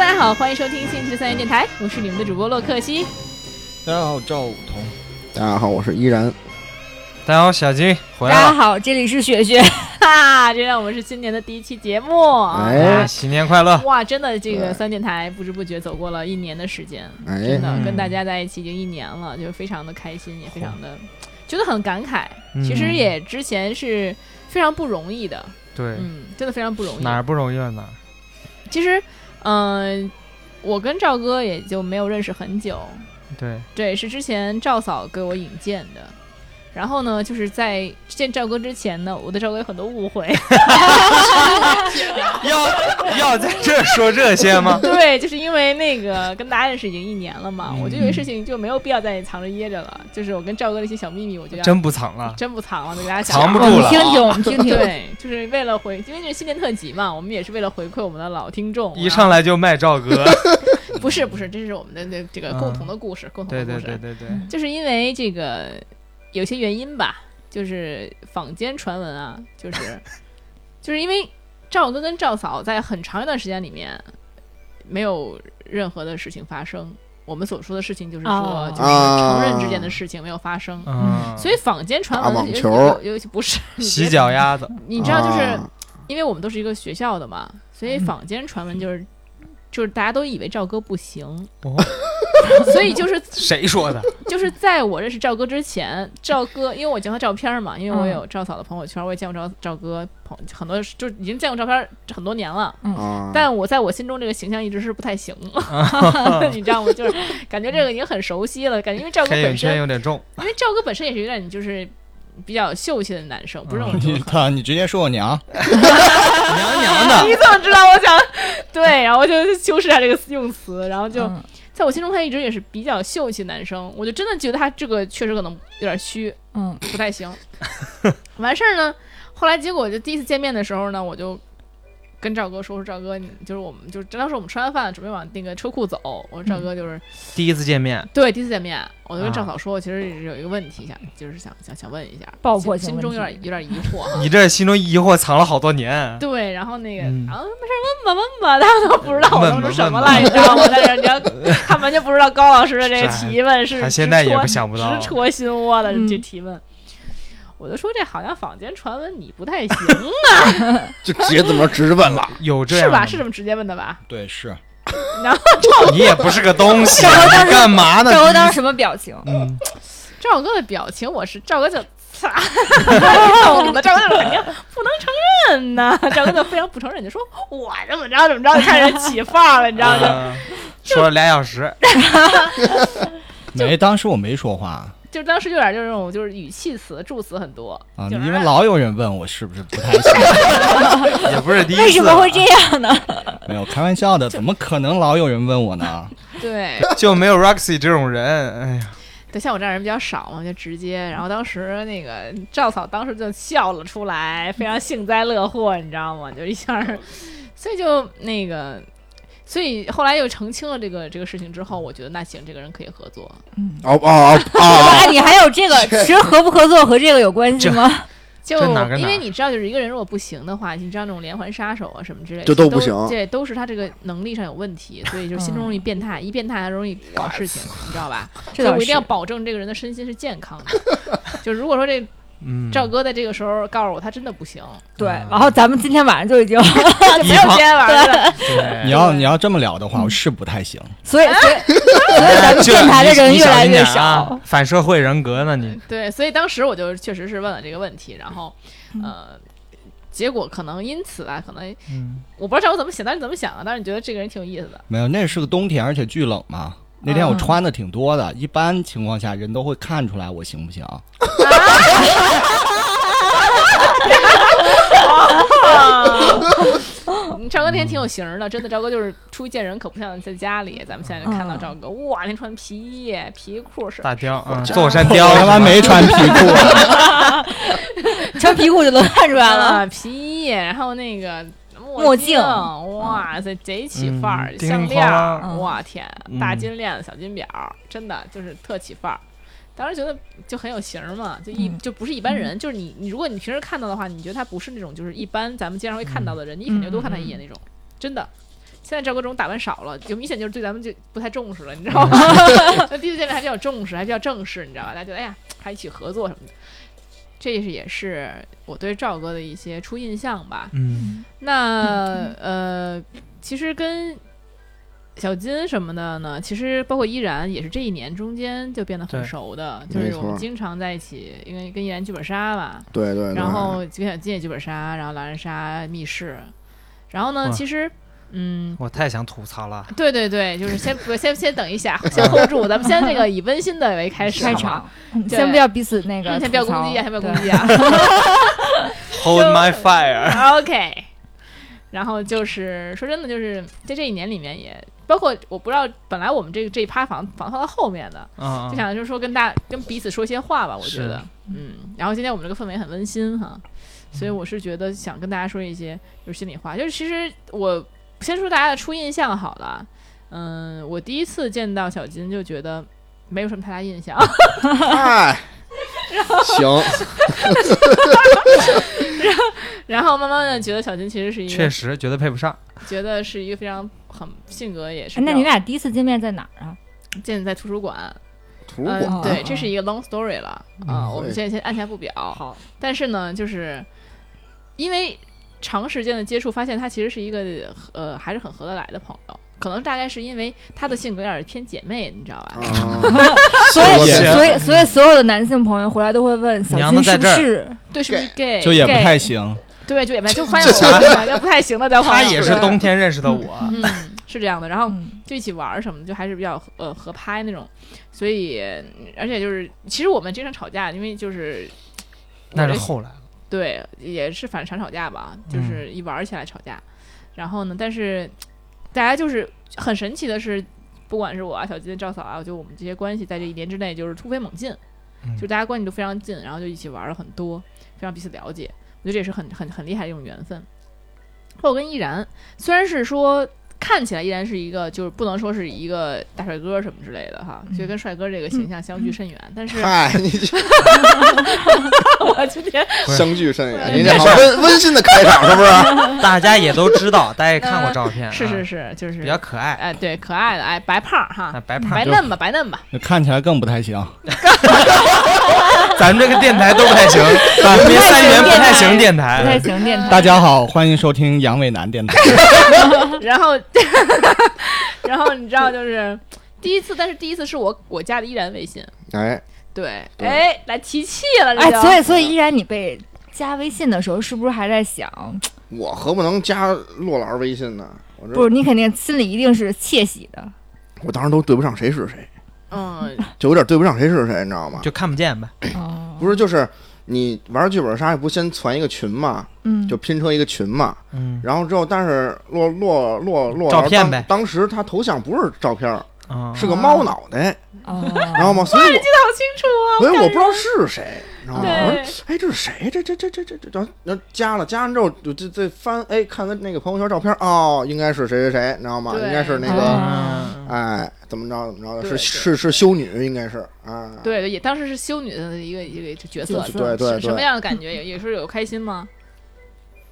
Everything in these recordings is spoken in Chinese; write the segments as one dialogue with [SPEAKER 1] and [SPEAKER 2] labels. [SPEAKER 1] 家好，欢迎收听《兴趣三元电台》，我是你们的主播洛克西。
[SPEAKER 2] 大家好，赵武桐。
[SPEAKER 3] 大家好，我是依然。
[SPEAKER 4] 大家好，小金回
[SPEAKER 1] 大
[SPEAKER 4] 来
[SPEAKER 1] 家
[SPEAKER 4] 了，
[SPEAKER 1] 好，这里是雪 雪，哈，这让我们是新年的第一期节目。
[SPEAKER 3] 哎
[SPEAKER 4] 新年快乐！
[SPEAKER 1] 哇，真的，
[SPEAKER 4] 哎
[SPEAKER 1] 这个三电台不知不觉走过了一年的时间，
[SPEAKER 3] 哎
[SPEAKER 1] 真，的
[SPEAKER 4] 嗯
[SPEAKER 1] 跟大家在一起已经一年了，就非常的开心，也非常的觉得很感慨。
[SPEAKER 4] 嗯
[SPEAKER 1] 其实也之前是非常不容易的，
[SPEAKER 4] 对，
[SPEAKER 1] 嗯，真的非常不容易。
[SPEAKER 4] 哪儿不容易了啊哪儿？
[SPEAKER 1] 其实，嗯、我跟赵哥也就没有认识很久，
[SPEAKER 4] 对，
[SPEAKER 1] 对，是之前赵嫂给我引荐的。然后呢，就是在见赵哥之前呢，我对赵哥有很多误 会。？
[SPEAKER 4] 要要在这儿说这些吗
[SPEAKER 1] 对，就是因为那个跟大家认识已经一年了嘛，
[SPEAKER 4] 嗯
[SPEAKER 1] 我就有些事情就没有必要再藏着掖着了。就是我跟赵哥的一些小秘密，我就要
[SPEAKER 4] 真不藏啊了，
[SPEAKER 1] 真不藏了，就给大家讲。
[SPEAKER 4] 藏不
[SPEAKER 5] 我
[SPEAKER 4] 住
[SPEAKER 5] 们
[SPEAKER 4] 了。
[SPEAKER 5] 听听，我们 听听。
[SPEAKER 1] 对，就是为了回，因为这是新年特辑嘛，我们也是为了回馈我们的老听众。
[SPEAKER 4] 一上来就卖赵哥，
[SPEAKER 1] 来 不是不是，这是我们的那这个
[SPEAKER 4] 嗯
[SPEAKER 1] 共同的故事，共同
[SPEAKER 4] 对
[SPEAKER 1] 的故
[SPEAKER 4] 对
[SPEAKER 1] 事。
[SPEAKER 4] 对对对，
[SPEAKER 1] 就是因为这个有些原因吧，就是坊间传闻啊，就是就是因为赵哥跟赵嫂在很长一段时间里面没有任何的事情发生。我们所说的事情就是说，
[SPEAKER 5] 哦
[SPEAKER 1] 就是承认之间
[SPEAKER 4] 啊
[SPEAKER 1] 的事情没有发生，
[SPEAKER 4] 嗯，
[SPEAKER 1] 所以坊间传闻的
[SPEAKER 3] 打网
[SPEAKER 1] 有
[SPEAKER 3] 球
[SPEAKER 1] 有有有不是
[SPEAKER 4] 洗脚，丫子，
[SPEAKER 1] 你知道你知道就是
[SPEAKER 3] 啊
[SPEAKER 1] 因为我们都是一个学校的嘛，所以坊间传闻就是。就是大家都以为赵哥不 行，
[SPEAKER 4] 哦
[SPEAKER 1] 所以就是
[SPEAKER 4] 谁说的？
[SPEAKER 1] 就是在我认识赵哥之前，赵哥因为我见过他照片嘛，因为
[SPEAKER 4] 嗯
[SPEAKER 1] 我有赵嫂的朋友圈，我也见过赵赵哥朋很多，就已经见过照片很多年了。
[SPEAKER 4] 嗯
[SPEAKER 3] 啊，
[SPEAKER 1] 但我在我心中这个形象一直是不太 行，你知道吗？就是感觉这个已经很熟悉了，感觉因为赵哥
[SPEAKER 4] 黑眼
[SPEAKER 1] 本
[SPEAKER 4] 圈
[SPEAKER 1] 身，
[SPEAKER 4] 有点重，
[SPEAKER 1] 因为赵哥本身也是有点就是比较秀气的男生，不是那
[SPEAKER 4] 嗯
[SPEAKER 1] 种
[SPEAKER 2] 你他，你直接说我娘，
[SPEAKER 4] 娘娘的。
[SPEAKER 1] 你怎么知道我想？ 对，然后我就修饰一下这个用词，然后就
[SPEAKER 5] 嗯
[SPEAKER 1] 在我心中他一直也是比较秀气的男生，我就真的觉得他这个确实可能有点虚，
[SPEAKER 5] 嗯，
[SPEAKER 1] 不太行。 完事儿呢，后来结果就第一次见面的时候呢，我就跟赵哥说：“我说赵哥，你就是我们就是当时我们吃完饭准备往那个车库走，我说
[SPEAKER 5] 嗯
[SPEAKER 1] 赵哥就是、
[SPEAKER 4] 第一次见面，
[SPEAKER 1] 对第一次见面，我就跟
[SPEAKER 4] 啊
[SPEAKER 1] 赵嫂说，我其实有一个问题想就是想想想问一下，
[SPEAKER 5] 爆破
[SPEAKER 1] 心
[SPEAKER 5] 性
[SPEAKER 1] 心
[SPEAKER 5] 问
[SPEAKER 1] 中有
[SPEAKER 5] 题
[SPEAKER 1] 点有点疑惑啊哈。”
[SPEAKER 4] 你这心中疑惑藏了好多 年。
[SPEAKER 1] 对，然后那个，
[SPEAKER 4] 嗯
[SPEAKER 1] 然后没事儿问吧问吧， 他们都不知道我
[SPEAKER 4] 问
[SPEAKER 1] 弄
[SPEAKER 4] 吧
[SPEAKER 1] 出什
[SPEAKER 4] 问
[SPEAKER 1] 么
[SPEAKER 4] 吧
[SPEAKER 1] 来，你知道吗？ 但是你要，他完全不知道高老师的这个提问是
[SPEAKER 4] 哎他
[SPEAKER 1] 直
[SPEAKER 4] 现在也
[SPEAKER 1] 戳
[SPEAKER 4] 不想不到
[SPEAKER 1] 直戳心窝的这
[SPEAKER 5] 嗯
[SPEAKER 1] 提问。我就说这好像坊间传闻你不 太行，
[SPEAKER 3] 就直 接这么直问了，
[SPEAKER 4] 有这
[SPEAKER 1] 是
[SPEAKER 4] 样的
[SPEAKER 1] 吧？
[SPEAKER 4] 吗
[SPEAKER 1] 是这么直接问的吧？
[SPEAKER 2] 对，是
[SPEAKER 4] 你也不是个东西，啊
[SPEAKER 5] 赵哥当时
[SPEAKER 4] 你干嘛呢？
[SPEAKER 5] 赵哥当时什么表情？
[SPEAKER 4] 嗯，
[SPEAKER 1] 赵哥的表情，我是 赵哥就擦，懂的，赵哥就肯定不能承认呐， 赵哥就非常不承认，就说我怎么着怎么着，就开始起范儿了，你知道吗？
[SPEAKER 4] 嗯说了俩小时，
[SPEAKER 2] 没，当时我没说话
[SPEAKER 1] 就当时有点就是那种就是语气词、助词很多
[SPEAKER 2] 啊，
[SPEAKER 1] 就是哎
[SPEAKER 2] 因为老有人问我是不是不太行，
[SPEAKER 4] 也不是第一次。
[SPEAKER 5] 为什么会这样呢？
[SPEAKER 2] 没有开玩笑的，怎么可能老有人问我呢？
[SPEAKER 1] 对，
[SPEAKER 4] 就没有 Roxy 这种人？哎呀，
[SPEAKER 1] 对，像我这样人比较少嘛，就直接。然后当时那个赵嫂当时就笑了出来，非 常幸灾乐祸，你知道吗？就一下儿，所以就那个，所以后来又澄清了这个这个事情之后，我觉得那行，这个人可以合作。
[SPEAKER 3] 哦哦哦哦，
[SPEAKER 5] 哎，你还有这个，其实合不合作和这个有关系吗？
[SPEAKER 1] 就
[SPEAKER 4] 这哪跟
[SPEAKER 1] 因为
[SPEAKER 4] 哪
[SPEAKER 1] 你知道，就是一个人如果不行的话，你知道那种连环杀手啊什么之类的，
[SPEAKER 3] 就
[SPEAKER 1] 都
[SPEAKER 3] 都不行
[SPEAKER 1] 对，都是他这个能力上有问题，所以就心中容易变态，一变态他容易搞事情，你知道吧？
[SPEAKER 5] 嗯 这
[SPEAKER 1] 所以
[SPEAKER 5] 倒
[SPEAKER 1] 我一
[SPEAKER 5] 是
[SPEAKER 1] 定要。保证这个人的身心是健康的。 就如果说这
[SPEAKER 4] 嗯，
[SPEAKER 1] 赵哥在这个时候告诉我他真的不行，
[SPEAKER 5] 对，然后咱们今天晚上就 已经，
[SPEAKER 1] 就没有今天晚上了。
[SPEAKER 4] 对
[SPEAKER 2] 你 要你要这么聊的话，我是不太行。
[SPEAKER 5] 所以所以所以咱们
[SPEAKER 4] 哎这
[SPEAKER 5] 电台的
[SPEAKER 4] 你
[SPEAKER 5] 人
[SPEAKER 4] 你
[SPEAKER 5] 越
[SPEAKER 4] 小
[SPEAKER 5] 来
[SPEAKER 4] 心
[SPEAKER 5] 越
[SPEAKER 4] 点啊
[SPEAKER 5] 少。
[SPEAKER 4] 反社会人格呢你？
[SPEAKER 1] 对，所以当时我就确实是问了这个问题，然后，呃，结果可能因此啊，可能
[SPEAKER 4] 嗯，
[SPEAKER 1] 我不知道我怎么想，但是你怎么想啊？但是你觉得这个人挺有意思的，
[SPEAKER 2] 没有，那是个冬天，而且巨冷嘛。那
[SPEAKER 1] 嗯
[SPEAKER 2] 天我穿的挺多的，一般情况下人都会看出来我行不行。
[SPEAKER 1] 嗯赵哥那天挺有型儿的，真的，赵哥就是出去见人可不像在家里，咱们现在就看到赵哥，哇，那天穿皮衣、皮裤是，
[SPEAKER 4] 大雕啊，坐山雕，
[SPEAKER 2] 我他妈没穿皮裤，
[SPEAKER 5] 穿皮裤就能看出来了。
[SPEAKER 1] 啊，皮衣，然后那个。
[SPEAKER 5] 墨
[SPEAKER 1] 镜，
[SPEAKER 5] 镜
[SPEAKER 1] 哇塞，贼起范儿！
[SPEAKER 4] 嗯叮
[SPEAKER 1] 项
[SPEAKER 4] 铃
[SPEAKER 1] 链儿，
[SPEAKER 4] 哐
[SPEAKER 5] 啷
[SPEAKER 1] 哇天，大
[SPEAKER 4] 嗯
[SPEAKER 1] 金链子、小金表儿，真的就是特起范儿。当时觉得就很有型儿嘛，就一、
[SPEAKER 5] 嗯
[SPEAKER 1] 就不是一般人，就是你你如果你平时看到的话，你觉得他不是那种就是一般咱们街上会看到的人，你肯定多看他一眼那种，真的。现在赵国忠打扮少了，就明显就是对咱们就不太重视了，你知道吗？ 那第四舰队还比较重视，还比较正式，你知道吧？大家觉得哎呀，还一起合作什么的。这是也是我对赵哥的一些初印象吧。
[SPEAKER 4] 嗯
[SPEAKER 1] 那呃，其实跟小金什么的呢，其实包括依然也是这一年中间就变得很
[SPEAKER 4] 对
[SPEAKER 1] 熟的，就
[SPEAKER 3] 没
[SPEAKER 1] 是我们
[SPEAKER 3] 错
[SPEAKER 1] 经常在一起，因为跟依然剧本杀吧，
[SPEAKER 3] 对对对，
[SPEAKER 1] 然后跟小金也剧本杀，然后狼人杀、密室，然后
[SPEAKER 4] 哇
[SPEAKER 1] 呢，其实嗯。
[SPEAKER 4] 我太想吐槽了。
[SPEAKER 1] 对对对，就是 先不先先等一下，先 hold 住，咱们先那个以温馨的为开始，
[SPEAKER 5] 开
[SPEAKER 1] 好吗
[SPEAKER 5] 场，嗯先不要彼此那个
[SPEAKER 1] 先不要
[SPEAKER 5] 吐槽
[SPEAKER 1] 攻击啊，先不要攻
[SPEAKER 5] 对
[SPEAKER 1] 击 啊。
[SPEAKER 4] Hold my fire，
[SPEAKER 1] OK，然后就是说真的，就是在这一年里面也，包括我不知道，本来我们这个这一趴房房放到后面的，
[SPEAKER 4] 嗯
[SPEAKER 1] 就，想就是说跟大跟彼此说些话吧，我觉
[SPEAKER 4] 是
[SPEAKER 1] 得，嗯，然后今天我们这个氛围很温馨哈，所以
[SPEAKER 4] 嗯
[SPEAKER 1] 我是觉得想跟大家说一些就是心里话，就是其实我先说大家的初印象好了，嗯，我第一次见到小金就觉得没有什么太大印 象，
[SPEAKER 3] 哎，行，
[SPEAKER 1] 然后慢慢的觉得小金其实是一
[SPEAKER 4] 确
[SPEAKER 1] 个
[SPEAKER 4] 实觉得配不上。
[SPEAKER 1] 觉得是一个非常很性格也是
[SPEAKER 5] 哎
[SPEAKER 1] 比较，
[SPEAKER 5] 那你俩第一次见面在哪儿啊？
[SPEAKER 1] 见在图书馆。
[SPEAKER 3] 图书
[SPEAKER 1] 嗯，
[SPEAKER 3] 馆
[SPEAKER 1] 对，这是一个 long story 了啊，
[SPEAKER 4] 嗯
[SPEAKER 1] 我们
[SPEAKER 3] 对
[SPEAKER 1] 现在先按下不表。好，但是呢，就是因为长时间的接触，发现他其实是一个呃还是很合得来的朋友。可能大概是因为他的性格有点偏姐妹，你知道吧？
[SPEAKER 3] 啊，
[SPEAKER 5] 所以
[SPEAKER 3] 也
[SPEAKER 5] 所以所以所有的男性朋友回来都会问小
[SPEAKER 4] 娘
[SPEAKER 5] 金
[SPEAKER 4] 们在
[SPEAKER 5] 是不是？
[SPEAKER 1] 对，是不是 gay？
[SPEAKER 2] 就也不
[SPEAKER 1] gay
[SPEAKER 2] 太行。
[SPEAKER 1] 对，就也不太就发现
[SPEAKER 4] 这啥
[SPEAKER 1] 我们两个不太行的交朋友。
[SPEAKER 4] 他也是冬天认识的我，
[SPEAKER 1] 哎嗯，是这样的。然后
[SPEAKER 5] 嗯
[SPEAKER 1] 就一起玩儿什么的，就还是比较呃合拍那种。所以，而且就是其实我们经常吵架，因为就是
[SPEAKER 4] 那
[SPEAKER 1] 我
[SPEAKER 4] 是
[SPEAKER 1] 这
[SPEAKER 4] 后来了。
[SPEAKER 1] 对，也是反正常吵架吧，
[SPEAKER 4] 嗯
[SPEAKER 1] 就是一玩儿起来吵架。然后呢，但是大家就是很神奇的是，不管是我啊、小金、赵嫂啊，我觉得我们这些关系在这一年之内就是突飞猛进，
[SPEAKER 4] 嗯
[SPEAKER 1] 就是大家关系都非常近，然后就一起玩了很多，非常彼此了解。我觉得这也是很很很厉害的一种缘分。包括跟依然，虽然是说看起来依然是一个，就是不能说是一个大帅哥什么之类的哈，
[SPEAKER 4] 嗯
[SPEAKER 1] 所以跟帅哥这个形象相距甚远。但 是
[SPEAKER 3] 嗨，你这
[SPEAKER 1] 我今 天
[SPEAKER 3] 相距甚远，
[SPEAKER 1] 对
[SPEAKER 3] 你这好温温馨的开场是不是？
[SPEAKER 4] 大家也都 知道，大家也看过照片，啊
[SPEAKER 1] 嗯是是，是，就是
[SPEAKER 4] 比较可爱。
[SPEAKER 1] 哎，对，可爱的，哎，白胖儿哈
[SPEAKER 4] 那，白胖
[SPEAKER 1] 白
[SPEAKER 4] 儿，
[SPEAKER 1] 嫩吧，白嫩吧，
[SPEAKER 2] 那看起来更不太行。
[SPEAKER 4] 咱们这个电台都 不太行，咱们三元不太行电
[SPEAKER 5] 不
[SPEAKER 4] 台
[SPEAKER 5] 太。行，电台
[SPEAKER 2] 大家好，欢迎收听杨伟南 电台。
[SPEAKER 1] 然后， 然后你知道就是第一次，但是第一次是我我加的依然微信，
[SPEAKER 3] 哎，
[SPEAKER 1] 对，
[SPEAKER 3] 对
[SPEAKER 1] 哎，来提气了，这
[SPEAKER 5] 哎，
[SPEAKER 1] 就
[SPEAKER 5] 所以所以依然你被加微信的时候，是不是还在想，
[SPEAKER 3] 我何不能加骆老师微信呢？我
[SPEAKER 5] 不
[SPEAKER 3] 这
[SPEAKER 5] 是你肯定心里一定是窃喜的，
[SPEAKER 3] 我当时都对不上谁是谁，
[SPEAKER 1] 嗯，
[SPEAKER 3] 就有点对不上谁是谁，你知道吗？
[SPEAKER 4] 就看不见呗，
[SPEAKER 5] 哦，
[SPEAKER 3] 不是，就是你玩剧本杀也不先传一个群嘛，
[SPEAKER 5] 嗯，
[SPEAKER 3] 就拼成一个群嘛，
[SPEAKER 4] 嗯，
[SPEAKER 3] 然后之后，但是洛洛洛洛
[SPEAKER 4] 照片
[SPEAKER 3] 当
[SPEAKER 4] 呗
[SPEAKER 3] 当时他头像不是照片，
[SPEAKER 4] 嗯
[SPEAKER 3] 是个猫脑袋，
[SPEAKER 5] 哦，
[SPEAKER 3] 知 道吗？所以我
[SPEAKER 1] 好清楚啊，
[SPEAKER 3] 所以我
[SPEAKER 1] 感
[SPEAKER 3] 不知道是谁，你知道吗？我说
[SPEAKER 1] 对，
[SPEAKER 3] 哎，这是谁？这这这这这这，然后然后加了，加完之后就这这翻，哎，看他那个朋友圈照片，哦，应该是谁谁谁，你知道吗？
[SPEAKER 1] 对
[SPEAKER 3] 应该是那
[SPEAKER 5] 哦
[SPEAKER 3] 个，
[SPEAKER 4] 嗯
[SPEAKER 3] 哎，怎么着怎么着的，
[SPEAKER 1] 对
[SPEAKER 3] 是
[SPEAKER 1] 对
[SPEAKER 3] 是是修女，应该是啊，
[SPEAKER 1] 对对，也当时是修女的一个一个角色，
[SPEAKER 5] 角色
[SPEAKER 3] 对对
[SPEAKER 1] 是什么
[SPEAKER 3] 对，
[SPEAKER 1] 样的感觉？也也是有开心吗？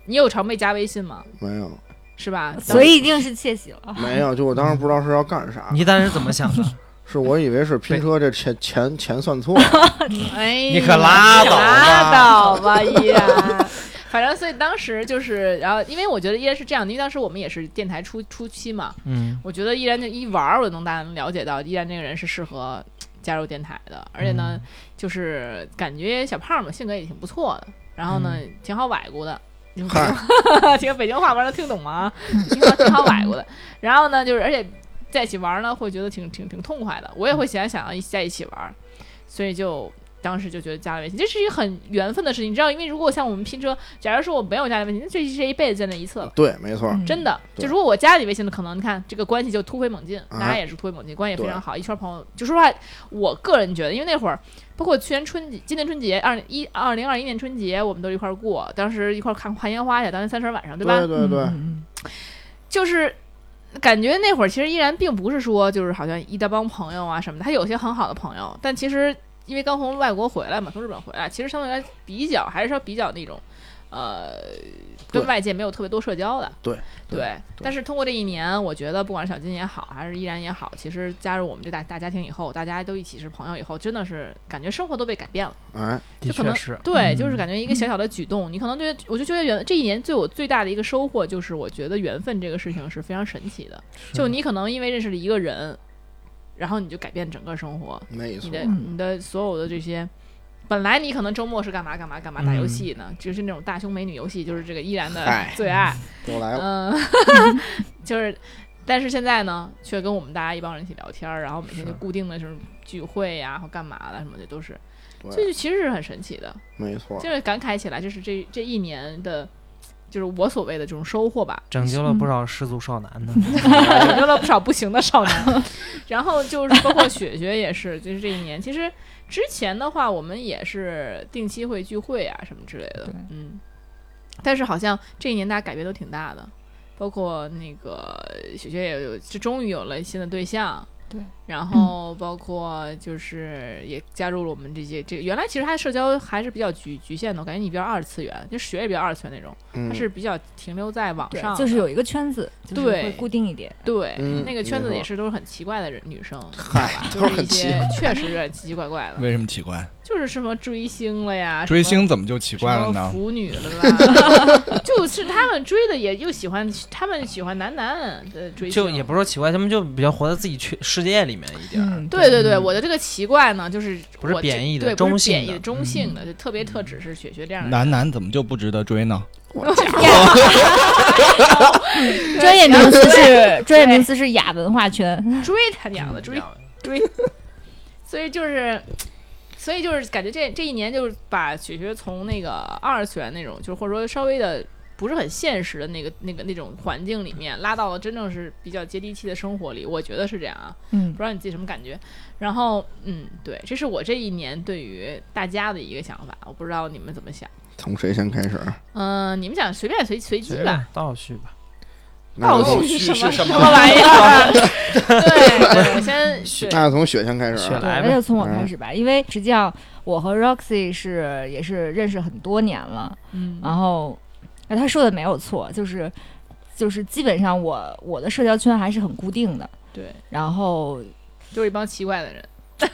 [SPEAKER 1] 你有常被加微信吗？
[SPEAKER 3] 没有
[SPEAKER 1] 是吧？
[SPEAKER 5] 所以一定是窃喜了。
[SPEAKER 3] 没有，就我当时不知道是要干啥，
[SPEAKER 4] 你当时怎么想的？
[SPEAKER 3] 是我以为是拼车这钱钱钱算错 了，
[SPEAKER 1] 哎，
[SPEAKER 4] 你可拉倒吧
[SPEAKER 1] 拉倒吧，依然。反正所以当时就是，然后因为我觉得依然是这样的，因为当时我们也是电台初初期嘛，
[SPEAKER 4] 嗯，
[SPEAKER 1] 我觉得依然就一玩儿，我能大概能了解到依然这个人是适合加入电台的，而且呢，就是感觉小胖嘛性格也挺不错的，然后呢、挺好崴咕的。挺
[SPEAKER 3] 嗨
[SPEAKER 1] 听 北京话玩能听懂吗？挺好挺好崴咕的。然后呢，就是而且在一起玩呢，会觉得挺挺挺痛快的。我也会想想要一起在一起玩，所以就当时就觉得加了微信，这是一个很缘分的事情。你知道，因为如果像我们拼车，假如说我没有加你微信，那这这一辈子见那一次了。
[SPEAKER 3] 对，没错，
[SPEAKER 5] 嗯
[SPEAKER 1] 真的，
[SPEAKER 3] 对
[SPEAKER 1] 就如果我加你微信的，可能你看这个关系就突飞猛进，
[SPEAKER 3] 哎
[SPEAKER 1] 大家也是突飞猛进，关系也非常好，一圈朋友。就说实话，我个人觉得，因为那会儿，包括去年春节、今年春节，二一二零二一年春节，我们都一块儿过，当时一块儿看看烟花去，当年三十晚上，对吧？
[SPEAKER 3] 对对对，
[SPEAKER 5] 嗯
[SPEAKER 1] 就是感觉那会儿其实依然并不是说就是好像一大帮朋友啊什么的，他有些很好的朋友，但其实因为刚从外国回来嘛，从日本回来，其实相对来比较还是要比较那种呃，跟
[SPEAKER 3] 对
[SPEAKER 1] 外界没有特别多社交的。
[SPEAKER 3] 对
[SPEAKER 1] 对
[SPEAKER 3] 对
[SPEAKER 1] 但是通过这一年，我觉得不管是小金也好，还是依然也好，其实加入我们这大大家庭以后，大家都一起是朋友以后，真的是感觉生活都被改变了。
[SPEAKER 3] 哎，
[SPEAKER 4] 的
[SPEAKER 1] 可能
[SPEAKER 4] 确是，
[SPEAKER 3] 嗯
[SPEAKER 1] 对，就是感觉一个小小的举动，你可能对我就觉得缘这一年对我最大的一个收获就是，我觉得缘分这个事情是非常神奇的。就你可能因为认识了一个人，然后你就改变整个生活，
[SPEAKER 3] 没错
[SPEAKER 1] 你，的
[SPEAKER 4] 嗯
[SPEAKER 1] 你的所有的这些，本来你可能周末是干嘛干嘛干嘛打游戏呢，就是那种大胸美女游戏，就是这个依然的
[SPEAKER 3] 嗯嗨哎
[SPEAKER 1] 最爱，
[SPEAKER 3] 都来了，
[SPEAKER 1] 嗯， 就是，但是现在呢，却跟我们大家一帮人一起聊天儿，然后每天就是固定的就是聚会呀、或干嘛的什么的都是，
[SPEAKER 3] 对
[SPEAKER 1] 这就其实是很神奇的，
[SPEAKER 3] 没错，
[SPEAKER 1] 就是感慨起来，就是这这一年的。就是我所谓的这种收获吧，
[SPEAKER 4] 拯救
[SPEAKER 1] 嗯
[SPEAKER 4] 了不少失足少男呢。
[SPEAKER 1] 拯
[SPEAKER 5] 嗯
[SPEAKER 1] 救了不少不行的少男。 然后就是包括雪雪也是，就是这一年，其实之前的话，我们也是定期会聚会啊什么之类的
[SPEAKER 5] 对，
[SPEAKER 1] 嗯。但是好像这一年大家改变都挺大的，包括那个雪雪也有，就终于有了新的对象。
[SPEAKER 5] 对，
[SPEAKER 1] 然后包括就是也加入了我们这些这个，原来其实他社交还是比较局局限的，我感觉你比较二次元，就雪也比较二次元那种，他
[SPEAKER 3] 嗯，
[SPEAKER 1] 是比较停留在网
[SPEAKER 5] 对
[SPEAKER 1] 上，的，
[SPEAKER 5] 就是有一个圈子，就是
[SPEAKER 1] 对
[SPEAKER 5] 会固定一点。
[SPEAKER 1] 对，
[SPEAKER 3] 嗯
[SPEAKER 1] 那个圈子
[SPEAKER 3] 没
[SPEAKER 1] 也
[SPEAKER 3] 错
[SPEAKER 1] 是都是很奇怪的人女生，
[SPEAKER 3] 嗨，
[SPEAKER 1] 就
[SPEAKER 3] 都
[SPEAKER 1] 是一
[SPEAKER 3] 很奇
[SPEAKER 1] 些确实是奇奇怪怪的，
[SPEAKER 2] 为什么奇怪？
[SPEAKER 1] 就是什么追星了呀，
[SPEAKER 2] 追
[SPEAKER 1] 什么
[SPEAKER 2] 星怎么就奇怪了
[SPEAKER 1] 什么
[SPEAKER 2] 呢？
[SPEAKER 1] 腐女了啦，就是他们追的也又喜欢，他们喜欢男男的追星，
[SPEAKER 4] 就也不是说奇怪，他们就比较活在自己去世界里面一点儿。
[SPEAKER 5] 嗯，
[SPEAKER 1] 对对对，我的这个奇怪呢，就是
[SPEAKER 4] 不是
[SPEAKER 1] 我这
[SPEAKER 4] 贬义的
[SPEAKER 1] 对，不是
[SPEAKER 4] 中性
[SPEAKER 1] 贬义
[SPEAKER 4] 的
[SPEAKER 1] 的，中性的，就特别特指是雪雪这样的人。
[SPEAKER 2] 男男怎么就不值得追呢？
[SPEAKER 5] 专业名词是 专业名词是亚文化圈，
[SPEAKER 1] 追他娘的追所以就是，所以就是感觉这这一年就是把雪雪从那个二次元那种，就是或者说稍微的不是很现实的那个那个那种环境里面，拉到了真正是比较接地气的生活里。我觉得是这样啊，
[SPEAKER 5] 嗯
[SPEAKER 1] 不，知道你自己什么感觉。然后，嗯，对，这是我这一年对于大家的一个想法，我不知道你们怎么想。
[SPEAKER 3] 从谁先开始？啊
[SPEAKER 1] 嗯、你们想随便随随机吧。，
[SPEAKER 4] 倒叙吧。
[SPEAKER 3] 那
[SPEAKER 1] 倒
[SPEAKER 3] 就
[SPEAKER 1] 叙是什么
[SPEAKER 3] 什
[SPEAKER 1] 什么玩意 儿？啊对，我先
[SPEAKER 4] 雪
[SPEAKER 1] 对
[SPEAKER 3] 那就从雪先开始
[SPEAKER 4] 雪
[SPEAKER 3] 啊，
[SPEAKER 4] 来
[SPEAKER 5] 对，那
[SPEAKER 4] 呗，
[SPEAKER 5] 就从我开始吧，因为实际上我和 Roxy 是也是认识很多年了，
[SPEAKER 1] 嗯
[SPEAKER 5] 然后，哎，他说的没有错，就是就是基本上我我的社交圈还是很固定的，
[SPEAKER 1] 对，
[SPEAKER 5] 然后
[SPEAKER 1] 就是一帮奇怪的人。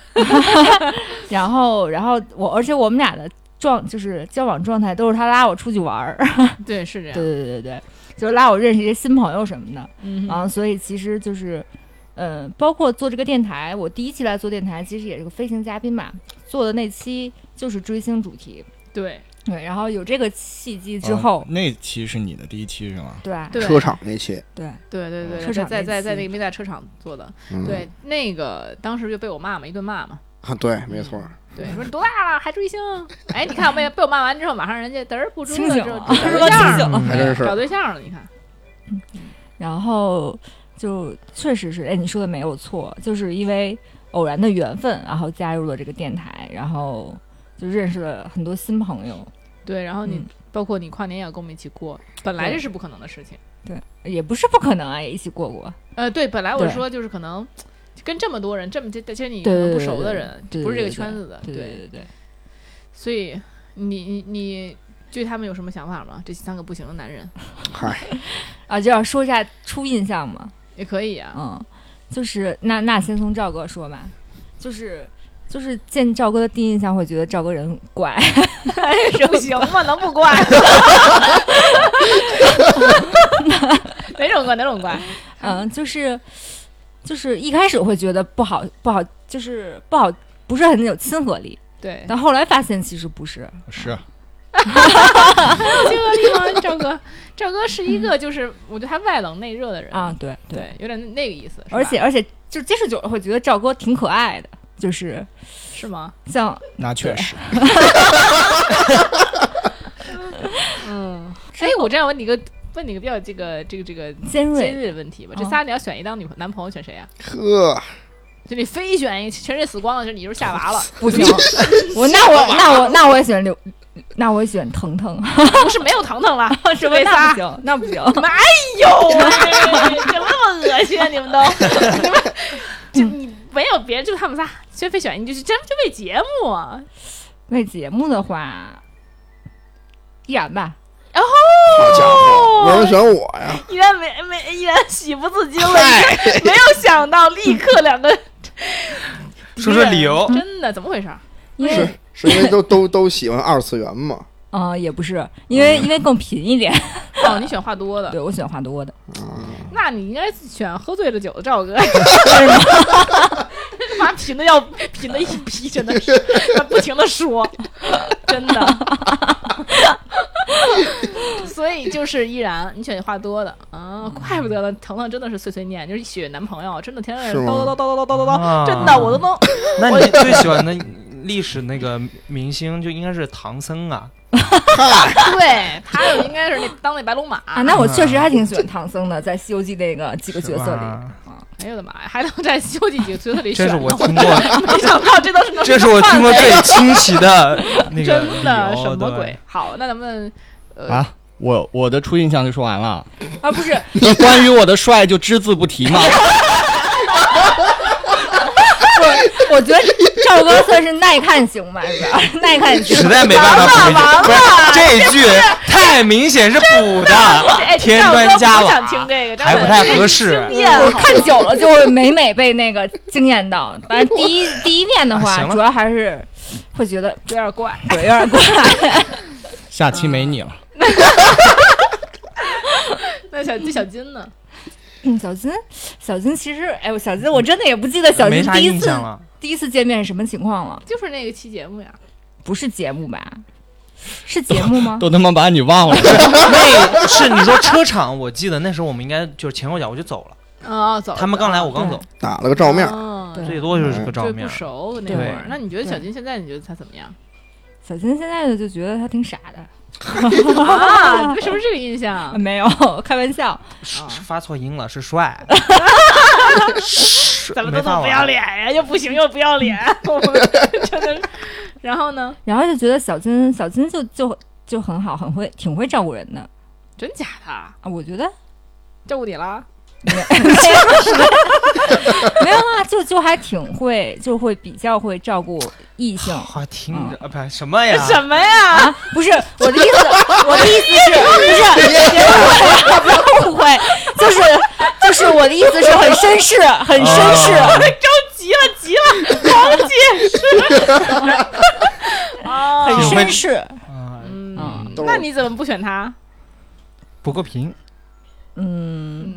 [SPEAKER 5] 然后然后我而且我们俩的状就是交往状态都是他拉我出去玩儿，
[SPEAKER 1] 对，啊是这 样。
[SPEAKER 5] 对对对对对，就是拉我认识一些新朋友什么的，
[SPEAKER 1] 嗯
[SPEAKER 5] 啊，所以其实就是，呃，包括做这个电台，我第一期来做电台，其实也是个飞行嘉宾嘛，做的那期就是追星主题，
[SPEAKER 1] 对
[SPEAKER 5] 对，然后有这个契机之
[SPEAKER 2] 哦
[SPEAKER 5] 后，
[SPEAKER 2] 那期是你的第一期是吗？
[SPEAKER 5] 对吧
[SPEAKER 1] 对
[SPEAKER 3] 车场那期，
[SPEAKER 5] 对，
[SPEAKER 1] 对对对，
[SPEAKER 5] 车场
[SPEAKER 1] 在
[SPEAKER 5] 那
[SPEAKER 1] 在在
[SPEAKER 5] 期
[SPEAKER 1] 那个没在车场做的，
[SPEAKER 3] 嗯，
[SPEAKER 1] 对，那个当时就被我骂嘛，一顿骂嘛，
[SPEAKER 3] 啊，对，没错，
[SPEAKER 1] 对，说你多大了还追星？哎，你看我被被我骂完之后，马上人家嘚儿不追
[SPEAKER 5] 清
[SPEAKER 1] 了，
[SPEAKER 5] 醒
[SPEAKER 1] 之后
[SPEAKER 5] 了，
[SPEAKER 1] 找对
[SPEAKER 5] 是吧？
[SPEAKER 1] 象
[SPEAKER 5] 清
[SPEAKER 1] 了，
[SPEAKER 5] 醒了，
[SPEAKER 3] 还真是
[SPEAKER 1] 找对象了，你看，
[SPEAKER 5] 然后就确实是，哎，你说的没有错，就是因为偶然的缘分，然后加入了这个电台，然后就认识了很多新朋友，
[SPEAKER 1] 对，然后你
[SPEAKER 5] 嗯
[SPEAKER 1] 包括你跨年也跟我们一起过，本来这是不可能的事情，
[SPEAKER 5] 也不是不可能啊，也一起过过，
[SPEAKER 1] 呃，对，本来我
[SPEAKER 5] 对
[SPEAKER 1] 说就是可能跟这么多人，这么这这些你可
[SPEAKER 5] 对
[SPEAKER 1] 能
[SPEAKER 5] 对
[SPEAKER 1] 不
[SPEAKER 5] 对
[SPEAKER 1] 熟的
[SPEAKER 5] 对
[SPEAKER 1] 人，
[SPEAKER 5] 对
[SPEAKER 1] 不是这个
[SPEAKER 5] 对对
[SPEAKER 1] 圈子的，
[SPEAKER 5] 对对对对。
[SPEAKER 1] 所以你你你对他们有什么想法吗？这三个不行的男人
[SPEAKER 3] 嗨，
[SPEAKER 5] 啊，就要说一下初印象嘛，
[SPEAKER 1] 也可以啊，
[SPEAKER 5] 嗯，就是那那先从赵哥说吧，就是就是见赵哥的第一印象会觉得赵哥人很怪，
[SPEAKER 1] 不行吗？能不 怪？哪种怪哪种怪？
[SPEAKER 5] 嗯，就是就是一开始会觉得不好不好，就是不好不是很有亲和力，
[SPEAKER 1] 对，
[SPEAKER 5] 但后来发现其实不是，
[SPEAKER 2] 是，
[SPEAKER 1] 这个地方赵哥，赵哥是一个就是我觉得他外冷内热的人，
[SPEAKER 5] 啊，对对，
[SPEAKER 1] 对，有点那个意思，是吧
[SPEAKER 5] 而且而且就接触久了会觉得赵哥挺可爱的，就是
[SPEAKER 1] 是吗？
[SPEAKER 5] 像
[SPEAKER 2] 那确实。
[SPEAKER 1] 嗯，哎，我这样问你个问你个比较这个这个这个
[SPEAKER 5] 尖
[SPEAKER 1] 尖
[SPEAKER 5] 锐，
[SPEAKER 1] 锐的问题吧，这
[SPEAKER 5] 哦
[SPEAKER 1] 仨你要选一当女朋男朋友，选谁啊？
[SPEAKER 3] 呵，
[SPEAKER 1] 就你非选一，全是死光了，就你就是夏 娃了，
[SPEAKER 5] 不行，我那我那我那我也喜欢刘，那我也喜欢腾 腾，
[SPEAKER 1] 不是没有腾腾了， 是
[SPEAKER 5] 那
[SPEAKER 1] 这仨
[SPEAKER 5] 不。行，那不行，
[SPEAKER 1] 有啊，怎么那么恶心啊？你们 都，你们就你没有别人，就他们仨，薛飞选你就是真就为节目啊，
[SPEAKER 5] 为节目的话，依然吧，
[SPEAKER 3] 好家伙，
[SPEAKER 1] 哦
[SPEAKER 3] 没人选我呀！
[SPEAKER 1] 依然没没依然喜不自禁了，没有想到立刻两个嗯
[SPEAKER 4] 说说理由
[SPEAKER 1] 真的怎么回事儿？
[SPEAKER 5] 因为
[SPEAKER 3] 是是因为都都都喜欢二次元嘛？
[SPEAKER 5] 啊、也不是，因为因为更贫一点，
[SPEAKER 1] 哦，你选话多的，
[SPEAKER 5] 对我喜欢话多的，
[SPEAKER 1] 那你应该选喝醉了酒的赵哥， 妈贫的要贫的一逼，真的是他不停的说，真的。所以就是依然，你选话多的啊，怪不得呢。腾腾真的是碎碎念，就是一起男朋友，真的天天
[SPEAKER 3] 是
[SPEAKER 1] 叨
[SPEAKER 3] 吗
[SPEAKER 1] 叨叨叨叨叨叨叨，
[SPEAKER 4] 啊
[SPEAKER 1] 哦真的我都能
[SPEAKER 4] 那你最喜欢的历史那个明星就应该是唐僧啊，
[SPEAKER 1] 对他就应该是那当那白龙马。
[SPEAKER 5] 啊，那我确实还挺喜欢唐僧的，在《西游记》那个几个角色
[SPEAKER 4] 是
[SPEAKER 5] 里
[SPEAKER 4] 吧
[SPEAKER 5] 啊，
[SPEAKER 1] 哎呦我的妈呀，还能在《西游记》几个角色里选
[SPEAKER 4] 这是
[SPEAKER 1] 呢，
[SPEAKER 4] 我听过，
[SPEAKER 1] 没想到这都是能
[SPEAKER 4] 这是我听过
[SPEAKER 1] 看
[SPEAKER 4] 最清奇 的那个
[SPEAKER 1] 真的
[SPEAKER 4] 理由
[SPEAKER 1] 什么？
[SPEAKER 4] 对
[SPEAKER 1] 鬼？好，那咱们呃、
[SPEAKER 2] 啊。我我的初印象就说完了，
[SPEAKER 5] 啊不是，
[SPEAKER 2] 那关于我的帅就只字不提 嘛。
[SPEAKER 5] 我我觉得赵哥算是耐看型吧，是吧？ 耐看型
[SPEAKER 4] 实，在没办法补一句，不是这一句太明显是补
[SPEAKER 1] 哎
[SPEAKER 4] 的，添砖
[SPEAKER 1] 赵哥
[SPEAKER 4] 加
[SPEAKER 1] 不
[SPEAKER 4] 瓦
[SPEAKER 1] 想听这个，
[SPEAKER 4] 还不太合适。
[SPEAKER 1] 变
[SPEAKER 5] 我看久了就会每每被那个惊艳到。反正第一第一面的
[SPEAKER 4] 啊
[SPEAKER 5] 话
[SPEAKER 4] 行，了
[SPEAKER 5] 主要还是会觉得
[SPEAKER 1] 有点 怪。
[SPEAKER 5] 鬼有点怪。
[SPEAKER 2] 下期没你了，
[SPEAKER 1] 那小这小金呢？
[SPEAKER 5] 嗯，小金，小金其实，哎，我小金我真的也不记得小
[SPEAKER 4] 没
[SPEAKER 5] 金
[SPEAKER 4] 啥
[SPEAKER 5] 第一
[SPEAKER 4] 印
[SPEAKER 5] 次
[SPEAKER 4] 象了，
[SPEAKER 5] 第一次见面是什么情况了，
[SPEAKER 1] 就是那个期节目呀，
[SPEAKER 5] 不是节目吧？是节目 吗？
[SPEAKER 2] 都他妈把你 忘了。
[SPEAKER 4] 那是你说车场，我记得那时候我们应该就是前后脚我就走了，
[SPEAKER 1] 哦，走了，
[SPEAKER 4] 他们刚来我刚走，
[SPEAKER 3] 打了个照面，
[SPEAKER 1] 哦
[SPEAKER 5] 对
[SPEAKER 4] 最多就是个照
[SPEAKER 1] 对
[SPEAKER 4] 面
[SPEAKER 1] 嗯不。熟那会儿。那你觉得小金现在你觉得他怎么样
[SPEAKER 5] 小金现在就觉得他挺傻的，
[SPEAKER 1] 啊？为什么是这个印象
[SPEAKER 4] 嗯
[SPEAKER 5] 没有开玩笑，
[SPEAKER 4] 是是发错音了，是帅。
[SPEAKER 1] 怎么
[SPEAKER 4] 没
[SPEAKER 1] 都能
[SPEAKER 4] 办法
[SPEAKER 1] 不要脸呀？又不行又不要脸， 我们真的是。然后呢？
[SPEAKER 5] 然后就觉得小金小金就就就很好，很会挺会照顾人的
[SPEAKER 1] 真假的？
[SPEAKER 5] 啊，我觉得
[SPEAKER 1] 照顾你了？
[SPEAKER 5] 没有啊，就就还挺会，就会比较会照顾异性。
[SPEAKER 4] 好听着，啊不什么哎呀？
[SPEAKER 1] 什么呀？
[SPEAKER 5] 不是我的意思，我的意思是， 不是，别误会， 不要误会，就是就是我的意思是很绅士，
[SPEAKER 3] 哦
[SPEAKER 5] 很绅士。
[SPEAKER 1] 急了急了，狂解释。
[SPEAKER 5] 很
[SPEAKER 1] 哦，
[SPEAKER 4] 是
[SPEAKER 5] 绅士，
[SPEAKER 4] 啊，
[SPEAKER 1] 嗯，
[SPEAKER 3] 都
[SPEAKER 1] 那你怎么不选他？
[SPEAKER 4] 不够平，
[SPEAKER 5] 嗯，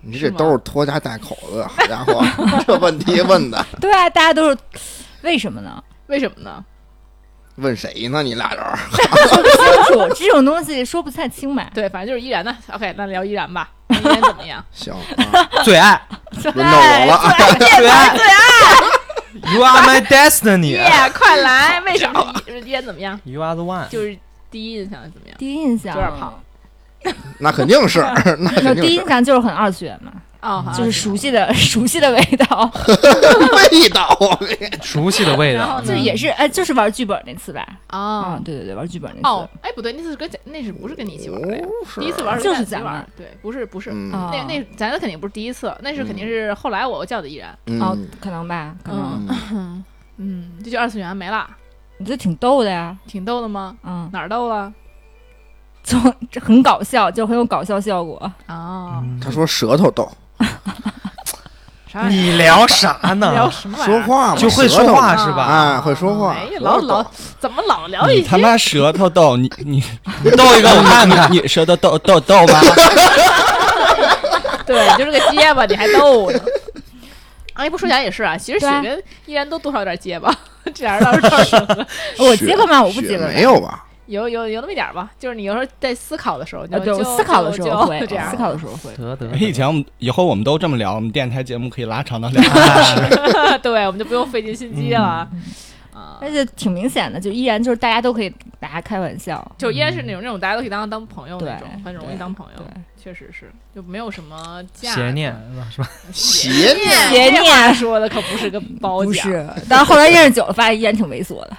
[SPEAKER 3] 你
[SPEAKER 1] 是
[SPEAKER 3] 这
[SPEAKER 1] 吗
[SPEAKER 3] 都是拖家带口 的，好家伙，这问题问的，
[SPEAKER 5] 对啊，大家都是为什么呢？
[SPEAKER 1] 为什么呢？
[SPEAKER 3] 问谁呢？你俩人儿
[SPEAKER 5] 说不清楚，这种东西说不太清嘛。
[SPEAKER 1] 对，反正就是依然呢。OK，那聊依然 吧。依然怎么样？
[SPEAKER 3] 行， 啊
[SPEAKER 4] 最爱
[SPEAKER 3] 轮到我
[SPEAKER 5] 哎
[SPEAKER 3] 了
[SPEAKER 1] 哎
[SPEAKER 3] 啊，
[SPEAKER 4] 最爱最爱，You are my destiny，
[SPEAKER 1] 耶，快来！为什 么依依然怎么样？
[SPEAKER 4] You are the one，
[SPEAKER 1] 就是第一印象怎么样？
[SPEAKER 5] 第一印象
[SPEAKER 1] 有点胖，
[SPEAKER 3] 那肯 定是，那
[SPEAKER 5] 那
[SPEAKER 3] 肯定啊
[SPEAKER 5] 第一
[SPEAKER 3] 是
[SPEAKER 5] 印象就是很二次元嘛，
[SPEAKER 1] 哦，好
[SPEAKER 5] 就是熟悉的 熟悉的味道，
[SPEAKER 3] 味道，我跟 你
[SPEAKER 4] 熟悉的味
[SPEAKER 1] 然后
[SPEAKER 4] 道
[SPEAKER 3] 嗯
[SPEAKER 1] 呢。
[SPEAKER 5] 就是也是哎，就是玩剧本那次吧。啊，
[SPEAKER 1] 哦
[SPEAKER 5] 对对对，玩剧本那
[SPEAKER 1] 哦，哎，不对，那次是跟贾那是不是跟你一起玩的呀？
[SPEAKER 3] 哦是
[SPEAKER 1] 第一次玩
[SPEAKER 5] 就是
[SPEAKER 1] 咱哦一
[SPEAKER 5] 咱
[SPEAKER 1] 起
[SPEAKER 5] 们
[SPEAKER 1] 玩，对，不是不是。
[SPEAKER 5] 次。
[SPEAKER 3] 嗯
[SPEAKER 5] 啊
[SPEAKER 1] 那那咱肯定不是第一次，那是肯定是后来我叫的依然，
[SPEAKER 5] 哦
[SPEAKER 3] 嗯，，
[SPEAKER 5] 可能吧，可能
[SPEAKER 1] 嗯嗯，这就二次元没了，
[SPEAKER 5] 你这挺逗的呀，
[SPEAKER 1] 挺逗的吗？
[SPEAKER 5] 嗯，
[SPEAKER 1] 哪儿逗了？
[SPEAKER 5] 就这很搞笑，就很有搞笑效果。
[SPEAKER 1] 哦，
[SPEAKER 4] 嗯
[SPEAKER 3] 他说舌头逗，
[SPEAKER 1] 啥玩意儿？
[SPEAKER 4] 你聊啥呢
[SPEAKER 1] 嗯聊？什么玩意
[SPEAKER 3] 说
[SPEAKER 1] 儿？
[SPEAKER 3] 话嘛
[SPEAKER 4] 就会说话是吧？
[SPEAKER 3] 哎，会说话
[SPEAKER 1] 哎呀，，
[SPEAKER 3] 舌
[SPEAKER 1] 老
[SPEAKER 3] 头
[SPEAKER 1] 老
[SPEAKER 3] 逗
[SPEAKER 1] 怎么老聊
[SPEAKER 2] 你
[SPEAKER 1] 一
[SPEAKER 2] 他
[SPEAKER 1] 些？
[SPEAKER 2] 妈舌头逗 你你
[SPEAKER 4] 逗一个我看 看。
[SPEAKER 2] 你你舌头逗逗逗吗？
[SPEAKER 1] 对，你就是个结巴，你还逗呢。哎，不说起来也是啊，其实
[SPEAKER 5] 对
[SPEAKER 1] 雪
[SPEAKER 5] 啊
[SPEAKER 1] 跟依然都多少有点结巴，这俩人倒是倒是
[SPEAKER 5] 我
[SPEAKER 3] 雪
[SPEAKER 5] 结巴吗？我不
[SPEAKER 3] 雪
[SPEAKER 5] 结巴。
[SPEAKER 3] 没 有吧？
[SPEAKER 1] 有有有那么一点儿吧，就是你有时候在思考的时候，你
[SPEAKER 5] 啊，
[SPEAKER 1] 就
[SPEAKER 5] 对我
[SPEAKER 1] 就
[SPEAKER 5] 思考的时
[SPEAKER 1] 就
[SPEAKER 5] 候会 啊
[SPEAKER 1] 就，这样
[SPEAKER 5] 思。考的时候会。
[SPEAKER 4] 得
[SPEAKER 1] 哎
[SPEAKER 4] 得，
[SPEAKER 2] 哎以前我们以后我们都这么聊，我们电台节目可以拉长到两
[SPEAKER 1] 对，我们就不用费尽心机了啊。
[SPEAKER 5] 而且挺明显的，就依然就是大家都可以拿它开玩笑，
[SPEAKER 1] 就依然是那种那种大家都可以当当朋友那种
[SPEAKER 5] 对，
[SPEAKER 1] 很容易
[SPEAKER 5] 对
[SPEAKER 1] 当朋友
[SPEAKER 5] 对，
[SPEAKER 1] 确实是就没有什么架
[SPEAKER 4] 邪念是吧？
[SPEAKER 3] 邪
[SPEAKER 1] 念
[SPEAKER 5] 邪
[SPEAKER 1] 这
[SPEAKER 5] 念
[SPEAKER 1] 话说的可不是个褒
[SPEAKER 5] 不
[SPEAKER 1] 奖，啊
[SPEAKER 5] 是。但是后来认识久了，发现依然挺猥琐 的。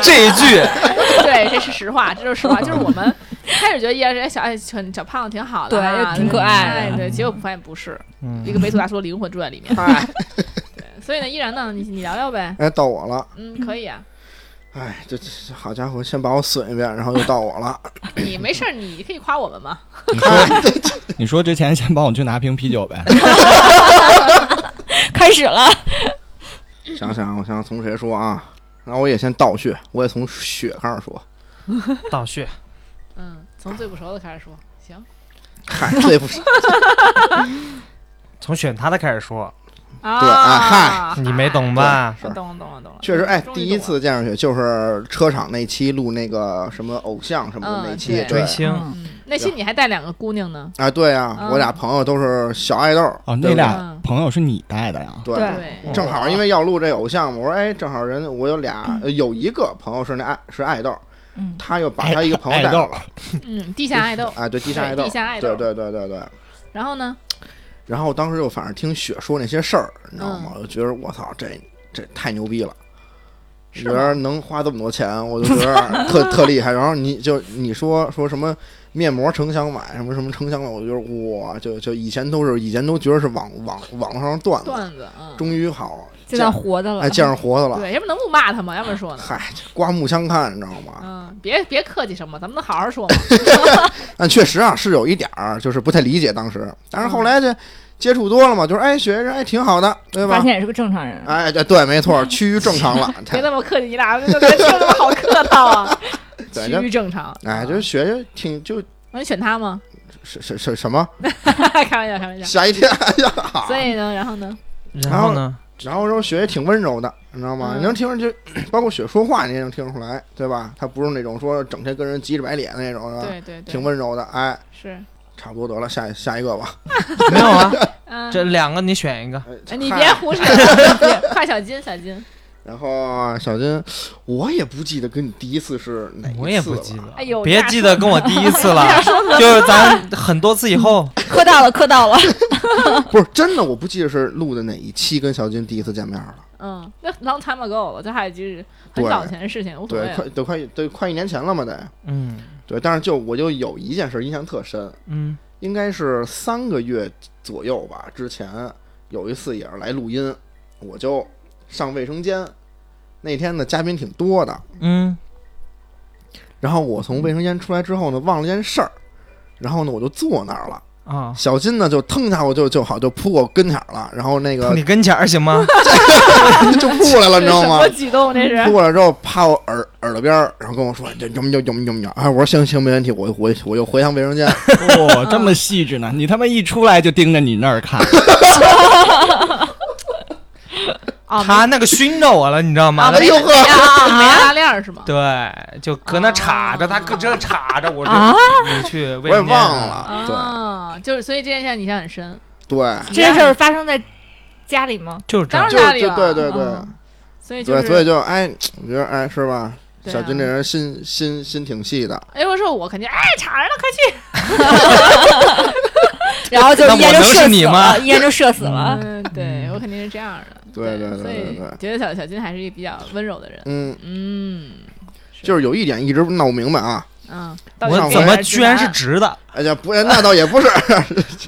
[SPEAKER 4] 这一句
[SPEAKER 1] 对，这是实话，这就是实话。就是我 们开始觉得依然是哎小爱小小胖子挺好的啊，
[SPEAKER 5] 对挺可爱
[SPEAKER 1] 哎，对，结果发现不是，一
[SPEAKER 4] 嗯，
[SPEAKER 1] 个猥琐大叔的灵魂住在 里面。
[SPEAKER 3] 哎，
[SPEAKER 1] 所以呢，依然呢，你你聊聊呗，
[SPEAKER 3] 哎，到我了。
[SPEAKER 1] 嗯，可以啊。
[SPEAKER 3] 哎，这这这好家伙，先把我损一遍，然后又到我了。
[SPEAKER 1] 你没事儿，你可以夸我们嘛。
[SPEAKER 2] 你说，
[SPEAKER 3] 啊
[SPEAKER 2] 你说之前先帮我去拿瓶啤 酒呗。
[SPEAKER 5] 开始了，
[SPEAKER 3] 想想，我想想从谁说啊？那我也先倒血，我也从血开始说。
[SPEAKER 4] 倒血，
[SPEAKER 1] 嗯，从最不熟的开始说。行
[SPEAKER 3] 嗨，这也不是
[SPEAKER 4] 从选他的开始说，
[SPEAKER 3] 啊，
[SPEAKER 4] 你没懂吧？
[SPEAKER 3] 是
[SPEAKER 1] 我懂了懂了懂了，
[SPEAKER 3] 确实，哎，
[SPEAKER 1] 终于
[SPEAKER 3] 第一
[SPEAKER 1] 懂了
[SPEAKER 3] 次见上去就是车场那期录那个什么偶像什么的那
[SPEAKER 1] 嗯
[SPEAKER 3] 期，对
[SPEAKER 4] 追星，
[SPEAKER 5] 嗯
[SPEAKER 1] 嗯那期你还带两个姑娘呢，
[SPEAKER 3] 啊，对啊，
[SPEAKER 1] 嗯
[SPEAKER 3] 我俩朋友都是小爱豆，对
[SPEAKER 2] 哦，那
[SPEAKER 3] 不
[SPEAKER 2] 俩
[SPEAKER 1] 嗯
[SPEAKER 2] 朋友是你带的呀？
[SPEAKER 3] 对。
[SPEAKER 5] 对
[SPEAKER 1] 对，
[SPEAKER 3] 正好因为要录这偶像嘛，我说哎，正好人我有
[SPEAKER 1] 嗯
[SPEAKER 3] 俩，呃有一个朋友是那爱是爱豆，
[SPEAKER 5] 嗯，
[SPEAKER 3] 他又把他一个朋友
[SPEAKER 2] 爱
[SPEAKER 3] 带
[SPEAKER 2] 爱豆
[SPEAKER 3] 了，
[SPEAKER 1] 嗯，地下爱豆，
[SPEAKER 3] 啊，对，地下爱豆，
[SPEAKER 1] 地下爱豆
[SPEAKER 3] 对对对对对。
[SPEAKER 1] 然后呢，
[SPEAKER 3] 然后当时就反正听雪说那些事儿，你知道
[SPEAKER 1] 嗯
[SPEAKER 3] 吗？我就觉得我操，这这太牛逼了，
[SPEAKER 1] 是
[SPEAKER 3] 觉得能花这么多钱，我就觉得啊 特特厉害。然后你就你说说什么面膜成想买，什么什么成想买，我就觉得哇，就就以前都是以前都觉得是网网网络上段子，
[SPEAKER 1] 段子，嗯，
[SPEAKER 3] 终于好
[SPEAKER 5] 就算
[SPEAKER 3] 见
[SPEAKER 5] 活的了，
[SPEAKER 3] 哎见上活的了，
[SPEAKER 1] 对，要不能不骂他吗？要不然说呢？
[SPEAKER 3] 嗨，刮目相看，你知道吗？
[SPEAKER 1] 嗯，别别客气什么，咱们能好好说嘛。
[SPEAKER 3] 但确实啊，是有一点儿就是不太理解当时，但是后来
[SPEAKER 1] 嗯
[SPEAKER 3] 这接触多了嘛，就是哎，雪人哎挺好的，对吧
[SPEAKER 5] 发？现也是个正常人，
[SPEAKER 3] 哎，对对，没
[SPEAKER 1] 嗯
[SPEAKER 3] 错，趋于正常 了。
[SPEAKER 1] 别那么客气，你俩这这这么好客套啊？
[SPEAKER 3] 对
[SPEAKER 1] 趋
[SPEAKER 3] 就
[SPEAKER 1] 于正常。啊
[SPEAKER 3] 哎，就是学学挺就
[SPEAKER 1] 那你选他吗？
[SPEAKER 3] 什什什什么
[SPEAKER 1] 开玩笑，开玩笑。
[SPEAKER 3] 吓一跳，哎呀！
[SPEAKER 1] 所以呢，然后呢？
[SPEAKER 4] 然后呢？
[SPEAKER 3] 然后说雪也挺温柔的，你知道吗？
[SPEAKER 1] 嗯
[SPEAKER 3] 你能听着就，包括雪说话你也能听出来，对吧？她不是那种说整天跟人急着白脸的那种，啊是吧
[SPEAKER 1] 对对对，
[SPEAKER 3] 挺温柔的。哎，
[SPEAKER 1] 是，
[SPEAKER 3] 差不多得了，下下一个吧。
[SPEAKER 4] 没有啊，
[SPEAKER 1] 嗯，
[SPEAKER 4] 这两个你选一个。
[SPEAKER 1] 哎
[SPEAKER 3] 哎
[SPEAKER 1] 你
[SPEAKER 3] 嗨
[SPEAKER 1] 别胡扯， 别夸小金，小金。
[SPEAKER 3] 然后小金，我也不记得跟你第一次是哪一次
[SPEAKER 4] 我也不记
[SPEAKER 3] 了
[SPEAKER 4] 得，
[SPEAKER 1] 哎呦
[SPEAKER 4] 别
[SPEAKER 1] 那
[SPEAKER 4] 记得跟 我第一次了，就是咱 很多次以后，
[SPEAKER 5] 磕到了，磕到了，
[SPEAKER 3] 不是真的，我不记得是录的哪一期跟小金第一次见面了。
[SPEAKER 1] 嗯，那 long time ago 了，这还就是很早前的事情，无所
[SPEAKER 3] 对，
[SPEAKER 1] 谓。
[SPEAKER 3] 快都快都快一年前了嘛得。
[SPEAKER 4] 嗯
[SPEAKER 3] 对，但是就我就有一件事印象特深，
[SPEAKER 4] 嗯，
[SPEAKER 3] 应该是三个月左右吧。之前有一次也是来录音，我就上卫生间。那天的嘉宾挺多的，
[SPEAKER 4] 嗯，
[SPEAKER 3] 然后我从卫生间出来之后呢，忘了件事儿，然后呢我就坐那儿了。
[SPEAKER 4] 啊，
[SPEAKER 3] 小金呢就腾一下我就就好就扑我跟前儿了，然后那个
[SPEAKER 4] 碰你跟前儿行吗？
[SPEAKER 3] 就扑过来了，
[SPEAKER 1] 这是
[SPEAKER 3] 你
[SPEAKER 1] 什
[SPEAKER 3] 知道吗
[SPEAKER 1] 么？啊举动？这
[SPEAKER 3] 扑
[SPEAKER 1] 是
[SPEAKER 3] 过来之后趴我耳耳朵边儿，然后跟我说这怎么就怎么怎么哎，我说行行没问题，我我我又回趟卫 生间。
[SPEAKER 2] 哇、哦这么细致呢！你他妈一出来就盯着你那儿 看，
[SPEAKER 1] 啊，
[SPEAKER 4] 他那个熏着我了，你知道吗
[SPEAKER 1] 啊？没
[SPEAKER 3] 哎呦呵，
[SPEAKER 1] 没拉链是吗？
[SPEAKER 4] 对，就搁那插着，他搁这插着，我就
[SPEAKER 5] 啊
[SPEAKER 4] 你去卫
[SPEAKER 3] 我也
[SPEAKER 4] 生间
[SPEAKER 3] 忘，了，对、
[SPEAKER 1] 啊，就是所以这件事情你印象很深。
[SPEAKER 3] 对，
[SPEAKER 5] 这件事儿发生在家里吗？
[SPEAKER 4] 就是这
[SPEAKER 1] 当然。
[SPEAKER 4] 样
[SPEAKER 3] 就
[SPEAKER 1] 家里
[SPEAKER 3] 就
[SPEAKER 1] 了啊
[SPEAKER 3] 对对对。
[SPEAKER 5] 嗯
[SPEAKER 1] 所以就
[SPEAKER 3] 对，所以
[SPEAKER 1] 是，
[SPEAKER 3] 就哎，我觉得哎，是吧？
[SPEAKER 1] 对啊
[SPEAKER 3] 小金这人心心心挺细的，
[SPEAKER 1] 哎，我说我肯定哎插着呢，快去。
[SPEAKER 5] 然后就
[SPEAKER 4] 那
[SPEAKER 5] 一眼
[SPEAKER 4] 我
[SPEAKER 5] 就
[SPEAKER 4] 能
[SPEAKER 5] 射
[SPEAKER 4] 是
[SPEAKER 5] 死
[SPEAKER 4] 你吗
[SPEAKER 5] 了，一眼就射死了。
[SPEAKER 1] 嗯，对我肯定是这样的。
[SPEAKER 3] 对对对
[SPEAKER 1] 所
[SPEAKER 3] 对对
[SPEAKER 1] 以觉得小小金还是一个比较温柔的人。
[SPEAKER 3] 嗯，
[SPEAKER 1] 嗯，
[SPEAKER 3] 就是有一点一直闹不明白啊，
[SPEAKER 1] 嗯，到底
[SPEAKER 4] 我
[SPEAKER 1] 是
[SPEAKER 4] 怎
[SPEAKER 1] 给
[SPEAKER 4] 么
[SPEAKER 1] 还
[SPEAKER 4] 居然
[SPEAKER 1] 直
[SPEAKER 4] 是
[SPEAKER 1] 男
[SPEAKER 4] 直的？
[SPEAKER 3] 哎呀，不，那倒也不是，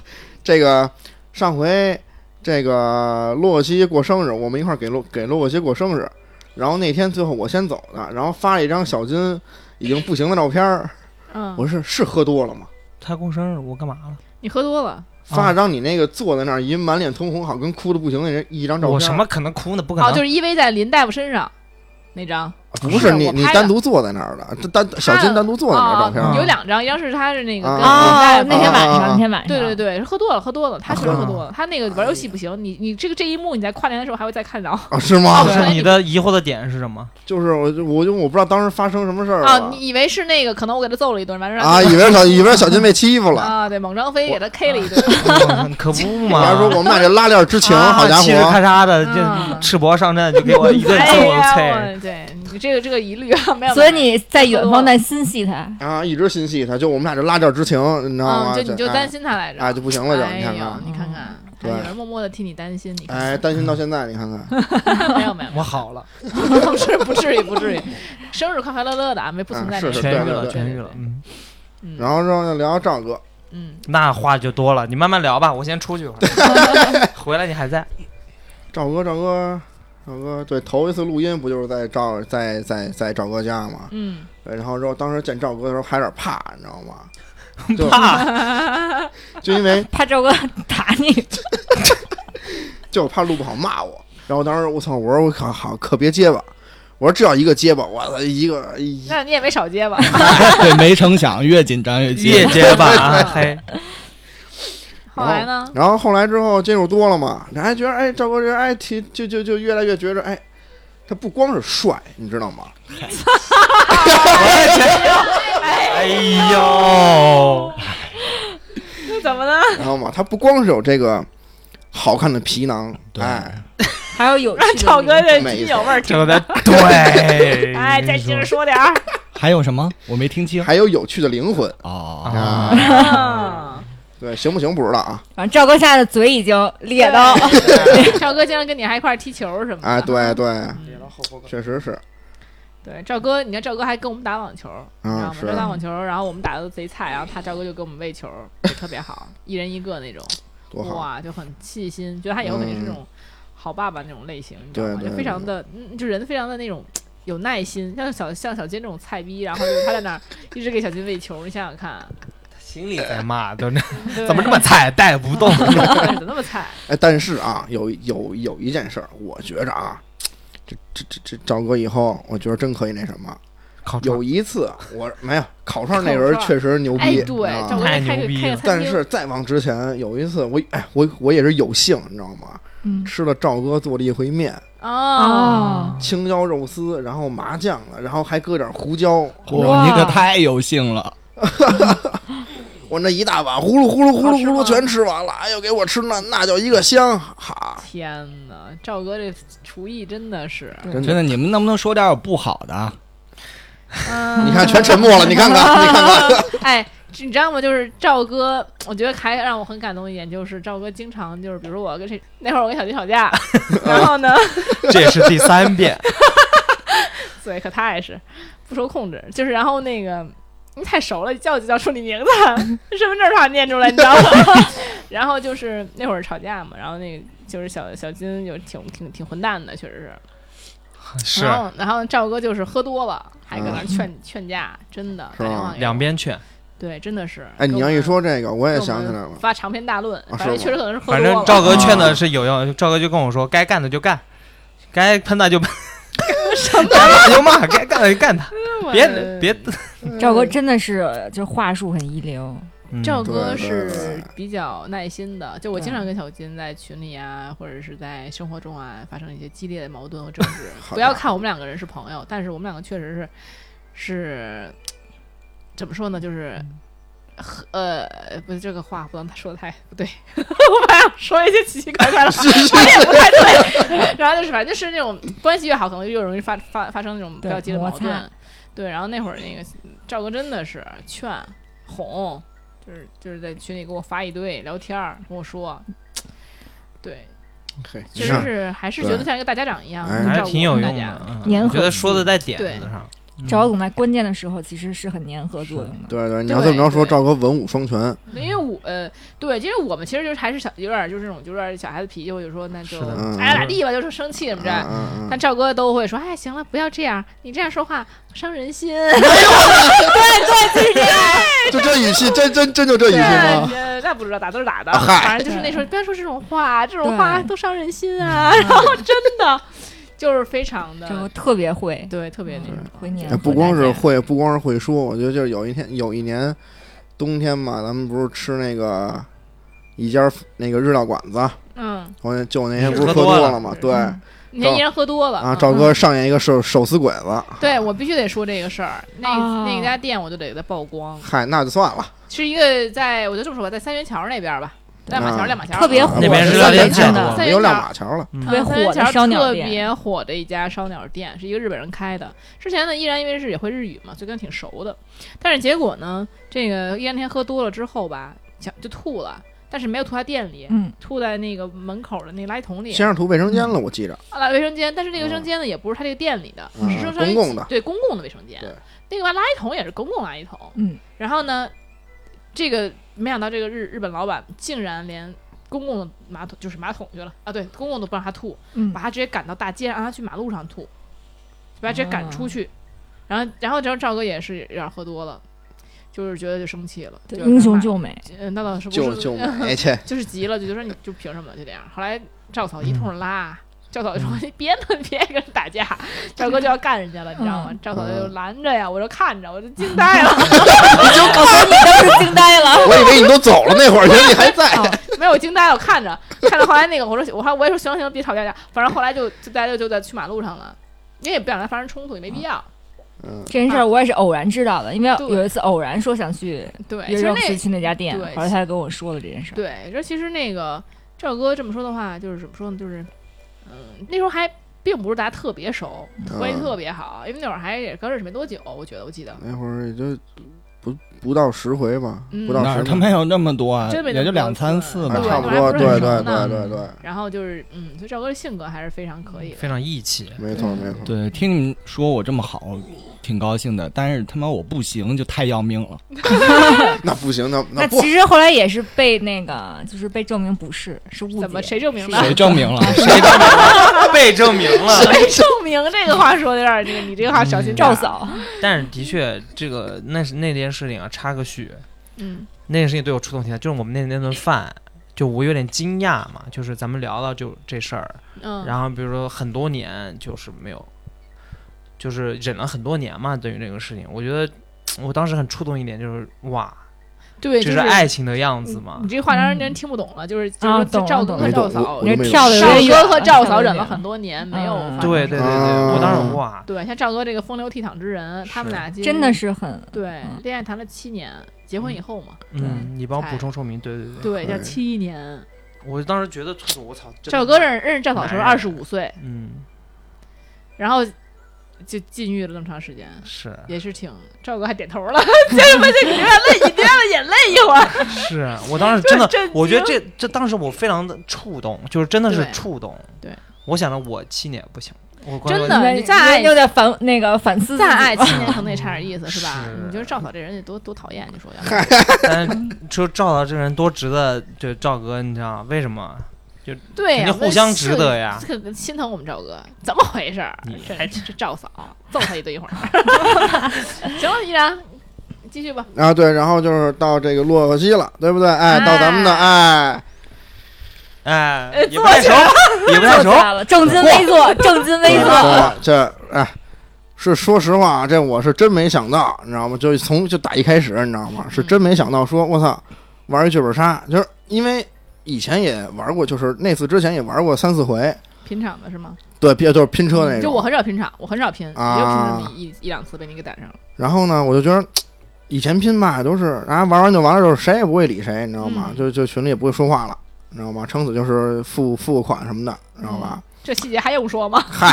[SPEAKER 3] 这个上回这个洛洛西过生日，我们一块儿给洛给洛洛西过生日，然后那天最后我先走的，然后发了一张小金已经不行的照片儿，
[SPEAKER 1] 嗯，
[SPEAKER 3] 我说是是喝多了吗？
[SPEAKER 4] 他过生日，我干嘛了？
[SPEAKER 1] 你喝多了，
[SPEAKER 3] 发了张你那个坐在那儿一满脸通红，好跟哭的不行的人一张照片，
[SPEAKER 4] 我什？么可能哭呢？不可
[SPEAKER 1] 哦，就
[SPEAKER 4] 能。
[SPEAKER 1] 是依偎在林大夫身上那张，
[SPEAKER 3] 不是你
[SPEAKER 1] 我
[SPEAKER 3] 你
[SPEAKER 1] 拍的
[SPEAKER 3] 单独坐在那儿的，单单小金单独坐在那儿照片
[SPEAKER 1] 哦
[SPEAKER 3] 儿
[SPEAKER 1] 有两张，一张是他是那个跟林
[SPEAKER 3] 啊
[SPEAKER 1] 大
[SPEAKER 5] 哦
[SPEAKER 1] 夫，
[SPEAKER 5] 那天晚
[SPEAKER 3] 啊啊
[SPEAKER 5] 上，那天晚上，
[SPEAKER 1] 对对对，是喝多了，喝多了，他确实喝
[SPEAKER 4] 啊
[SPEAKER 1] 多了，他那个玩游戏不行，你你这个这一幕你在跨年的时候还会再看着。
[SPEAKER 3] 啊，是吗
[SPEAKER 1] 哦
[SPEAKER 4] 就？
[SPEAKER 1] 对
[SPEAKER 4] 是你的疑惑的点是什么？
[SPEAKER 3] 就是我就我就我不知道当时发生什么事儿了
[SPEAKER 1] 啊，你以为是那个？可能我给他揍了一顿，完事儿
[SPEAKER 3] 啊，以为小以为小金被欺负了，
[SPEAKER 1] 啊，对，猛张飞给他 K 了一顿，
[SPEAKER 4] 嗯可不嘛！
[SPEAKER 3] 还说我们俩这拉链之情，
[SPEAKER 1] 哦
[SPEAKER 4] 啊
[SPEAKER 3] 好家
[SPEAKER 4] 嘁哩
[SPEAKER 3] 伙
[SPEAKER 4] 喀，嚓的，
[SPEAKER 1] 啊
[SPEAKER 4] 就赤膊上阵就给我一顿揍，
[SPEAKER 1] 哎呀，
[SPEAKER 4] 啐！
[SPEAKER 1] 我对你这个这个疑虑啊，没有，
[SPEAKER 5] 所以你在远方在心系他，
[SPEAKER 3] 啊，一直心系他，就我们俩这拉链之情，你知道
[SPEAKER 1] 嗯，
[SPEAKER 3] 吗？
[SPEAKER 1] 就你就
[SPEAKER 3] 哎
[SPEAKER 1] 担心他来着
[SPEAKER 3] 啊，就不行了，就
[SPEAKER 1] 哎
[SPEAKER 3] 你
[SPEAKER 1] 呦
[SPEAKER 3] 看看，
[SPEAKER 1] 你看看，还
[SPEAKER 3] 对
[SPEAKER 1] 有人默默的替你担心，你看
[SPEAKER 3] 哎，
[SPEAKER 1] 看，
[SPEAKER 3] 担心到现在，你看 看，
[SPEAKER 1] 没有没有，
[SPEAKER 4] 我好了，
[SPEAKER 1] 不是 不至于不至于， 生日快快乐乐的啊，没不存在
[SPEAKER 3] 是
[SPEAKER 1] 这
[SPEAKER 3] 是
[SPEAKER 1] 个
[SPEAKER 4] 痊愈了，
[SPEAKER 3] 对
[SPEAKER 4] 痊愈了。嗯，
[SPEAKER 1] 嗯
[SPEAKER 3] 然后之后就聊赵哥，
[SPEAKER 1] 嗯，
[SPEAKER 4] 那话就 多了，你慢慢聊吧，我先出去一会儿。回来你还在？
[SPEAKER 3] 赵哥，赵哥，赵哥对头一次录音不就是在赵在在在赵哥家嘛？
[SPEAKER 1] 嗯，
[SPEAKER 3] 对，然后之后当时见赵哥的时候还有点怕，你知道吗？就
[SPEAKER 4] 怕
[SPEAKER 3] 就因为
[SPEAKER 5] 怕赵哥打你，
[SPEAKER 3] 就是怕录不好骂我。然后当时我操，我说我靠，好可别结巴，我说只要一个结巴，我操一个一
[SPEAKER 1] 那你也没少结巴。
[SPEAKER 3] 嗯
[SPEAKER 2] 对，没成想越紧张越
[SPEAKER 4] 夜
[SPEAKER 2] 急。
[SPEAKER 4] 结巴，嘿，
[SPEAKER 1] 后来呢？
[SPEAKER 3] 然后后来之后接触多了嘛，然后觉得哎，赵哥这人哎，挺就就就越来越觉着哎，他不光是帅，你知道吗？
[SPEAKER 4] 哎呦，
[SPEAKER 1] 那怎么呢？
[SPEAKER 3] 然后嘛，他不光是有这个好看的皮囊，
[SPEAKER 2] 对
[SPEAKER 3] 哎，
[SPEAKER 5] 还有有
[SPEAKER 1] 让
[SPEAKER 5] 趣
[SPEAKER 1] 赵
[SPEAKER 5] 的
[SPEAKER 1] 哥
[SPEAKER 5] 名字。
[SPEAKER 1] 这津有味儿挺
[SPEAKER 4] 这。个 对，
[SPEAKER 1] 哎，再接着说点儿。
[SPEAKER 2] 还有什么？我没听清。
[SPEAKER 3] 还有有趣的灵魂
[SPEAKER 2] 哦，
[SPEAKER 3] 啊。
[SPEAKER 4] 啊，
[SPEAKER 1] 嗯
[SPEAKER 3] 对，行不行不知道啊。
[SPEAKER 5] 反正赵哥现在的嘴已经咧到，
[SPEAKER 1] 赵哥经常跟你还一块儿踢球什么的。嗯
[SPEAKER 3] 哎，对对，
[SPEAKER 4] 后
[SPEAKER 3] 确实是
[SPEAKER 1] 对，赵哥，你看赵哥还跟我们打网球，你知道
[SPEAKER 3] 啊，
[SPEAKER 1] 吗？
[SPEAKER 3] 是
[SPEAKER 1] 这打网球，然后我们打的贼菜，然后他赵哥就给我们喂球，也特别好，一人一个那种，
[SPEAKER 3] 多好。嗯
[SPEAKER 1] 哇，就很细心，觉得他以后肯定是这种好爸爸那种类型，你知道吗？
[SPEAKER 3] 对对
[SPEAKER 1] 就非常的，嗯就人非常的那种有耐心，像小像小金这种菜逼，然后就是他在 那儿一直给小金喂球，你想想看，
[SPEAKER 4] 心里在骂，都那
[SPEAKER 1] 对
[SPEAKER 4] 怎么这么菜，带不 动，
[SPEAKER 1] 对怎么那么菜？
[SPEAKER 3] 哎，但是啊，有有有一件事儿，我觉着啊，这这这这赵哥以后，我觉得真可以那什么。
[SPEAKER 4] 靠窗
[SPEAKER 3] 有一次我没有烤串那人
[SPEAKER 1] 烤串
[SPEAKER 3] 确实 牛逼，
[SPEAKER 1] 哎，
[SPEAKER 3] 你
[SPEAKER 1] 对，
[SPEAKER 3] 知道吗
[SPEAKER 1] 赵哥
[SPEAKER 4] 太
[SPEAKER 1] 开
[SPEAKER 4] 牛
[SPEAKER 1] 个
[SPEAKER 4] 逼
[SPEAKER 1] 开个
[SPEAKER 4] 了
[SPEAKER 1] 餐
[SPEAKER 3] 但
[SPEAKER 1] 厅，
[SPEAKER 3] 是再往之前有一次我哎我我也是有幸，你知道吗？
[SPEAKER 5] 嗯
[SPEAKER 3] 吃了赵哥做的一回面，
[SPEAKER 5] 啊
[SPEAKER 1] 哦，
[SPEAKER 3] 青椒肉丝，然后麻酱的，然后还搁点胡椒，
[SPEAKER 2] 哇，你可太有幸了。
[SPEAKER 3] 我那一大碗呼噜呼噜呼
[SPEAKER 1] 好
[SPEAKER 3] 噜
[SPEAKER 1] 吃
[SPEAKER 3] 呼噜
[SPEAKER 1] 吗
[SPEAKER 3] 全吃完了，哎呦给我吃那那叫一个香，哈，
[SPEAKER 1] 天哪，赵哥这厨艺真的 是，
[SPEAKER 3] 真
[SPEAKER 2] 真
[SPEAKER 3] 的，
[SPEAKER 2] 的，你们能不能说点儿不好的啊？
[SPEAKER 1] 你
[SPEAKER 3] 你看全沉默了，你看看你看看，
[SPEAKER 1] 哎，你知道吗？就是赵哥，我觉得还让我很感动一点，就是赵哥经常就是，比如说我跟谁那会儿我跟小金吵 架，然后
[SPEAKER 3] 啊
[SPEAKER 1] 呢，
[SPEAKER 4] 这也是第三遍，
[SPEAKER 1] 嘴可踏实，不受控制，就是然后那个你太熟了，叫就叫出你名字， 身份证怕念出来，你知道吗？ 然后就是那会儿吵架嘛，然后那个就是小小金有挺挺挺混蛋的，确实是。
[SPEAKER 4] 是
[SPEAKER 3] 啊
[SPEAKER 1] 然后然后赵哥就是喝多了，还搁那儿劝、劝架，真的
[SPEAKER 3] 嗯是
[SPEAKER 1] 打
[SPEAKER 3] 吧
[SPEAKER 1] 电话给我
[SPEAKER 4] 两边劝，
[SPEAKER 1] 对，真的是。
[SPEAKER 3] 哎，你要一
[SPEAKER 1] 跟我
[SPEAKER 3] 说这个，我
[SPEAKER 1] 们
[SPEAKER 3] 也想起来了，啊
[SPEAKER 1] 发长篇大论，
[SPEAKER 3] 是
[SPEAKER 1] 反正
[SPEAKER 3] 吗
[SPEAKER 1] 确实可能是喝
[SPEAKER 4] 反
[SPEAKER 1] 多了。
[SPEAKER 4] 正赵哥劝的是有用，赵哥就跟我说，该干的就干，该喷他就喷，什么就骂，该干的就干他，别
[SPEAKER 1] 嗯
[SPEAKER 4] 别，
[SPEAKER 5] 赵哥真的是就话术很一流，
[SPEAKER 4] 嗯
[SPEAKER 1] 赵哥
[SPEAKER 3] 对对
[SPEAKER 1] 是
[SPEAKER 3] 对。
[SPEAKER 1] 比较耐心的，就我
[SPEAKER 5] 对
[SPEAKER 1] 经常跟小金在群里啊，或者是在生活中啊，发生一些激烈的矛盾和争执
[SPEAKER 3] 好
[SPEAKER 1] 不要
[SPEAKER 3] 家伙
[SPEAKER 1] 看我们两个人是朋友，但是我们两个确实是是怎么说呢？就是和呃，不是这个话不能说得太不对， 我本来想说一些奇奇怪怪的话，发现不太对。 然后就是反正就是那种关系越好，可能越容易发发发生那种比较激烈的
[SPEAKER 5] 对
[SPEAKER 1] 矛
[SPEAKER 5] 摩擦
[SPEAKER 1] 盾。对，然后那会儿那个赵哥真的是劝哄，就是就是在群里给我发一堆聊天儿，跟我说，对，
[SPEAKER 3] 嘿，
[SPEAKER 1] 确
[SPEAKER 3] 你
[SPEAKER 1] 实
[SPEAKER 3] 看
[SPEAKER 1] 是还是觉得
[SPEAKER 3] 对
[SPEAKER 1] 像一个大家长一样，
[SPEAKER 3] 哎
[SPEAKER 4] 还
[SPEAKER 1] 照
[SPEAKER 4] 是
[SPEAKER 1] 顾
[SPEAKER 4] 挺有
[SPEAKER 1] 大
[SPEAKER 4] 用
[SPEAKER 1] 家
[SPEAKER 4] 的。，嗯
[SPEAKER 5] 粘
[SPEAKER 4] 我
[SPEAKER 5] 合
[SPEAKER 4] 觉得说的在点
[SPEAKER 1] 对
[SPEAKER 4] 子上，嗯
[SPEAKER 5] 赵哥总在关键的时候其实是很粘合作用的。
[SPEAKER 3] 对对，你要这么着说，
[SPEAKER 1] 对
[SPEAKER 3] 赵哥文武双全，
[SPEAKER 1] 因为我呃，对，因为我们其实就是还是小，有点儿就是那种，就有点儿小孩子脾气，或者说那就是
[SPEAKER 4] 的
[SPEAKER 3] 嗯
[SPEAKER 1] 哎呀咋地吧，就是啊生气怎么
[SPEAKER 3] 嗯
[SPEAKER 1] 着。
[SPEAKER 3] 嗯
[SPEAKER 1] 但
[SPEAKER 3] 嗯，
[SPEAKER 1] 赵哥都会说，哎，行了，不要这样，你这样说话伤人心。
[SPEAKER 3] 就这语气，真真真就这语气
[SPEAKER 1] 对，
[SPEAKER 3] 吗？啊
[SPEAKER 1] 你那不知道打字儿打的，
[SPEAKER 3] 嗨
[SPEAKER 1] 反正就是那时候不要说这种话，这种
[SPEAKER 5] 对
[SPEAKER 1] 话都伤人心啊。
[SPEAKER 3] 嗯
[SPEAKER 1] 然后真的 就是非常
[SPEAKER 5] 赵哥
[SPEAKER 1] 的
[SPEAKER 5] 特别会，
[SPEAKER 1] 对，特别那种
[SPEAKER 5] 嗯，会粘
[SPEAKER 3] 哎
[SPEAKER 5] 合。
[SPEAKER 3] 不光是会，不光是会说，我觉得就是有一天，有一年冬天嘛，咱们不是吃那个一家那个日料馆子，
[SPEAKER 1] 嗯，
[SPEAKER 3] 我就那天不是
[SPEAKER 4] 喝
[SPEAKER 3] 喝
[SPEAKER 4] 多
[SPEAKER 3] 多
[SPEAKER 4] 了
[SPEAKER 3] 了嘛，对
[SPEAKER 1] 你那一人喝多了
[SPEAKER 3] 啊，
[SPEAKER 1] 嗯
[SPEAKER 3] 赵哥上演一个手手撕鬼子，
[SPEAKER 1] 对我必须得说这个事儿，那、
[SPEAKER 5] 哦
[SPEAKER 1] 那家店我就得给它曝光，
[SPEAKER 3] 嗨，那就算了，
[SPEAKER 1] 是一个在我就这么说吧，在三元桥那边吧，亮马桥，
[SPEAKER 3] 啊
[SPEAKER 1] 亮马桥
[SPEAKER 5] 特别火，
[SPEAKER 4] 那边
[SPEAKER 5] 特
[SPEAKER 4] 日
[SPEAKER 5] 别
[SPEAKER 4] 料店
[SPEAKER 5] 真
[SPEAKER 4] 太多
[SPEAKER 5] 的
[SPEAKER 1] 了。
[SPEAKER 3] 没有亮马桥了，
[SPEAKER 4] 嗯
[SPEAKER 5] 特别火的
[SPEAKER 1] 啊三元桥
[SPEAKER 5] 烧鸟店
[SPEAKER 1] 特别火的一家烧鸟店，是一个日本人开的。之前呢，依然因为是也会日语嘛，所以跟挺熟的。但是结果呢，这个依然天喝多了之后吧，想就吐了，但是没有吐在店里，
[SPEAKER 5] 嗯，
[SPEAKER 1] 吐在那个门口的那垃圾桶里，
[SPEAKER 3] 先上图卫生间了，我记着，
[SPEAKER 1] 啊，卫生间，但是那个
[SPEAKER 5] 嗯
[SPEAKER 1] 卫生间呢，也不是他这个店里的，
[SPEAKER 3] 嗯
[SPEAKER 1] 是说相当于
[SPEAKER 3] 公共的
[SPEAKER 1] 对公共的卫生间
[SPEAKER 3] 对。
[SPEAKER 1] 那个垃圾桶也是公共垃圾桶。
[SPEAKER 5] 嗯，
[SPEAKER 1] 然后呢，这个没想到这个日日本老板竟然连公共的马桶就是马桶去了啊，对，公共都不让他吐，
[SPEAKER 5] 嗯
[SPEAKER 1] 把他直接赶到大街，让他去马路上吐，就把他直接赶
[SPEAKER 5] 哦
[SPEAKER 1] 出去。然后，然后这赵哥也是有点喝多了，就是觉得就生气了，
[SPEAKER 5] 对
[SPEAKER 1] 就是
[SPEAKER 5] 英雄
[SPEAKER 1] 骂
[SPEAKER 5] 救 美，
[SPEAKER 1] 呃那倒是不
[SPEAKER 3] 就是 就哎没去，
[SPEAKER 1] 就是急了，就就说你就凭什么就这样？后来赵嫂
[SPEAKER 5] 嗯
[SPEAKER 1] 一通拉，赵嫂就说你别了，别跟人打架，赵哥就要干人家了，你知道吗
[SPEAKER 5] 嗯？
[SPEAKER 1] 赵嫂就拦着呀，我就看着，我就惊呆了， 哦
[SPEAKER 5] 老 哥，你当时惊呆了。
[SPEAKER 3] 我以为你都走了那会儿，原来你还在。
[SPEAKER 1] 没有我惊呆了，我看着，看着后来那个我说我还我也说行行，别吵架架，反正后来就就大家就就在去马路上了。因为也不想跟他发生冲突，也没必要。
[SPEAKER 3] 嗯，
[SPEAKER 5] 这件事儿我也是偶然知道的，因为
[SPEAKER 1] 对
[SPEAKER 5] 有一次偶然说想去
[SPEAKER 1] 对，其
[SPEAKER 5] 约
[SPEAKER 1] 实
[SPEAKER 5] 肉
[SPEAKER 1] 那
[SPEAKER 5] 去去那家店，
[SPEAKER 1] 对
[SPEAKER 5] 后来他跟我说了这件事儿。
[SPEAKER 1] 对，这其实那个赵哥这么说的话，就是怎么说呢？就是，嗯，那时候还并不是大家特别熟，关系
[SPEAKER 3] 嗯
[SPEAKER 1] 特别好，因为那会儿还也刚认识没多久，我觉得我记得，
[SPEAKER 3] 那会儿也就不不到十回吧，
[SPEAKER 1] 嗯
[SPEAKER 3] 不到
[SPEAKER 2] 哪
[SPEAKER 3] 十
[SPEAKER 2] 儿他
[SPEAKER 3] 回，
[SPEAKER 2] 没有那么多啊，
[SPEAKER 1] 真没那么多
[SPEAKER 2] 也就两三次吧
[SPEAKER 3] 啊，
[SPEAKER 1] 对
[SPEAKER 3] 差不
[SPEAKER 1] 那
[SPEAKER 3] 多，
[SPEAKER 1] 还不是
[SPEAKER 3] 对
[SPEAKER 1] 很
[SPEAKER 3] 对
[SPEAKER 1] 熟呢
[SPEAKER 3] 对对对，
[SPEAKER 1] 然后就是，嗯，所以赵哥的性格还是非常可以的。
[SPEAKER 4] 嗯非常义气。
[SPEAKER 3] 没错没错。
[SPEAKER 2] 对，听你们说我这么好，挺高兴的。但是他妈我不行，就太 要命了。
[SPEAKER 3] 那不行，那
[SPEAKER 5] 那
[SPEAKER 3] 那不
[SPEAKER 5] 其实后来也是被那个，就是被证明不是，是误解。
[SPEAKER 1] 怎么谁证明
[SPEAKER 5] 是
[SPEAKER 1] 了
[SPEAKER 2] 谁证明了？
[SPEAKER 4] 被证明 了，
[SPEAKER 1] 谁证明这个话说的有点儿那个，你这个话小心点
[SPEAKER 5] 赵
[SPEAKER 1] 儿。
[SPEAKER 5] 嫂，
[SPEAKER 4] 但是的确，这个那是那件事情啊，插个序，
[SPEAKER 1] 嗯
[SPEAKER 4] 那件事情对我触动挺大，就是我们那那顿饭，就我有点惊讶嘛，就是咱们聊到就这事儿，
[SPEAKER 1] 嗯，
[SPEAKER 4] 然后比如说很多年就是没有，就是忍了很多年嘛，对于这个事情，我觉得我当时很触动一点，就是哇，
[SPEAKER 1] 对，就
[SPEAKER 4] 这
[SPEAKER 1] 是是嗯
[SPEAKER 4] 爱情的样子
[SPEAKER 1] 你
[SPEAKER 4] 嘛，
[SPEAKER 1] 这话让人人听不懂了，就是就
[SPEAKER 5] 啊
[SPEAKER 1] 是说
[SPEAKER 5] 懂
[SPEAKER 1] 赵
[SPEAKER 5] 了
[SPEAKER 1] 哥
[SPEAKER 5] 懂
[SPEAKER 1] 和
[SPEAKER 5] 了
[SPEAKER 1] 赵
[SPEAKER 3] 我
[SPEAKER 1] 嫂
[SPEAKER 3] 我，
[SPEAKER 5] 你
[SPEAKER 3] 没
[SPEAKER 5] 这
[SPEAKER 3] 有
[SPEAKER 5] 跳的有啊
[SPEAKER 1] 少
[SPEAKER 5] 点远了。
[SPEAKER 1] 哥和赵嫂忍了
[SPEAKER 5] 跳
[SPEAKER 1] 很
[SPEAKER 5] 得
[SPEAKER 1] 多年，没有
[SPEAKER 5] 嗯
[SPEAKER 1] 发生
[SPEAKER 4] 对
[SPEAKER 1] 这
[SPEAKER 4] 对对
[SPEAKER 1] 个
[SPEAKER 4] 对，我当时
[SPEAKER 3] 啊
[SPEAKER 4] 哇，
[SPEAKER 1] 对，像赵哥这个风流倜傥之人，他们
[SPEAKER 4] 是
[SPEAKER 1] 俩其实
[SPEAKER 5] 有点远真的是很
[SPEAKER 1] 对
[SPEAKER 5] 嗯
[SPEAKER 1] 恋爱谈了七年，结婚以后嘛，
[SPEAKER 4] 嗯，你帮我
[SPEAKER 1] 哎
[SPEAKER 4] 补充说明，对对嗯对，
[SPEAKER 1] 对，叫
[SPEAKER 3] 对
[SPEAKER 1] 七年。
[SPEAKER 4] 我当时觉得触动，我操，真的
[SPEAKER 1] 赵哥，认认识赵嫂的时候
[SPEAKER 4] 男
[SPEAKER 1] 二
[SPEAKER 4] 人
[SPEAKER 1] 十五岁，
[SPEAKER 4] 嗯，
[SPEAKER 1] 然后就禁欲了那么长时间。
[SPEAKER 4] 是
[SPEAKER 1] 也是挺，赵哥还点头了， 这不这你流眼泪，你流了眼泪一会儿。
[SPEAKER 4] 是我当时
[SPEAKER 1] 就
[SPEAKER 4] 真的
[SPEAKER 1] 震，
[SPEAKER 4] 我觉得
[SPEAKER 1] 惊
[SPEAKER 4] 这这当时我非常的触动，就是真的是
[SPEAKER 1] 对
[SPEAKER 4] 触动。
[SPEAKER 1] 对，
[SPEAKER 4] 我想着我七年不行，我
[SPEAKER 1] 真
[SPEAKER 4] 我
[SPEAKER 1] 的
[SPEAKER 5] 因为
[SPEAKER 1] 你再爱
[SPEAKER 5] 又在反那个反思自
[SPEAKER 1] 再
[SPEAKER 5] 己
[SPEAKER 1] 爱七年可能也差点意思，是吧？
[SPEAKER 4] 是
[SPEAKER 1] 你觉得赵嫂这人得多多讨厌？你说要不
[SPEAKER 4] 但说赵导这人多值得，就赵哥，你知道为什么？
[SPEAKER 1] 对呀、
[SPEAKER 4] 肯定互相值得呀
[SPEAKER 1] 这个心疼我们赵哥，怎么回事儿？
[SPEAKER 4] 你
[SPEAKER 1] 这这赵嫂揍他一顿一会儿。 行了，依然继续吧。
[SPEAKER 3] 啊，对，然后就是到这个洛克西了，对不对？哎，到咱们的哎，
[SPEAKER 4] 哎
[SPEAKER 1] 哎，
[SPEAKER 4] 也不太熟，也不太
[SPEAKER 5] 坐
[SPEAKER 4] 熟
[SPEAKER 5] 起。来了，正襟危坐，正襟危
[SPEAKER 3] 对
[SPEAKER 5] 坐。
[SPEAKER 3] 对这哎，是说实话，这我是真没想到，你知道吗？就从就打一开始，你知道吗？是真没想到说，我操，玩一剧本杀，就是因为以前也玩过，就是那次之前也玩过三四回，
[SPEAKER 1] 拼场的是吗？
[SPEAKER 3] 对，比就是拼车那种。
[SPEAKER 1] 嗯就我很少拼场，我很少拼，也就拼
[SPEAKER 3] 啊
[SPEAKER 1] 那么一一两次被你给逮上了。
[SPEAKER 3] 然后呢，我就觉得以前拼吧都是啊玩完就完了，就是谁也不会理谁，你知道吗？
[SPEAKER 1] 嗯
[SPEAKER 3] 就就群里也不会说话了，你知道吗？撑死就是付付个款什么的，你知道吧？
[SPEAKER 1] 这细节还用说吗？
[SPEAKER 3] 嗨，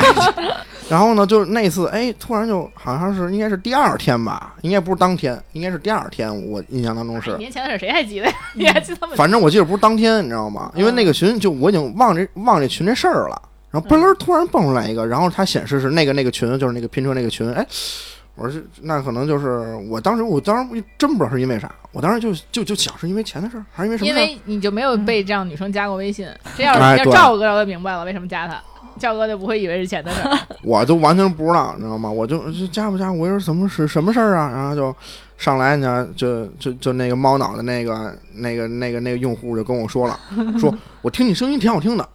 [SPEAKER 3] 然后呢，就那次哎，突然就好像是应该是第二天吧，应该不是当天，应该是第二天，我印象当中
[SPEAKER 1] 一
[SPEAKER 3] 是。
[SPEAKER 1] 哎年前的事谁还记得呀？ 你还记得吗？
[SPEAKER 3] 反正我记得不是当天，你知道吗？因为那
[SPEAKER 1] 嗯
[SPEAKER 3] 个群就我已经忘这忘这群这事儿了。然后嘣儿突然蹦出来一个，然后它显示是那个那个群，就是那个拼车那个群。哎，我说这那可能就是我当时我当时真不知道是因为啥，我当时就就就想是因为钱的事儿，还是因为什么
[SPEAKER 1] 因
[SPEAKER 3] 事儿？
[SPEAKER 1] 为你就没有被这样女生加过微信，这要是
[SPEAKER 3] 哎
[SPEAKER 1] 要
[SPEAKER 3] 对
[SPEAKER 1] 赵哥要就明白了为什么加他，赵哥就不会以为是钱的事 儿。
[SPEAKER 3] 我就完全不知道，你知道吗？我就就加不加？我说什么是什么事儿啊？然后就上来呢，就就就那个猫脑的那个那个那个那个用户就跟我说了，说我听你声音挺好听的，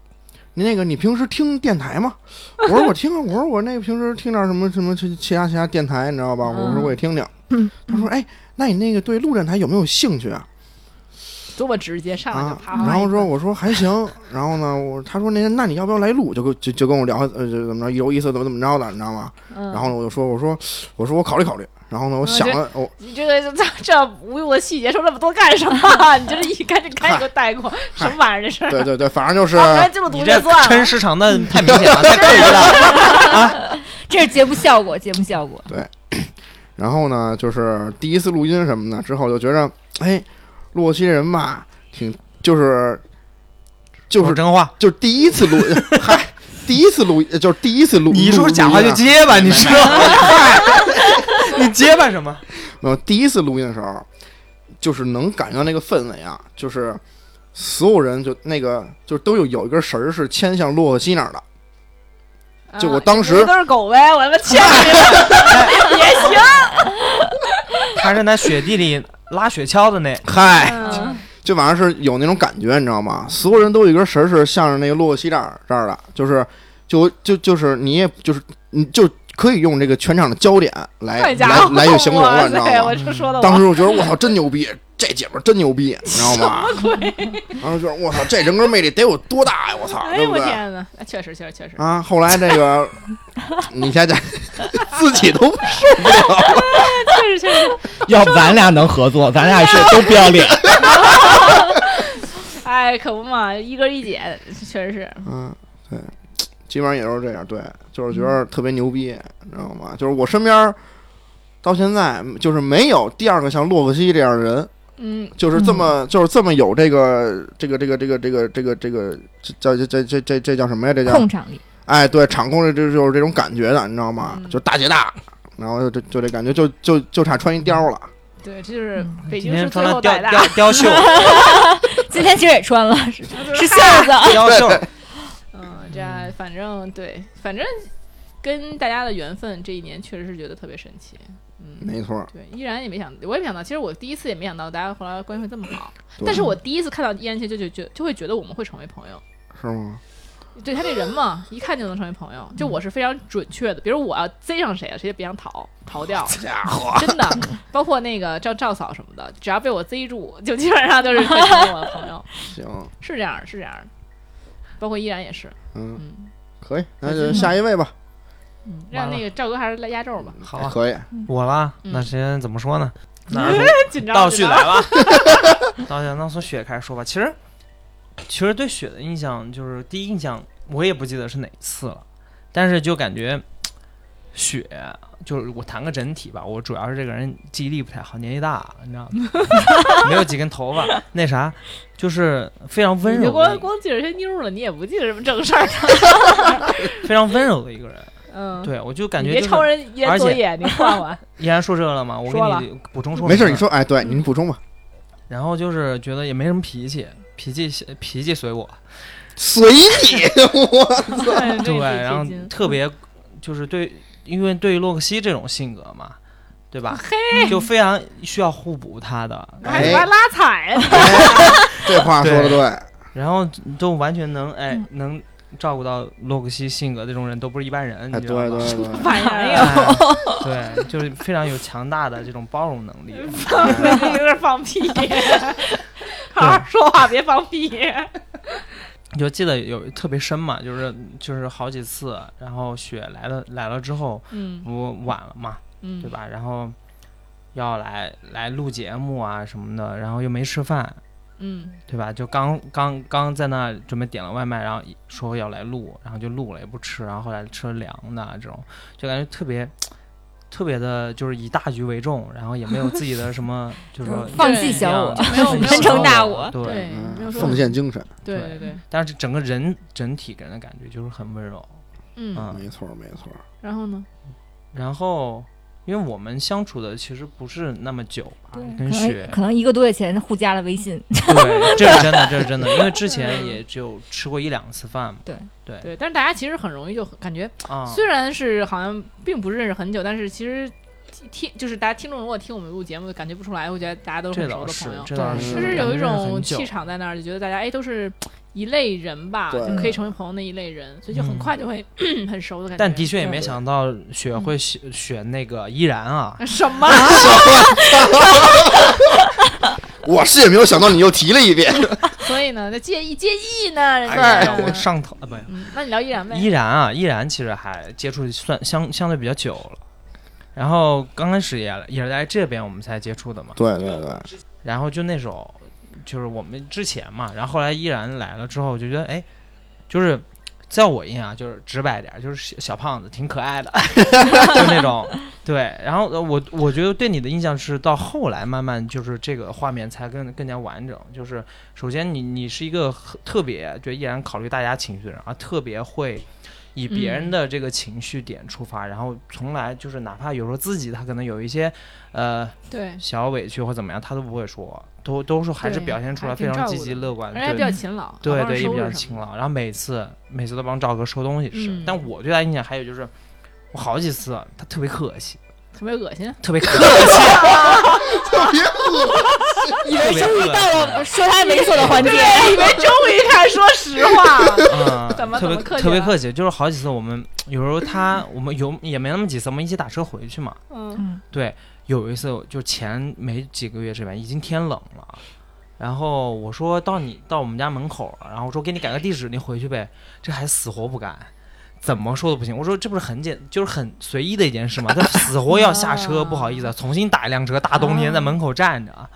[SPEAKER 3] 你那个你平时听电台吗？我说我听啊，我说我那个平时听点什么什么其其他其他电台，你知道吧？我说我也听听。他说哎，那你那个对陆电台有没有兴趣啊？
[SPEAKER 1] 多么直接，上来就
[SPEAKER 3] 啊，
[SPEAKER 1] 啪啪
[SPEAKER 3] 然
[SPEAKER 1] 啪一
[SPEAKER 3] 后
[SPEAKER 1] 顿。
[SPEAKER 3] 说我说还行，然后呢，我他说那那你要不要来录？就跟就就跟我聊呃就怎么着有意思怎么怎么着的，你知道吗？
[SPEAKER 1] 嗯，
[SPEAKER 3] 然后呢，我就说，我说，我说我考虑考虑。然后呢，我想了，我
[SPEAKER 1] 你这个这这无用的细节说那么多干什么？啊 你这是一赶紧赶紧给我带过，什么玩意儿这事儿？
[SPEAKER 3] 对对对，反 正就是，
[SPEAKER 1] 啊，记录
[SPEAKER 4] 你
[SPEAKER 1] 读
[SPEAKER 4] 这
[SPEAKER 1] 就算
[SPEAKER 4] 抻
[SPEAKER 1] 了。
[SPEAKER 4] 时长 的太明显了，太刻意了。
[SPEAKER 5] 这是节目效果，节目效果。
[SPEAKER 3] 然后呢，就是第一次录音什么的，之后就觉着，哎，洛西这人吧，挺就是，就
[SPEAKER 4] 说
[SPEAKER 3] 是
[SPEAKER 4] 真话，
[SPEAKER 3] 就是第一次录，嗨，第一次录，就是第一次录，
[SPEAKER 4] 你说
[SPEAKER 3] 录
[SPEAKER 4] 假话
[SPEAKER 3] 录
[SPEAKER 4] 就
[SPEAKER 3] 音啊
[SPEAKER 4] 结巴，你知道吗？ 你结巴什么？
[SPEAKER 3] 没有，第一次录音的时候，就是能感觉到那个氛围啊，就是所有人就那个就都有有一根绳儿是牵向洛克西那儿的，就我当时
[SPEAKER 1] 啊都是狗呗， 我他妈欠你了，也行。
[SPEAKER 4] 他是在雪地里拉雪橇的那，
[SPEAKER 3] 嗨，
[SPEAKER 1] 嗯
[SPEAKER 3] 就反正是有那种感觉，你知道吗？所有人都有一根绳儿是向着那个洛克西这儿这儿的，就是就就就是你也就是你就可以用这个全场的焦点来
[SPEAKER 1] 快家伙
[SPEAKER 3] 来，来去形容了，
[SPEAKER 1] 哇
[SPEAKER 3] 你知
[SPEAKER 1] 塞，
[SPEAKER 3] 道吗
[SPEAKER 1] 我？这说的
[SPEAKER 3] 当
[SPEAKER 1] 我
[SPEAKER 3] 时我觉得我操真牛逼，这姐们儿真牛逼，你知道吗？当时觉得我操这人格魅力得有多大呀！我操，
[SPEAKER 1] 哎
[SPEAKER 3] 对
[SPEAKER 1] 呦
[SPEAKER 3] 不
[SPEAKER 1] 我
[SPEAKER 3] 对？
[SPEAKER 1] 天哪，啊确实确实确实，
[SPEAKER 3] 啊，后来这 个你想想， 自己都受不了了。
[SPEAKER 1] 确实确实，
[SPEAKER 2] 要不咱俩能合作，咱俩是都不要脸。
[SPEAKER 1] 哎，可不嘛，一哥一姐，确实是，
[SPEAKER 3] 嗯，对，基本上也都是这样。对，就是觉
[SPEAKER 1] 嗯
[SPEAKER 3] 得特别牛逼，你知道吗？就是我身边儿到现在就是没有第二个像洛克西这样的人，
[SPEAKER 1] 嗯，
[SPEAKER 3] 就是这么、就是这么有这个这个这个这个这个这个这个这叫这这这这这叫什么呀？
[SPEAKER 4] 嗯
[SPEAKER 3] 这叫
[SPEAKER 5] 控场力，
[SPEAKER 3] 哎，对，场控这这就是这种感觉的，你知道吗？
[SPEAKER 1] 嗯
[SPEAKER 3] 就大姐大，然后就就这感觉就就就差穿一貂了。
[SPEAKER 1] 对，这就是
[SPEAKER 5] 嗯
[SPEAKER 1] 北京
[SPEAKER 4] 今
[SPEAKER 1] 市最
[SPEAKER 4] 天穿了
[SPEAKER 1] 后
[SPEAKER 4] 貂
[SPEAKER 1] 百
[SPEAKER 4] 貂
[SPEAKER 1] 大，
[SPEAKER 4] 貂袖，
[SPEAKER 5] 今天其实也 穿了，是是袖子。
[SPEAKER 4] 貂袖，
[SPEAKER 1] 嗯，这样反正对，反正跟大家的缘分，这一年确实是觉得特别神奇，嗯。
[SPEAKER 3] 没错儿，
[SPEAKER 1] 对，依然也没想，我也没想到。其实我第一次也没想到大家后来关系会这么好，
[SPEAKER 3] 对
[SPEAKER 1] 但是我第一次看到依然，其实就觉就会觉得我们会成为朋友。
[SPEAKER 3] 是吗？
[SPEAKER 1] 对他这人嘛，一看就能成为朋友。就我是非常准确的，比如我要贼上谁了，谁就别想逃逃掉，
[SPEAKER 3] 家伙，
[SPEAKER 1] 真的。包括那个赵赵嫂什么的，只要被我贼住，就基本上就是会成为我的朋友，
[SPEAKER 3] 行，
[SPEAKER 1] 是这样儿，是这样儿。包括依然也是，
[SPEAKER 3] 嗯，
[SPEAKER 1] 嗯
[SPEAKER 3] 可以，那就下一位吧。哎
[SPEAKER 1] 嗯，让
[SPEAKER 4] 完了
[SPEAKER 1] 那个赵哥还是来压轴吧，
[SPEAKER 4] 好啊，
[SPEAKER 3] 可以，
[SPEAKER 4] 我啦，
[SPEAKER 1] 嗯
[SPEAKER 4] 那先怎么说呢？那
[SPEAKER 1] 紧张
[SPEAKER 4] 倒
[SPEAKER 1] 紧
[SPEAKER 4] 叙
[SPEAKER 1] 张
[SPEAKER 4] 来了，倒叙，那从雪开始说吧。其实，其实对雪的印象就是第一印象，我也不记得是哪次了，但是就感觉雪就是我谈个整体吧，我主要是这个人记忆力不太好，年纪大，你知道吗？ 没有几根头发，那啥，就是非常温
[SPEAKER 1] 你就
[SPEAKER 4] 柔的
[SPEAKER 1] 光
[SPEAKER 4] 一个，
[SPEAKER 1] 光记着些妞儿了，你也不记着什么正事儿。
[SPEAKER 4] 非常温柔的一个人。
[SPEAKER 1] 嗯，
[SPEAKER 4] 对，我就感
[SPEAKER 1] 你
[SPEAKER 4] 觉
[SPEAKER 1] 别
[SPEAKER 4] 就
[SPEAKER 1] 抄
[SPEAKER 4] 是
[SPEAKER 1] 人家
[SPEAKER 4] 而且
[SPEAKER 1] 作业，你换换。
[SPEAKER 4] 依然说这个了嘛，我给
[SPEAKER 1] 说了
[SPEAKER 4] 你补充说
[SPEAKER 3] 没事儿，
[SPEAKER 4] 明
[SPEAKER 3] 你
[SPEAKER 4] 白
[SPEAKER 3] 说，哎，对，你补充吧。
[SPEAKER 4] 然后就是觉得也没什么脾气，脾气脾气随我，
[SPEAKER 3] 随你，我
[SPEAKER 1] 对嗯
[SPEAKER 4] 对，然后特别就是对，因为对于洛克希这种性格嘛，对吧？
[SPEAKER 1] 哎
[SPEAKER 4] 就非常需要互补他的，
[SPEAKER 1] 还还拉踩，
[SPEAKER 3] 哎 这话说的对，
[SPEAKER 4] 然后都完全能哎
[SPEAKER 1] 嗯
[SPEAKER 4] 能照顾到洛克希性格这种人都不是一般人，
[SPEAKER 3] 哎，
[SPEAKER 4] 你
[SPEAKER 3] 对
[SPEAKER 4] 知道吗？
[SPEAKER 3] 对对，
[SPEAKER 1] 反应又
[SPEAKER 4] 哎 对，就是非常有强大的这种包容能力。
[SPEAKER 1] 嗯有点放 屁，好好说话，别放屁。
[SPEAKER 4] 你就记得有特别深嘛，就是就是好几次，然后雪来了来了之后
[SPEAKER 1] 嗯
[SPEAKER 4] 不晚了嘛，
[SPEAKER 1] 嗯，
[SPEAKER 4] 对？吧？然后要来来录节目啊什么的，然后又没吃饭，
[SPEAKER 1] 嗯
[SPEAKER 4] 对吧？就刚刚刚在那准备点了外卖，然后说要来录，然后就录了也不吃，然后后来吃了凉的啊这种，就感觉特别特别的，就是以大局为重，然后也没有自己的什么，就是说
[SPEAKER 1] 放
[SPEAKER 5] 放弃小我，
[SPEAKER 1] 没有没有
[SPEAKER 5] 完成大我
[SPEAKER 4] 我，对。
[SPEAKER 1] 对，没有
[SPEAKER 3] 嗯
[SPEAKER 1] 说
[SPEAKER 3] 奉，献精神，
[SPEAKER 1] 对对对，
[SPEAKER 4] 但是整个人整体给人的感觉就是很温柔，
[SPEAKER 1] 嗯。
[SPEAKER 4] 嗯。
[SPEAKER 3] 没错没错，
[SPEAKER 1] 然后呢？
[SPEAKER 4] 然后，因为我们相处的其实不是那么久吧，
[SPEAKER 5] 可
[SPEAKER 4] 跟雪
[SPEAKER 5] 能，可能一个多月前互加了微信，
[SPEAKER 4] 对，这是真的，这是真的，因为之前也只有吃过一两次饭嘛，
[SPEAKER 5] 对
[SPEAKER 4] 对
[SPEAKER 1] 对，但是大家其实很容易就感觉，
[SPEAKER 4] 啊，
[SPEAKER 1] 虽然是好像并不认识很久，但是其实听就是大家听众如果听我们录节目，感觉不出来，会觉得大家都是
[SPEAKER 4] 这
[SPEAKER 1] 很熟
[SPEAKER 4] 倒
[SPEAKER 1] 的
[SPEAKER 4] 是
[SPEAKER 1] 朋友，，
[SPEAKER 4] 这倒
[SPEAKER 5] 对
[SPEAKER 4] 是，
[SPEAKER 1] 就是有一种气
[SPEAKER 4] 场。
[SPEAKER 1] 场在那儿，就觉得大家哎都是一类人吧，
[SPEAKER 3] 对
[SPEAKER 1] 就可以成为朋友那一类人，所以就很快就会 很熟的感觉。
[SPEAKER 4] 嗯但的确也没想到雪
[SPEAKER 1] 嗯
[SPEAKER 4] 会选选那个依然啊，
[SPEAKER 1] 什么？
[SPEAKER 3] 我是也没有想到你又提了一遍，
[SPEAKER 1] 所以呢，那介意介意呢？人
[SPEAKER 4] 哎呀
[SPEAKER 1] 家，
[SPEAKER 4] 我上头啊，不是，
[SPEAKER 1] 嗯，那你聊依然呗。
[SPEAKER 4] 依然啊，依然其实还接触算相相对比较久了，然后刚开始也也是来这边我们才接触的嘛，
[SPEAKER 3] 对对对，
[SPEAKER 4] 然后就那首就是我们之前嘛，然后后来依然来了之后，我就觉得哎，就是在我印象就是直白点儿，就是小小胖子挺可爱的， 就那种对。然后呃我我觉得对你的印象是到后来慢慢就是这个画面才更更加完整。就是首先你你是一个很特别对依然考虑大家情绪的人啊，特别会以别人的这个情绪点出发，然后从来就是哪怕有时候自己他可能有一些呃
[SPEAKER 1] 对，
[SPEAKER 4] 小委屈或怎么样，他都不会说，都都是还是
[SPEAKER 1] 对
[SPEAKER 4] 表现出来
[SPEAKER 1] 还挺
[SPEAKER 4] 非常
[SPEAKER 1] 照
[SPEAKER 4] 积
[SPEAKER 1] 顾
[SPEAKER 4] 极
[SPEAKER 1] 的
[SPEAKER 4] 乐观，
[SPEAKER 1] 人家
[SPEAKER 4] 对
[SPEAKER 1] 比较勤劳，
[SPEAKER 4] 对
[SPEAKER 1] 好好
[SPEAKER 4] 对，也
[SPEAKER 1] 收
[SPEAKER 4] 比
[SPEAKER 1] 拾
[SPEAKER 4] 较
[SPEAKER 1] 什
[SPEAKER 4] 勤
[SPEAKER 1] 么的。
[SPEAKER 4] 劳。然后每次每次都帮赵哥收东西吃，
[SPEAKER 1] 嗯
[SPEAKER 4] 但我对他印象还有就是，我好几次他特别客气，
[SPEAKER 1] 特别恶心，
[SPEAKER 4] 特别客气，
[SPEAKER 3] 特别恶
[SPEAKER 5] 以
[SPEAKER 4] 特
[SPEAKER 5] 为
[SPEAKER 4] 别
[SPEAKER 5] 终于
[SPEAKER 4] 恶啊
[SPEAKER 5] 到了说他猥琐的环节，
[SPEAKER 1] 对，以为终于开始说实话了。
[SPEAKER 4] 嗯，
[SPEAKER 1] 怎么
[SPEAKER 4] 特
[SPEAKER 1] 怎
[SPEAKER 4] 别
[SPEAKER 1] 么客气
[SPEAKER 4] 特别
[SPEAKER 1] 了
[SPEAKER 4] 客气，就是好几次我们有时候他我们有也没那么几次，我们一起打车回去嘛。
[SPEAKER 1] 嗯，
[SPEAKER 5] 嗯，
[SPEAKER 4] 对，有一次就前没几个月这边已经天冷了，然后我说到你到我们家门口了，然后我说给你改个地址，你回去呗，这还死活不改。怎么说都不行，我说这不是很简，就是很随意的一件事嘛，他死活要下车，不好意思啊，重新打一辆车，大冬天在门口站着啊，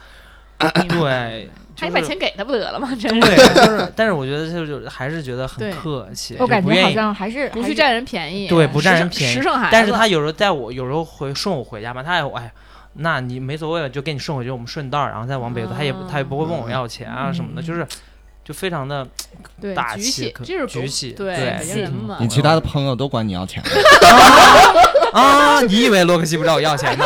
[SPEAKER 1] 嗯
[SPEAKER 4] 对，
[SPEAKER 1] 还
[SPEAKER 4] 就
[SPEAKER 1] 把
[SPEAKER 4] 是
[SPEAKER 1] 钱给他不得了吗？真是
[SPEAKER 4] 对，就是，但是我觉得就是还是觉得很
[SPEAKER 1] 对
[SPEAKER 4] 客气，
[SPEAKER 5] 我
[SPEAKER 4] 就
[SPEAKER 5] 感
[SPEAKER 4] 不
[SPEAKER 5] 觉
[SPEAKER 4] 愿
[SPEAKER 5] 好
[SPEAKER 4] 意
[SPEAKER 5] 像还是
[SPEAKER 1] 不
[SPEAKER 5] 还
[SPEAKER 1] 去
[SPEAKER 5] 是
[SPEAKER 1] 占人便宜，
[SPEAKER 4] 对不占人
[SPEAKER 1] 时尚
[SPEAKER 4] 便宜
[SPEAKER 1] 时尚孩子。
[SPEAKER 4] 但是他有时候带我，有时候回送我回家嘛，他还哎呀，那你没所谓了，就给你顺回去，我们顺道儿，然后再往北走，他也不
[SPEAKER 1] 啊
[SPEAKER 4] 他也不会问我要钱啊什么的，
[SPEAKER 1] 嗯
[SPEAKER 4] 就是就非 常的
[SPEAKER 1] 对
[SPEAKER 4] 大
[SPEAKER 1] 举
[SPEAKER 4] 气
[SPEAKER 1] 起
[SPEAKER 4] 可，
[SPEAKER 1] 这是
[SPEAKER 4] 举
[SPEAKER 1] 狗
[SPEAKER 4] 起
[SPEAKER 1] 对
[SPEAKER 4] 对
[SPEAKER 1] 北京人
[SPEAKER 5] 嗯
[SPEAKER 1] 嘛
[SPEAKER 2] 你，其他的朋友都管你要钱，
[SPEAKER 4] 啊，你以为洛克希不知道我 要钱呢？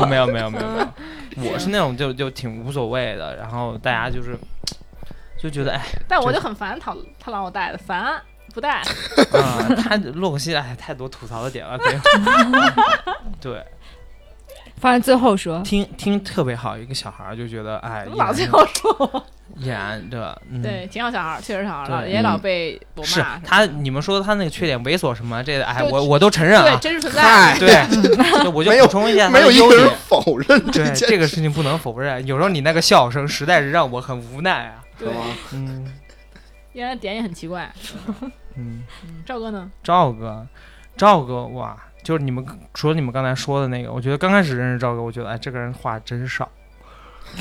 [SPEAKER 4] 我没有没有没有没
[SPEAKER 1] 嗯
[SPEAKER 4] 有，我是那种就就挺无所谓的，然后大家就是就 觉得哎，
[SPEAKER 1] 但我就很烦他，他老让我带的烦，不带。
[SPEAKER 4] 啊，他洛克希哎太多吐槽的点 了，可以对。
[SPEAKER 5] 放在最后说，
[SPEAKER 4] 听听特别好，一个小孩儿就觉得哎，
[SPEAKER 1] 我老
[SPEAKER 4] 演
[SPEAKER 1] 最后说，
[SPEAKER 4] 演对吧？嗯、
[SPEAKER 1] 对，挺好小孩儿，确实小孩儿
[SPEAKER 4] 对嗯
[SPEAKER 1] 老也老被我
[SPEAKER 4] 是
[SPEAKER 1] 骂。
[SPEAKER 4] 他，你们说他那个缺点猥琐什么这个，哎，
[SPEAKER 1] 对
[SPEAKER 4] 我我都承认
[SPEAKER 1] 对，
[SPEAKER 4] 啊，
[SPEAKER 1] 真实存在
[SPEAKER 3] 嗨。
[SPEAKER 4] 对，就我就
[SPEAKER 3] 没有
[SPEAKER 4] 补充一下
[SPEAKER 3] 心，
[SPEAKER 4] 他
[SPEAKER 3] 没
[SPEAKER 4] 的
[SPEAKER 3] 有一
[SPEAKER 4] 优
[SPEAKER 3] 个人
[SPEAKER 4] 点。
[SPEAKER 3] 否认这
[SPEAKER 4] 对
[SPEAKER 3] 件
[SPEAKER 4] 这个事情不能否认，有时候你那个笑声实在是让我很无奈啊。
[SPEAKER 3] 是吗？
[SPEAKER 4] 嗯
[SPEAKER 1] 因为点也很奇怪。
[SPEAKER 4] 嗯，
[SPEAKER 1] 嗯赵哥呢？
[SPEAKER 4] 赵哥，赵哥哇，就是你们除了你们刚才说的那个，我觉得刚开始认识赵哥，我觉得哎，这个人话真少，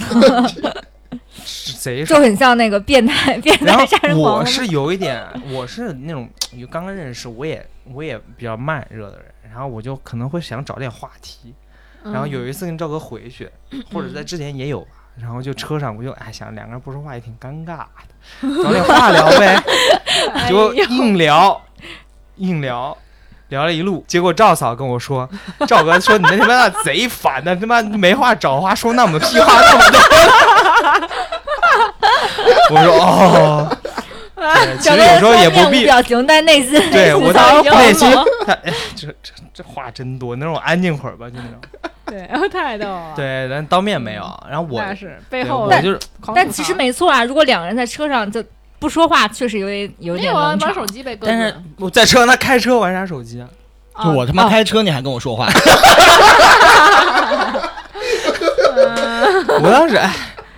[SPEAKER 4] 是贼少
[SPEAKER 5] 就。很像那个变态变
[SPEAKER 4] 然
[SPEAKER 5] 态
[SPEAKER 4] 后
[SPEAKER 5] 杀人狂
[SPEAKER 4] 我
[SPEAKER 5] 了
[SPEAKER 4] 是有一点，我是那种有刚刚认识，我也我也比较慢热的人，然后我就可能会想找点话题。然后
[SPEAKER 5] 嗯
[SPEAKER 4] 有一次跟赵哥回去，或者在之前也有吧，然后就车上我就哎想两个人不说话也挺尴尬的，找点话聊呗，
[SPEAKER 1] 哎
[SPEAKER 4] 结果硬聊，硬聊。聊了一路，结果赵嫂跟我说，赵哥说你那他妈的贼烦的，他妈没话找话说那么屁话那么多。 我说哦，对其
[SPEAKER 5] 整
[SPEAKER 4] 实
[SPEAKER 5] 个
[SPEAKER 4] 有
[SPEAKER 5] 人
[SPEAKER 4] 时候也
[SPEAKER 5] 虽然面
[SPEAKER 4] 不
[SPEAKER 5] 无
[SPEAKER 4] 必，
[SPEAKER 5] 表情，但内心
[SPEAKER 4] 对
[SPEAKER 5] 吐
[SPEAKER 4] 我
[SPEAKER 5] 槽
[SPEAKER 4] 当
[SPEAKER 5] 又
[SPEAKER 4] 时
[SPEAKER 5] 很
[SPEAKER 4] 内心
[SPEAKER 5] 萌，
[SPEAKER 4] 他哎，这这这话真多，能让我安静会儿吧？就那种。
[SPEAKER 1] 对，然后太逗了。，
[SPEAKER 4] 对，咱当面没有，然后我
[SPEAKER 1] 嗯那是
[SPEAKER 4] 对
[SPEAKER 1] 背后
[SPEAKER 4] 我就是
[SPEAKER 1] 狂吐槽。
[SPEAKER 5] 但其实没错啊。如果两个人在车上就不说话，确实有点有
[SPEAKER 1] 没
[SPEAKER 5] 点
[SPEAKER 1] 有啊，
[SPEAKER 5] 冷场
[SPEAKER 1] 玩手机呗，哥哥。
[SPEAKER 4] 但是我在车上他开车玩啥手机啊？
[SPEAKER 1] 啊
[SPEAKER 2] 就我他妈
[SPEAKER 5] 哦
[SPEAKER 2] 开车你还跟我说话，
[SPEAKER 4] 我当时哎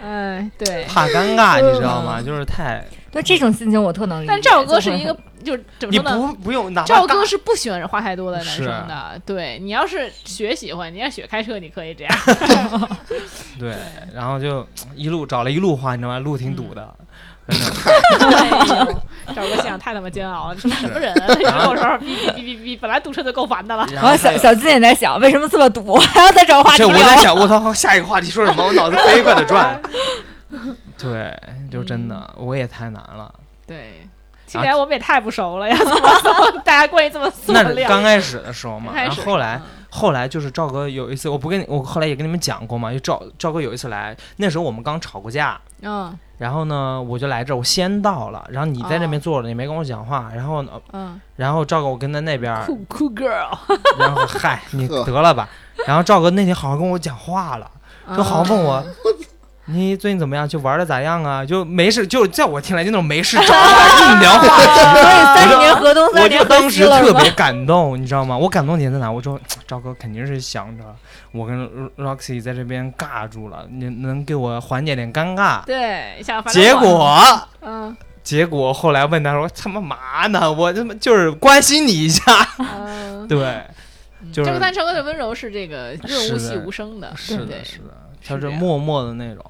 [SPEAKER 1] 嗯哎，对。
[SPEAKER 4] 怕尴尬，你知道
[SPEAKER 1] 嗯
[SPEAKER 4] 吗？就是太
[SPEAKER 5] 对这种心情我特能理 解。
[SPEAKER 1] 但赵哥是
[SPEAKER 5] 就会
[SPEAKER 1] 一 个，就是怎么
[SPEAKER 4] 你
[SPEAKER 1] 说呢？
[SPEAKER 4] 不不用哪怕
[SPEAKER 1] 赵
[SPEAKER 4] 大
[SPEAKER 1] 哥是不喜欢话太多的男
[SPEAKER 4] 是啊
[SPEAKER 1] 生的，对你要是雪喜欢，你要雪开车，你可以 这样。
[SPEAKER 4] 对，然后就一路找了一路话，你知道吗？路挺堵的，
[SPEAKER 1] 嗯
[SPEAKER 4] 反正
[SPEAKER 1] 哎呦赵哥现场太他妈煎熬了，你他妈什么人啊？一直跟我说哔哔哔哔哔，本来堵车就够烦的了。
[SPEAKER 4] 然
[SPEAKER 5] 很。然后
[SPEAKER 4] 后还
[SPEAKER 5] 小
[SPEAKER 4] 有
[SPEAKER 5] 小金也在想，为什么这么堵， 还要再找话题
[SPEAKER 4] 这我
[SPEAKER 5] 聊？
[SPEAKER 1] 啊
[SPEAKER 5] 啊
[SPEAKER 4] 在想，我操，下一个话题说什么？我脑子飞快的转。 对，就真的
[SPEAKER 1] 嗯
[SPEAKER 4] 我也太难了。
[SPEAKER 1] 对，起来我们也太不熟了呀，怎么 怎么大家关系这么塑
[SPEAKER 4] 那是
[SPEAKER 1] 料？
[SPEAKER 4] 刚开始的时候嘛，
[SPEAKER 1] 开
[SPEAKER 4] 然
[SPEAKER 1] 始嗯
[SPEAKER 4] 后后来后来就是赵哥有一次，我不跟你，我后来也跟你们讲过嘛，就赵赵哥有一次来，那时候我们刚吵过架，
[SPEAKER 1] 嗯
[SPEAKER 4] 然后呢，我就来这儿，我先到了，然后你在那边
[SPEAKER 1] 哦
[SPEAKER 4] 坐着，你没跟我讲话，然后呢，
[SPEAKER 1] 嗯，
[SPEAKER 4] 然后赵哥我跟在那边儿，
[SPEAKER 1] 酷酷 girl，
[SPEAKER 4] 然后嗨，你
[SPEAKER 3] 呵
[SPEAKER 4] 得了吧，然后赵哥那天好像跟我讲话了，就好像问我。你最近怎么样？就玩的咋样啊？就没事，就在我听来就那种没事找话硬聊话 题，
[SPEAKER 5] 所以三十年河东，三
[SPEAKER 4] 我
[SPEAKER 5] 十
[SPEAKER 4] 就
[SPEAKER 5] 年
[SPEAKER 4] 当
[SPEAKER 5] 河西
[SPEAKER 4] 时
[SPEAKER 5] 了是
[SPEAKER 4] 特
[SPEAKER 5] 吗
[SPEAKER 4] 别感动，你知道吗？我感动点在哪？我说赵哥肯定是想着我跟 Roxy 在这边尬住了，你能给我缓解点尴尬。
[SPEAKER 1] 嗯对，想反正
[SPEAKER 4] 结
[SPEAKER 1] 我
[SPEAKER 4] 果
[SPEAKER 1] 嗯
[SPEAKER 4] 结果后来问他说：“他妈嘛呢？我他妈就是关心你一下。，
[SPEAKER 1] 嗯
[SPEAKER 4] 对，就是
[SPEAKER 1] 这个三成哥的温柔是这个润物细无声的，
[SPEAKER 4] 是
[SPEAKER 1] 对
[SPEAKER 4] 的，是
[SPEAKER 1] 是
[SPEAKER 4] 的，他
[SPEAKER 1] 这
[SPEAKER 4] 是
[SPEAKER 1] 样
[SPEAKER 4] 默默的那种。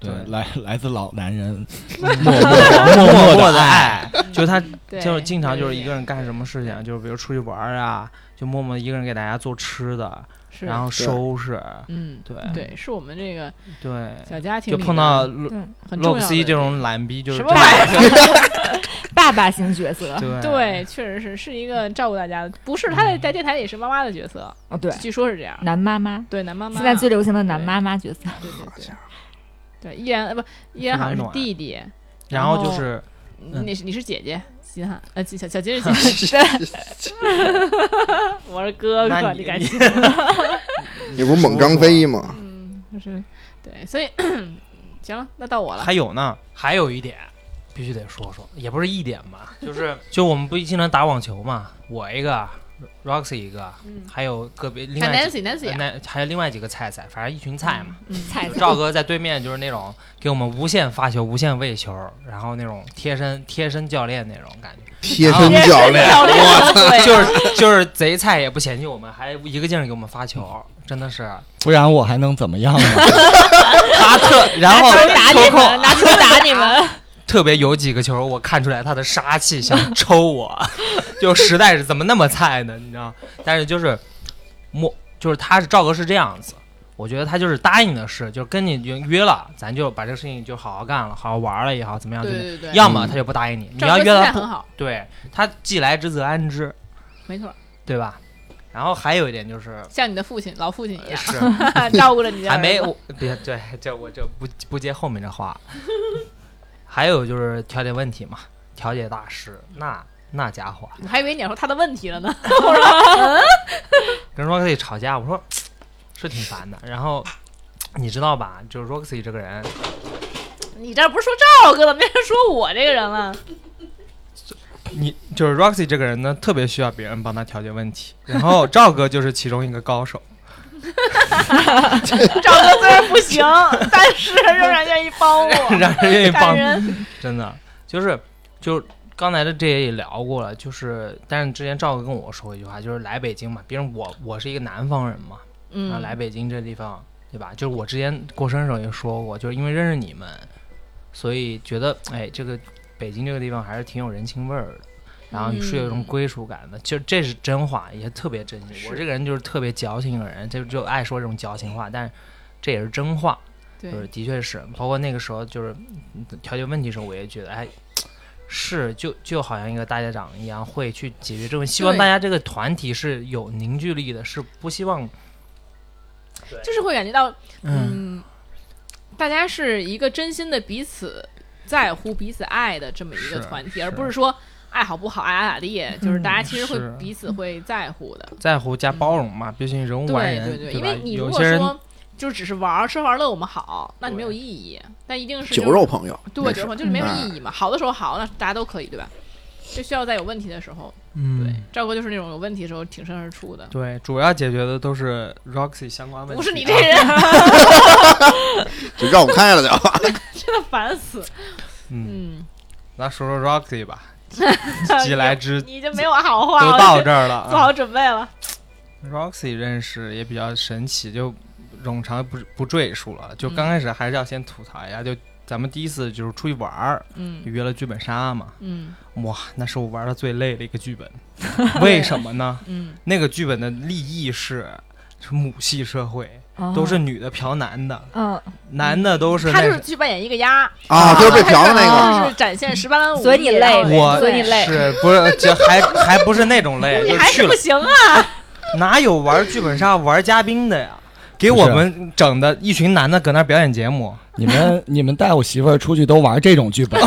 [SPEAKER 2] 对
[SPEAKER 4] 对，
[SPEAKER 2] 来来自老男人，
[SPEAKER 4] 默默啊默默的爱，就他
[SPEAKER 1] 对，
[SPEAKER 4] 就是经常就是一
[SPEAKER 1] 对
[SPEAKER 4] 个人干什么事情，就是比如出去玩儿啊，就默默一个人给大家做吃的，
[SPEAKER 1] 是，
[SPEAKER 4] 然后收拾，
[SPEAKER 1] 嗯，
[SPEAKER 4] 对
[SPEAKER 1] 对，是我们这个
[SPEAKER 4] 对，
[SPEAKER 1] 小家庭
[SPEAKER 4] 哎就
[SPEAKER 1] 里
[SPEAKER 4] 碰
[SPEAKER 1] 面
[SPEAKER 4] 到
[SPEAKER 5] 对，
[SPEAKER 1] 很重
[SPEAKER 4] 洛
[SPEAKER 1] 要的
[SPEAKER 4] C 这种懒逼，就是
[SPEAKER 1] 什
[SPEAKER 4] 这
[SPEAKER 1] 么玩
[SPEAKER 4] 样，
[SPEAKER 5] 爸爸型 角色，
[SPEAKER 4] 对嗯
[SPEAKER 1] 对，确实是是一个照顾大家的，不是他在在电台里是妈妈的角色，
[SPEAKER 5] 哦对，
[SPEAKER 1] 据说是这样。
[SPEAKER 5] 男妈妈，
[SPEAKER 1] 对，男妈妈
[SPEAKER 5] 现在最流行的男妈妈角色，
[SPEAKER 1] 对对对，对依然呃不，依然
[SPEAKER 4] 非
[SPEAKER 1] 好像是
[SPEAKER 4] 常暖
[SPEAKER 1] 弟弟，
[SPEAKER 4] 然后就是啊嗯
[SPEAKER 1] 你是你是姐姐金汉呃金小小 金是金汉，我是哥
[SPEAKER 4] 那
[SPEAKER 1] 哥，
[SPEAKER 4] 你
[SPEAKER 1] 你敢
[SPEAKER 4] 你
[SPEAKER 1] 信？
[SPEAKER 3] 你不是猛张飞吗？
[SPEAKER 1] 嗯，就是对，所以 行了，那到我了。
[SPEAKER 4] 还有呢，哦还有一点必须得说说，也不是一点 吧，就是就我们不经常打网球嘛，我一个，Roxy 一个，
[SPEAKER 1] 嗯，
[SPEAKER 4] 还有个别另
[SPEAKER 1] 看
[SPEAKER 4] 外
[SPEAKER 1] Nancy
[SPEAKER 4] 几
[SPEAKER 1] Nancy
[SPEAKER 4] 那还有另外几个菜菜，反正一群菜嘛。
[SPEAKER 1] 嗯，
[SPEAKER 5] 菜菜
[SPEAKER 4] 赵哥在对面就是那种给我们无限发球、无限喂球，然后那种贴身贴身教练那种感觉，
[SPEAKER 3] 贴身
[SPEAKER 4] 嗯
[SPEAKER 3] 教练，
[SPEAKER 1] 漂亮的嘴
[SPEAKER 4] 就是就是贼菜也不嫌弃我们，还一个劲儿给我们发球，真的是
[SPEAKER 2] 不然我还能怎么样呢？
[SPEAKER 4] 他特然后
[SPEAKER 5] 打你
[SPEAKER 4] 扣扣
[SPEAKER 5] 们，拿球打 你们，
[SPEAKER 4] 特别有几个球，我看出来他的杀气想抽我， 就实在是怎么那么菜呢？你知道？但是就是，莫就是他是赵哥是这样子，我觉得他就是答应的事，就跟你约约了，咱就把这个事情就好好干了，好好玩了也好，怎么样？
[SPEAKER 1] 对
[SPEAKER 4] 怎么样
[SPEAKER 1] 对对，
[SPEAKER 4] 要么他就不答应你，你
[SPEAKER 1] 赵
[SPEAKER 4] 要
[SPEAKER 1] 哥心
[SPEAKER 4] 约他
[SPEAKER 1] 态
[SPEAKER 4] 不
[SPEAKER 1] 很，好，
[SPEAKER 4] 对他既来之则安之，
[SPEAKER 1] 没错，
[SPEAKER 4] 对吧？然后还有一点就是，
[SPEAKER 1] 像你的父亲老父亲一样，
[SPEAKER 4] 是
[SPEAKER 1] 照顾着你的儿子。
[SPEAKER 4] 还没我别对这我这不不接后面的话。 还有就是调解问题嘛，调解大师那那家伙
[SPEAKER 1] 我还以为你要说他的问题了呢。
[SPEAKER 4] 跟 Roxy 吵架，我说是挺烦的。然后你知道吧，就是 Roxy 这个人，
[SPEAKER 1] 你这不是说赵哥了，变成说我这个人了。
[SPEAKER 4] 你就是 Roxy 这个人呢，特别需要别人帮他调解问题。然后赵哥就是其中一个高手，
[SPEAKER 1] 赵哥虽然不 行，但是仍然愿意帮我。
[SPEAKER 4] 让人愿意帮
[SPEAKER 1] 感人，
[SPEAKER 4] 真的就是就刚才的这也也聊过了，就是但是之前赵哥跟我说过一句话，就是来北京嘛，别人我我是一个南方人嘛，然后
[SPEAKER 1] 嗯，
[SPEAKER 4] 啊来北京这地方，对吧？就是我之前过生日时候也说过，就是因为认识你们，所以觉得哎，这个北京这个地方还是挺有人情味儿的。然后是有一种
[SPEAKER 1] 嗯
[SPEAKER 4] 归属感的，就这是真话，也特别真心。我这个人就是特别矫情的人，就就爱说这种矫情话，但是这也是真话。
[SPEAKER 1] 对
[SPEAKER 4] 就是的确是，包括那个时候就是嗯调解问题的时候，我也觉得，哎，是就就好像一个大家长一样，会去解决这种。希望
[SPEAKER 1] 对
[SPEAKER 4] 大家这个团体是有凝聚力的，是不希望
[SPEAKER 1] 就是会感觉到，嗯，大家是一个真心的彼此在乎、彼此爱的这么一个
[SPEAKER 4] 是
[SPEAKER 1] 团体，
[SPEAKER 4] 是嗯
[SPEAKER 1] 而不是说爱好不好、爱咋咋地，就是大家其实会
[SPEAKER 4] 是
[SPEAKER 1] 彼此会在乎的。
[SPEAKER 4] 在乎加包容嘛，毕竟人无完
[SPEAKER 1] 对
[SPEAKER 4] 人，
[SPEAKER 1] 对
[SPEAKER 4] 对
[SPEAKER 1] 因
[SPEAKER 4] 吧
[SPEAKER 1] 为你
[SPEAKER 4] 有
[SPEAKER 1] 如果
[SPEAKER 4] 些人
[SPEAKER 1] 说就是只是玩儿吃喝玩乐我们好，那你没有
[SPEAKER 4] 对
[SPEAKER 1] 意义。但一定是
[SPEAKER 3] 酒
[SPEAKER 1] 就是
[SPEAKER 3] 肉朋友，
[SPEAKER 1] 对，
[SPEAKER 3] 没
[SPEAKER 1] 酒
[SPEAKER 3] 事
[SPEAKER 1] 肉朋友就是没有
[SPEAKER 3] 嗯
[SPEAKER 1] 意义嘛。好的时候好，那大家都可以，对吧？就需要在有问题的时候，对
[SPEAKER 4] 嗯，
[SPEAKER 1] 赵哥就是那种有问题的时候挺身而出的。
[SPEAKER 4] 对，主要解决的都是 Roxy 相关问题啊，
[SPEAKER 1] 不是你这人，
[SPEAKER 3] 就绕不开了就。啊
[SPEAKER 1] 真的 烦死。
[SPEAKER 4] 嗯，
[SPEAKER 1] 嗯，
[SPEAKER 4] 那说说 Roxy 吧，既来之
[SPEAKER 1] 嗯你就没有好话，
[SPEAKER 4] 都
[SPEAKER 1] 我
[SPEAKER 4] 到
[SPEAKER 1] 就
[SPEAKER 4] 这儿了啊，
[SPEAKER 1] 做好准备了。
[SPEAKER 4] Roxy 认识也比较神奇，就冗长不不赘述了。就
[SPEAKER 1] 嗯
[SPEAKER 4] 刚开始还是要先吐槽一下，就咱们第一次就是出去玩儿，
[SPEAKER 1] 嗯
[SPEAKER 4] 约了剧本杀嘛，
[SPEAKER 1] 嗯
[SPEAKER 4] 哇，那是我玩的最累的一 个剧本。为什么呢？
[SPEAKER 1] 嗯，
[SPEAKER 4] 那个剧本的立意是是母系社会，都是女的嫖男的，
[SPEAKER 5] 哦嗯，
[SPEAKER 4] 男的都是
[SPEAKER 1] 哦他
[SPEAKER 4] 那
[SPEAKER 1] 就是去扮演一个鸭
[SPEAKER 3] 啊就是被嫖的那
[SPEAKER 5] 个
[SPEAKER 1] 个，就是展现十八般武艺，
[SPEAKER 5] 所以你累
[SPEAKER 1] 然后
[SPEAKER 5] 对
[SPEAKER 4] 我
[SPEAKER 5] 所以你累
[SPEAKER 4] 是不是就还 还不是那种 累，
[SPEAKER 1] 你
[SPEAKER 4] 就
[SPEAKER 1] 还
[SPEAKER 4] 去
[SPEAKER 1] 是
[SPEAKER 4] 了
[SPEAKER 1] 不 行啊。
[SPEAKER 4] 哪有玩剧本杀玩嘉宾的呀？给我们整的一群男的搁那儿表演节目，
[SPEAKER 2] 你们你们带我媳妇儿出去都玩这种剧本，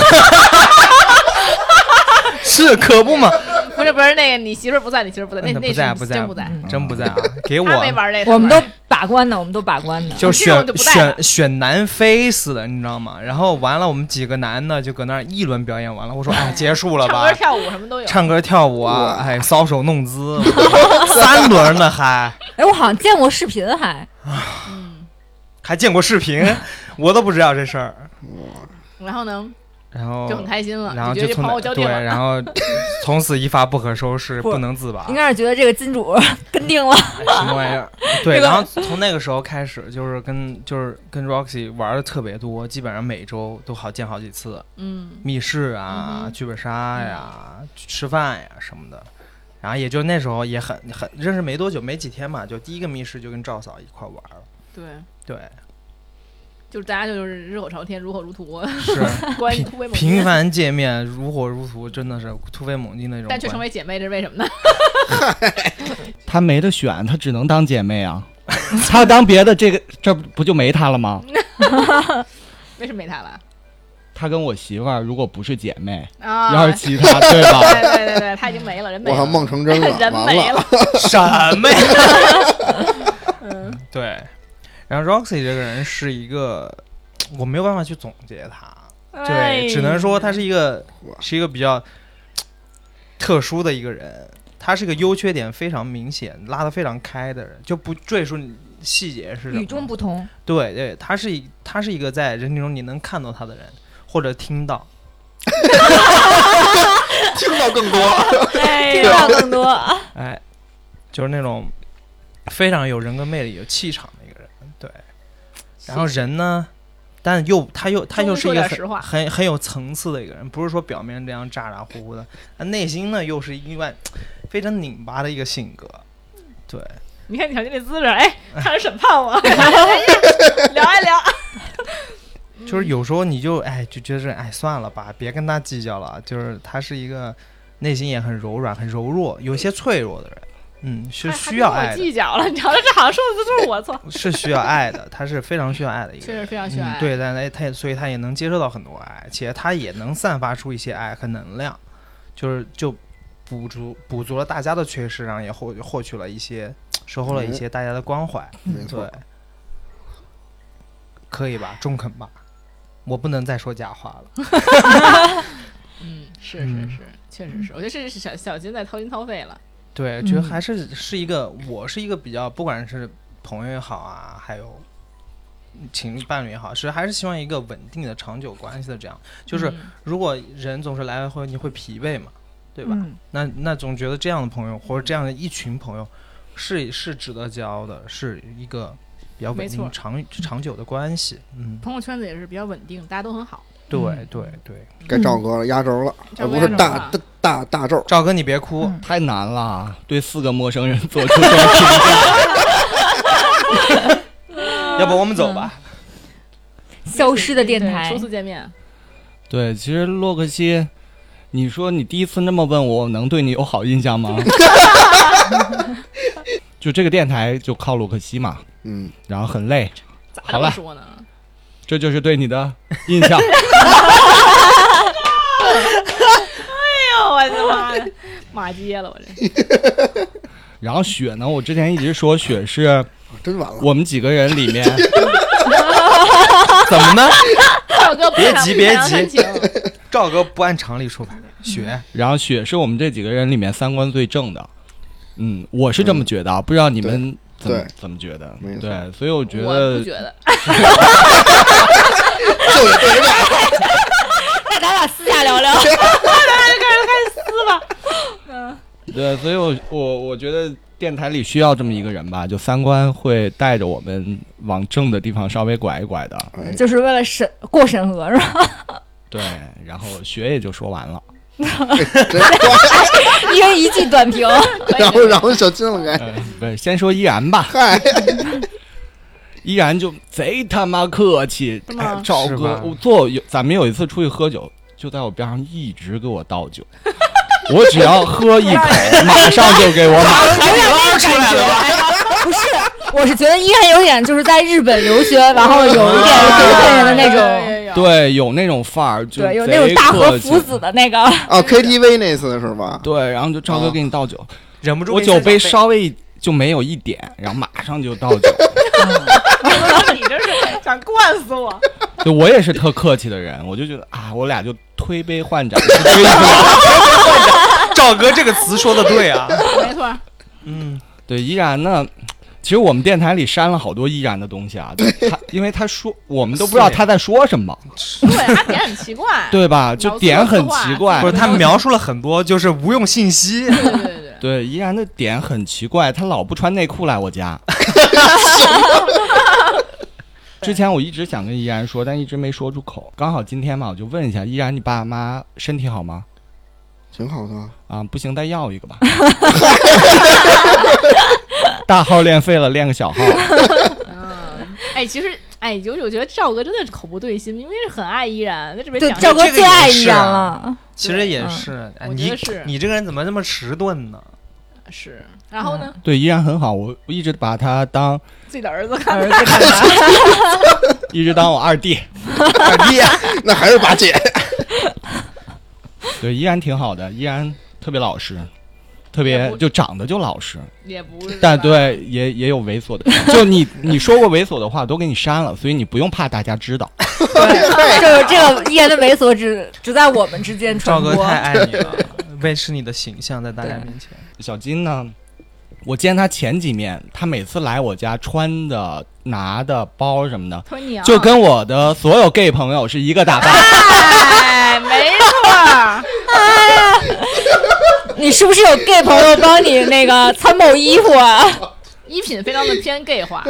[SPEAKER 4] 是可不嘛？
[SPEAKER 1] 不是不是，那个你媳妇儿不在，你媳妇儿不在， 那
[SPEAKER 4] 嗯
[SPEAKER 1] 那
[SPEAKER 4] 不在
[SPEAKER 1] 是
[SPEAKER 4] 不在
[SPEAKER 1] 真不在，
[SPEAKER 5] 嗯
[SPEAKER 4] 真不在啊，给我
[SPEAKER 1] 哎他没玩这个，
[SPEAKER 5] 我们都把关的，我们都把关的，
[SPEAKER 4] 就
[SPEAKER 1] 这种就
[SPEAKER 4] 选
[SPEAKER 1] 不带了
[SPEAKER 4] 选选男飞似的，你知道吗？然后完了，我们几个男的就搁那儿议论表演完了，我说哎，结束了
[SPEAKER 1] 唱
[SPEAKER 4] 吧
[SPEAKER 1] 歌。跳舞什么都有。
[SPEAKER 4] 唱歌跳舞啊，
[SPEAKER 3] 哇
[SPEAKER 4] 哎，搔首弄姿，三轮呢还
[SPEAKER 5] 哎，我好像见过视频，还
[SPEAKER 1] 嗯，
[SPEAKER 4] 还见过视频，我都不知道这事儿。
[SPEAKER 1] 然后呢？
[SPEAKER 4] 然后
[SPEAKER 1] 就很开心了，
[SPEAKER 4] 哦然后
[SPEAKER 1] 觉得这
[SPEAKER 4] 从
[SPEAKER 1] 朋友
[SPEAKER 4] 那
[SPEAKER 1] 交
[SPEAKER 4] 对，
[SPEAKER 1] 定了。
[SPEAKER 4] 然后从此一发不可收拾，
[SPEAKER 5] 不
[SPEAKER 4] 不能自拔
[SPEAKER 5] 应，该是觉得这个金主 跟定了，
[SPEAKER 4] 什么玩意 儿？对，
[SPEAKER 5] 这个
[SPEAKER 4] 然后从那个时候开始，就是跟就是跟 Roxy 玩的特别多，基本上每周都好见好几次，
[SPEAKER 1] 嗯，
[SPEAKER 4] 密室
[SPEAKER 1] 嗯
[SPEAKER 4] 啊、
[SPEAKER 1] 哼
[SPEAKER 4] 剧本杀呀、吃饭呀什么的。然后也就那时候也很很认识没多久，没几天嘛，就第一个密室就跟赵嫂一块玩了。
[SPEAKER 1] 对，
[SPEAKER 4] 对，
[SPEAKER 1] 就是大家就是日火朝天，如火如荼，
[SPEAKER 4] 是
[SPEAKER 1] 关
[SPEAKER 4] 频
[SPEAKER 1] 突飞猛
[SPEAKER 4] 频
[SPEAKER 1] 进，
[SPEAKER 4] 繁见面，如火如荼，真的是突飞猛进那种关
[SPEAKER 1] 但
[SPEAKER 4] 系。
[SPEAKER 1] 却成为姐妹，这是为什么呢？
[SPEAKER 2] 她没得选，她只能当姐妹啊。她要当别的，这个这不就没她了吗？
[SPEAKER 1] 为什么没他了？
[SPEAKER 2] 她跟我媳妇儿如果不是姐妹，
[SPEAKER 1] 啊，
[SPEAKER 2] 要是其他，对吧？
[SPEAKER 1] 对对对对，他已经没了，人没
[SPEAKER 3] 我
[SPEAKER 1] 了，
[SPEAKER 3] 还 梦成真了，
[SPEAKER 1] 人
[SPEAKER 3] 完
[SPEAKER 1] 没
[SPEAKER 3] 了，
[SPEAKER 1] 了，哎
[SPEAKER 4] 什么呀？对。然后 Roxy 这个人是一个，我没有办法去总结他，
[SPEAKER 1] 哎
[SPEAKER 4] 对，只能说他是一个
[SPEAKER 3] 哇
[SPEAKER 4] 是一个比较特殊的一个人，他是个优缺点非常明显、拉得非常开的人，就不赘述细节是什么。
[SPEAKER 5] 与众不同。
[SPEAKER 4] 对对，他是一他是一个在人群中你能看到他的人，或者听到。
[SPEAKER 3] 听到更多。
[SPEAKER 5] 听到 更多，啊
[SPEAKER 4] 哎，就是那种非常有人格魅力、有气场的一个人，对。然后人呢，但又他又他又是一个
[SPEAKER 1] 终于说点实话
[SPEAKER 4] 很很很有层次的一个人，不是说表面这样咋咋呼呼的，那内心呢又是一万非常拧巴的一个性格，对。
[SPEAKER 1] 你看你小金这姿势，哎，看着审判我，哎呀聊一聊。嗯
[SPEAKER 4] 就是有时候你就哎就觉得哎算了吧，别跟他计较了。就是他是一个内心也很柔软、很柔弱、有些脆弱的人，嗯，是
[SPEAKER 1] 还
[SPEAKER 4] 需要
[SPEAKER 1] 还跟
[SPEAKER 4] 爱
[SPEAKER 1] 我
[SPEAKER 4] 的，
[SPEAKER 1] 计较了，你知道，这好像说的都是我错，
[SPEAKER 4] 是需要爱的，他是非常需要爱的一个
[SPEAKER 1] 确
[SPEAKER 4] 人。
[SPEAKER 1] 实非常喜
[SPEAKER 4] 嗯
[SPEAKER 1] 欢。，
[SPEAKER 4] 对，但他他也所以他也能接受到很多爱，且他也能散发出一些爱和能量，就是就补足补足了大家的缺失，然后也获获取了一些收获了一
[SPEAKER 3] 嗯
[SPEAKER 4] 些大家的关怀，
[SPEAKER 3] 没错
[SPEAKER 4] 对，，可以吧，中肯吧，我不能再说假话了，
[SPEAKER 1] 嗯，是是是，确实是。我觉得这是小小金在掏心掏肺了。
[SPEAKER 4] 对，觉得
[SPEAKER 5] 嗯
[SPEAKER 4] 还是是一个我是一个比较，不管是朋友也好啊，还有。嗯情侣伴侣也好，是还是希望一个稳定的、长久关系的这样。就是
[SPEAKER 1] 嗯
[SPEAKER 4] 如果人总是来来回回，你会疲惫嘛，对吧？
[SPEAKER 5] 嗯
[SPEAKER 4] 那那总觉得这样的朋友或者这样的一群朋友是是值得骄傲的，是一个比较
[SPEAKER 1] 没
[SPEAKER 4] 稳
[SPEAKER 1] 错
[SPEAKER 4] 定、长长久的关系。嗯，
[SPEAKER 1] 朋友圈子也是比较稳定，大家都很好。
[SPEAKER 4] 对
[SPEAKER 5] 嗯
[SPEAKER 4] 对对，
[SPEAKER 3] 该赵哥了，压轴了，
[SPEAKER 1] 赵
[SPEAKER 3] 啊
[SPEAKER 1] 哥
[SPEAKER 3] 不是
[SPEAKER 1] 压轴
[SPEAKER 3] 大
[SPEAKER 1] 了
[SPEAKER 3] 大大大咒，
[SPEAKER 4] 赵哥你别哭，
[SPEAKER 5] 嗯
[SPEAKER 2] 太难了，对四个陌生人做出这样评价，
[SPEAKER 4] 要不我们走 吧？
[SPEAKER 5] 消失的电台
[SPEAKER 1] 初，次见面，
[SPEAKER 2] 对，其实洛克西，你说你第一次那么问我，我能对你有好印象吗？ 就这个电台就靠洛克西嘛，
[SPEAKER 3] 嗯，
[SPEAKER 2] 然后很累，
[SPEAKER 1] 咋
[SPEAKER 2] 好
[SPEAKER 1] 这么
[SPEAKER 2] 了
[SPEAKER 1] 说呢？
[SPEAKER 2] 这就是对你的印 象。
[SPEAKER 1] 哎呦，我的妈呀，骂街了我这。
[SPEAKER 2] 然后雪呢，我之前一直说雪是
[SPEAKER 3] 真完了。
[SPEAKER 2] 我们几个人里面，
[SPEAKER 4] 怎么呢？
[SPEAKER 1] 赵哥不
[SPEAKER 4] 别
[SPEAKER 1] 想
[SPEAKER 4] 急
[SPEAKER 1] 不
[SPEAKER 4] 别
[SPEAKER 1] 想
[SPEAKER 4] 急
[SPEAKER 1] 煽情
[SPEAKER 4] 赵哥不按常理出牌，
[SPEAKER 1] 嗯
[SPEAKER 4] 雪
[SPEAKER 2] 然后雪是我们这几个人里面三观最正的。嗯，我是这么觉得，啊，不知道你们怎么
[SPEAKER 3] 对
[SPEAKER 2] 怎么觉得
[SPEAKER 3] 没？错
[SPEAKER 2] 对，所以我觉
[SPEAKER 1] 我不
[SPEAKER 2] 得
[SPEAKER 1] 觉得，
[SPEAKER 5] 那咱俩私下聊聊。
[SPEAKER 2] 对，所以我我我觉得电台里需要这么一个人吧，就三观会带着我们往正的地方稍微拐一拐的。
[SPEAKER 3] 哎，
[SPEAKER 5] 就是为了审过审核是吧？
[SPEAKER 2] 对，然后学也就说完了。
[SPEAKER 3] 真完
[SPEAKER 5] 一人一句短 评，
[SPEAKER 1] 可以
[SPEAKER 3] 然
[SPEAKER 1] 可
[SPEAKER 3] 后
[SPEAKER 1] 以
[SPEAKER 3] 然后小金了该，
[SPEAKER 2] 呃，不是，先说依然吧。
[SPEAKER 3] 嗨，
[SPEAKER 2] 依然就贼他妈客气，
[SPEAKER 1] 是吗
[SPEAKER 2] 哎、赵
[SPEAKER 4] 是
[SPEAKER 2] 哥
[SPEAKER 4] 吧，
[SPEAKER 2] 我坐有咱们有一次出去喝酒，就在我边上一直给我倒酒， 我只要喝一口，马上就给我 买。
[SPEAKER 5] 有 点那个感觉。 不是，我是觉得依然有点就是在日本留学，然后有 一点
[SPEAKER 4] 啊
[SPEAKER 5] 日本人的那种，
[SPEAKER 1] 种，
[SPEAKER 2] 对，有那种范儿，就
[SPEAKER 5] 对，有那种大和福子
[SPEAKER 2] 的。
[SPEAKER 5] 的那个。
[SPEAKER 3] 哦，KTV 那次是吧？
[SPEAKER 2] 对，然后就赵哥
[SPEAKER 3] 啊
[SPEAKER 2] 给你倒酒，
[SPEAKER 4] 忍不住
[SPEAKER 2] 我
[SPEAKER 4] 给你
[SPEAKER 2] 酒杯
[SPEAKER 4] 再
[SPEAKER 2] 稍微就没有一点，然后马上就倒酒。
[SPEAKER 1] 你这是想灌死我。
[SPEAKER 2] 就我也是特客气的人，我就觉得啊，我俩就推杯换盏， 就这样
[SPEAKER 4] 赵哥这个词说的对啊，
[SPEAKER 1] 没错，
[SPEAKER 4] 嗯，
[SPEAKER 2] 对，依然呢，其实我们电台里删了好多依然的东西啊，他因为他说我们都不知道他在说什么，
[SPEAKER 1] 对，他点很奇怪，
[SPEAKER 2] 对吧？就点很奇怪
[SPEAKER 4] 不是，他描述了很多就是无用信息。
[SPEAKER 1] 对对对对，
[SPEAKER 2] 对依然的点很奇怪，他老不穿内裤来我家。 之前我一直想跟依然说，但一直没说出口。刚好今天嘛，我就问一下依然，你爸妈身体好吗？
[SPEAKER 3] 挺好 的。
[SPEAKER 2] 啊，不行，再要一个吧。 大号练废了，练个小号。
[SPEAKER 1] 嗯，哎，其实。哎，就是我觉得赵哥真的口不对心，明明是很爱依然，在这边
[SPEAKER 5] 对
[SPEAKER 1] 讲，
[SPEAKER 5] 赵哥
[SPEAKER 4] 这个
[SPEAKER 5] 最
[SPEAKER 4] 也
[SPEAKER 5] 爱
[SPEAKER 4] 是
[SPEAKER 5] 依然
[SPEAKER 4] 啊
[SPEAKER 5] 了，
[SPEAKER 4] 其实也是，哎
[SPEAKER 1] 嗯我觉
[SPEAKER 4] 你
[SPEAKER 1] 得是
[SPEAKER 4] 你这个人怎么那么迟钝呢？
[SPEAKER 1] 是，然后呢，
[SPEAKER 2] 对，依然很好，我我一直把他当
[SPEAKER 1] 自己的儿子看
[SPEAKER 5] 儿子看他，
[SPEAKER 2] 一直当我二弟。
[SPEAKER 3] 二
[SPEAKER 2] 哎
[SPEAKER 3] 弟，那还是八 戒。
[SPEAKER 2] 对，依然挺好的，依然特别老实，特
[SPEAKER 1] 也
[SPEAKER 2] 别
[SPEAKER 1] 不
[SPEAKER 2] 就长得就老实，
[SPEAKER 1] 也不是吧，
[SPEAKER 2] 但对也也有猥琐的。就你你说过猥琐的话，都给你删了，所以你不用怕大家知道。
[SPEAKER 5] 就是这个依然的猥琐只只在我们之间
[SPEAKER 4] 赵
[SPEAKER 5] 传播
[SPEAKER 4] 哥。太爱你了，维持你的形象在大家
[SPEAKER 5] 对
[SPEAKER 4] 面前。
[SPEAKER 2] 小金呢，我见他前几面，他每次来我家穿的、拿的包什么的，
[SPEAKER 1] 鸵鸟
[SPEAKER 2] 就跟我的所有 gay 朋友是一个打扮。
[SPEAKER 1] 哎，没错儿，
[SPEAKER 5] 你是不是有 gay 朋友帮你那个参谋衣服啊？
[SPEAKER 1] 衣品非常的偏 gay 化，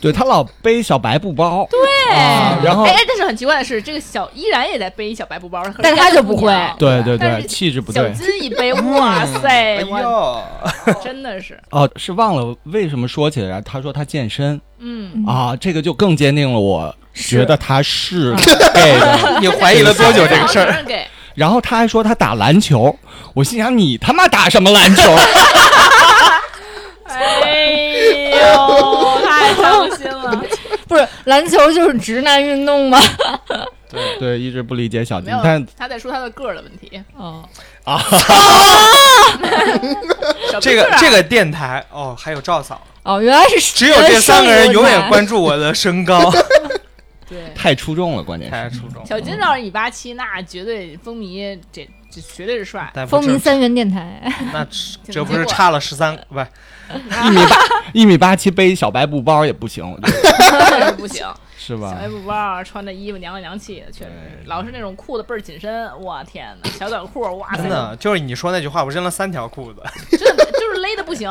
[SPEAKER 2] 对啊他老背小白布包，
[SPEAKER 1] 对
[SPEAKER 2] 啊然后
[SPEAKER 1] 哎哎，但是很奇怪的是，这个小依然也在背一小白布包，
[SPEAKER 5] 但他就不会
[SPEAKER 2] 对对
[SPEAKER 1] 但
[SPEAKER 2] 对，
[SPEAKER 1] 是
[SPEAKER 2] 气质不
[SPEAKER 1] 小
[SPEAKER 2] 对。嗯哎
[SPEAKER 1] 金一 背，哇塞，哎我
[SPEAKER 4] 哎呦，
[SPEAKER 1] 真的是，
[SPEAKER 2] 哦，是忘了为什么说起来，他说他健身
[SPEAKER 1] 嗯，
[SPEAKER 2] 啊，这个就更坚定了我
[SPEAKER 5] 是
[SPEAKER 2] 觉得 他是 gay 的。
[SPEAKER 4] 你怀疑了多久这个事儿？
[SPEAKER 1] 儿 gay，
[SPEAKER 2] 然后他还说他打篮球，我心想你他妈打什么篮球？
[SPEAKER 1] 哎呦，太伤心了，
[SPEAKER 5] 不是篮球就是直男运动吗？
[SPEAKER 4] 对，
[SPEAKER 2] 对，一直不理解小
[SPEAKER 1] 没
[SPEAKER 2] 金
[SPEAKER 1] 有，
[SPEAKER 2] 但，
[SPEAKER 1] 他在说他的个儿的问题，
[SPEAKER 5] 哦，
[SPEAKER 1] 小
[SPEAKER 4] 这个
[SPEAKER 1] 个儿啊
[SPEAKER 4] 这个电台哦，还有赵嫂，
[SPEAKER 5] 哦，原来 是
[SPEAKER 4] 只有
[SPEAKER 5] 原来
[SPEAKER 4] 这
[SPEAKER 5] 是
[SPEAKER 4] 三个人永远
[SPEAKER 5] 生理
[SPEAKER 4] 关注我的身高，
[SPEAKER 1] 对。
[SPEAKER 2] 太出众了，关键是
[SPEAKER 4] 太出众，
[SPEAKER 1] 小金要是一八七，那绝对风靡，这这绝对是 帅。
[SPEAKER 4] 但不
[SPEAKER 5] 风靡
[SPEAKER 4] 是
[SPEAKER 5] 三元电台，
[SPEAKER 4] 那这不
[SPEAKER 1] 结果
[SPEAKER 4] 是差了十三不是
[SPEAKER 2] 一米八 一米八七背一小白布包也不行，我觉得
[SPEAKER 1] 确实不 行。
[SPEAKER 2] 是
[SPEAKER 1] 小
[SPEAKER 2] 吧
[SPEAKER 1] 白？布包儿穿的衣服娘里娘气的，确实是。老是那种裤子倍儿紧身，我天呐，小短裤，哇塞
[SPEAKER 4] 真，的就是你说那句话，我扔了三条裤子，
[SPEAKER 1] 真的就是勒的不行，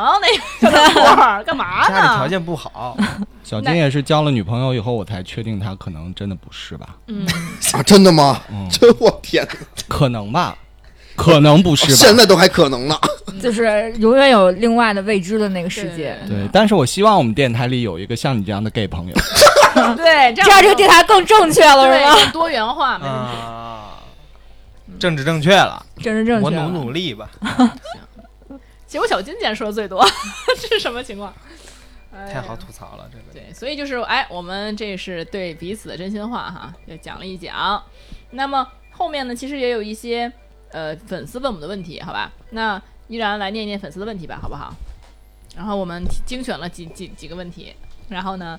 [SPEAKER 1] 那个 小短裤儿干嘛
[SPEAKER 4] 家里条
[SPEAKER 1] 呢？
[SPEAKER 4] 件不好，啊
[SPEAKER 2] 小
[SPEAKER 1] 那
[SPEAKER 2] 金也是交了女朋友以后，我才确定他可能真的不是吧？
[SPEAKER 1] 嗯，
[SPEAKER 3] 啊，真的吗？
[SPEAKER 2] 嗯
[SPEAKER 3] 这我天哪，
[SPEAKER 2] 可能吧，可能不 是
[SPEAKER 3] 现
[SPEAKER 2] 吧？
[SPEAKER 3] 在都还可能呢。
[SPEAKER 1] 嗯
[SPEAKER 5] 就是永远有另外的未知的那个世界。
[SPEAKER 2] 对，但是我希望我们电台里有一个像你这样的 gay 朋 友。
[SPEAKER 1] 对，这
[SPEAKER 5] 这样这个电台更正确了，是
[SPEAKER 1] 对
[SPEAKER 5] 吗？
[SPEAKER 1] 更多元化没问题。
[SPEAKER 4] 啊，政治正确了，
[SPEAKER 5] 政治正
[SPEAKER 4] 我
[SPEAKER 5] 确
[SPEAKER 4] 努
[SPEAKER 5] 了。
[SPEAKER 4] 努力吧，
[SPEAKER 1] 结果小金今天说的最多， 这是什么情况？哎
[SPEAKER 4] 太好
[SPEAKER 1] 呀
[SPEAKER 4] 吐槽了，这个
[SPEAKER 1] 对，所以就是哎，我们这是对彼此的真心话哈，就讲了一讲。那么后面呢，其实也有一些呃粉丝问我们的问题，好吧？那依然来念一念粉丝的问题吧，好不好？然后我们精选了几几几个问题，然后呢，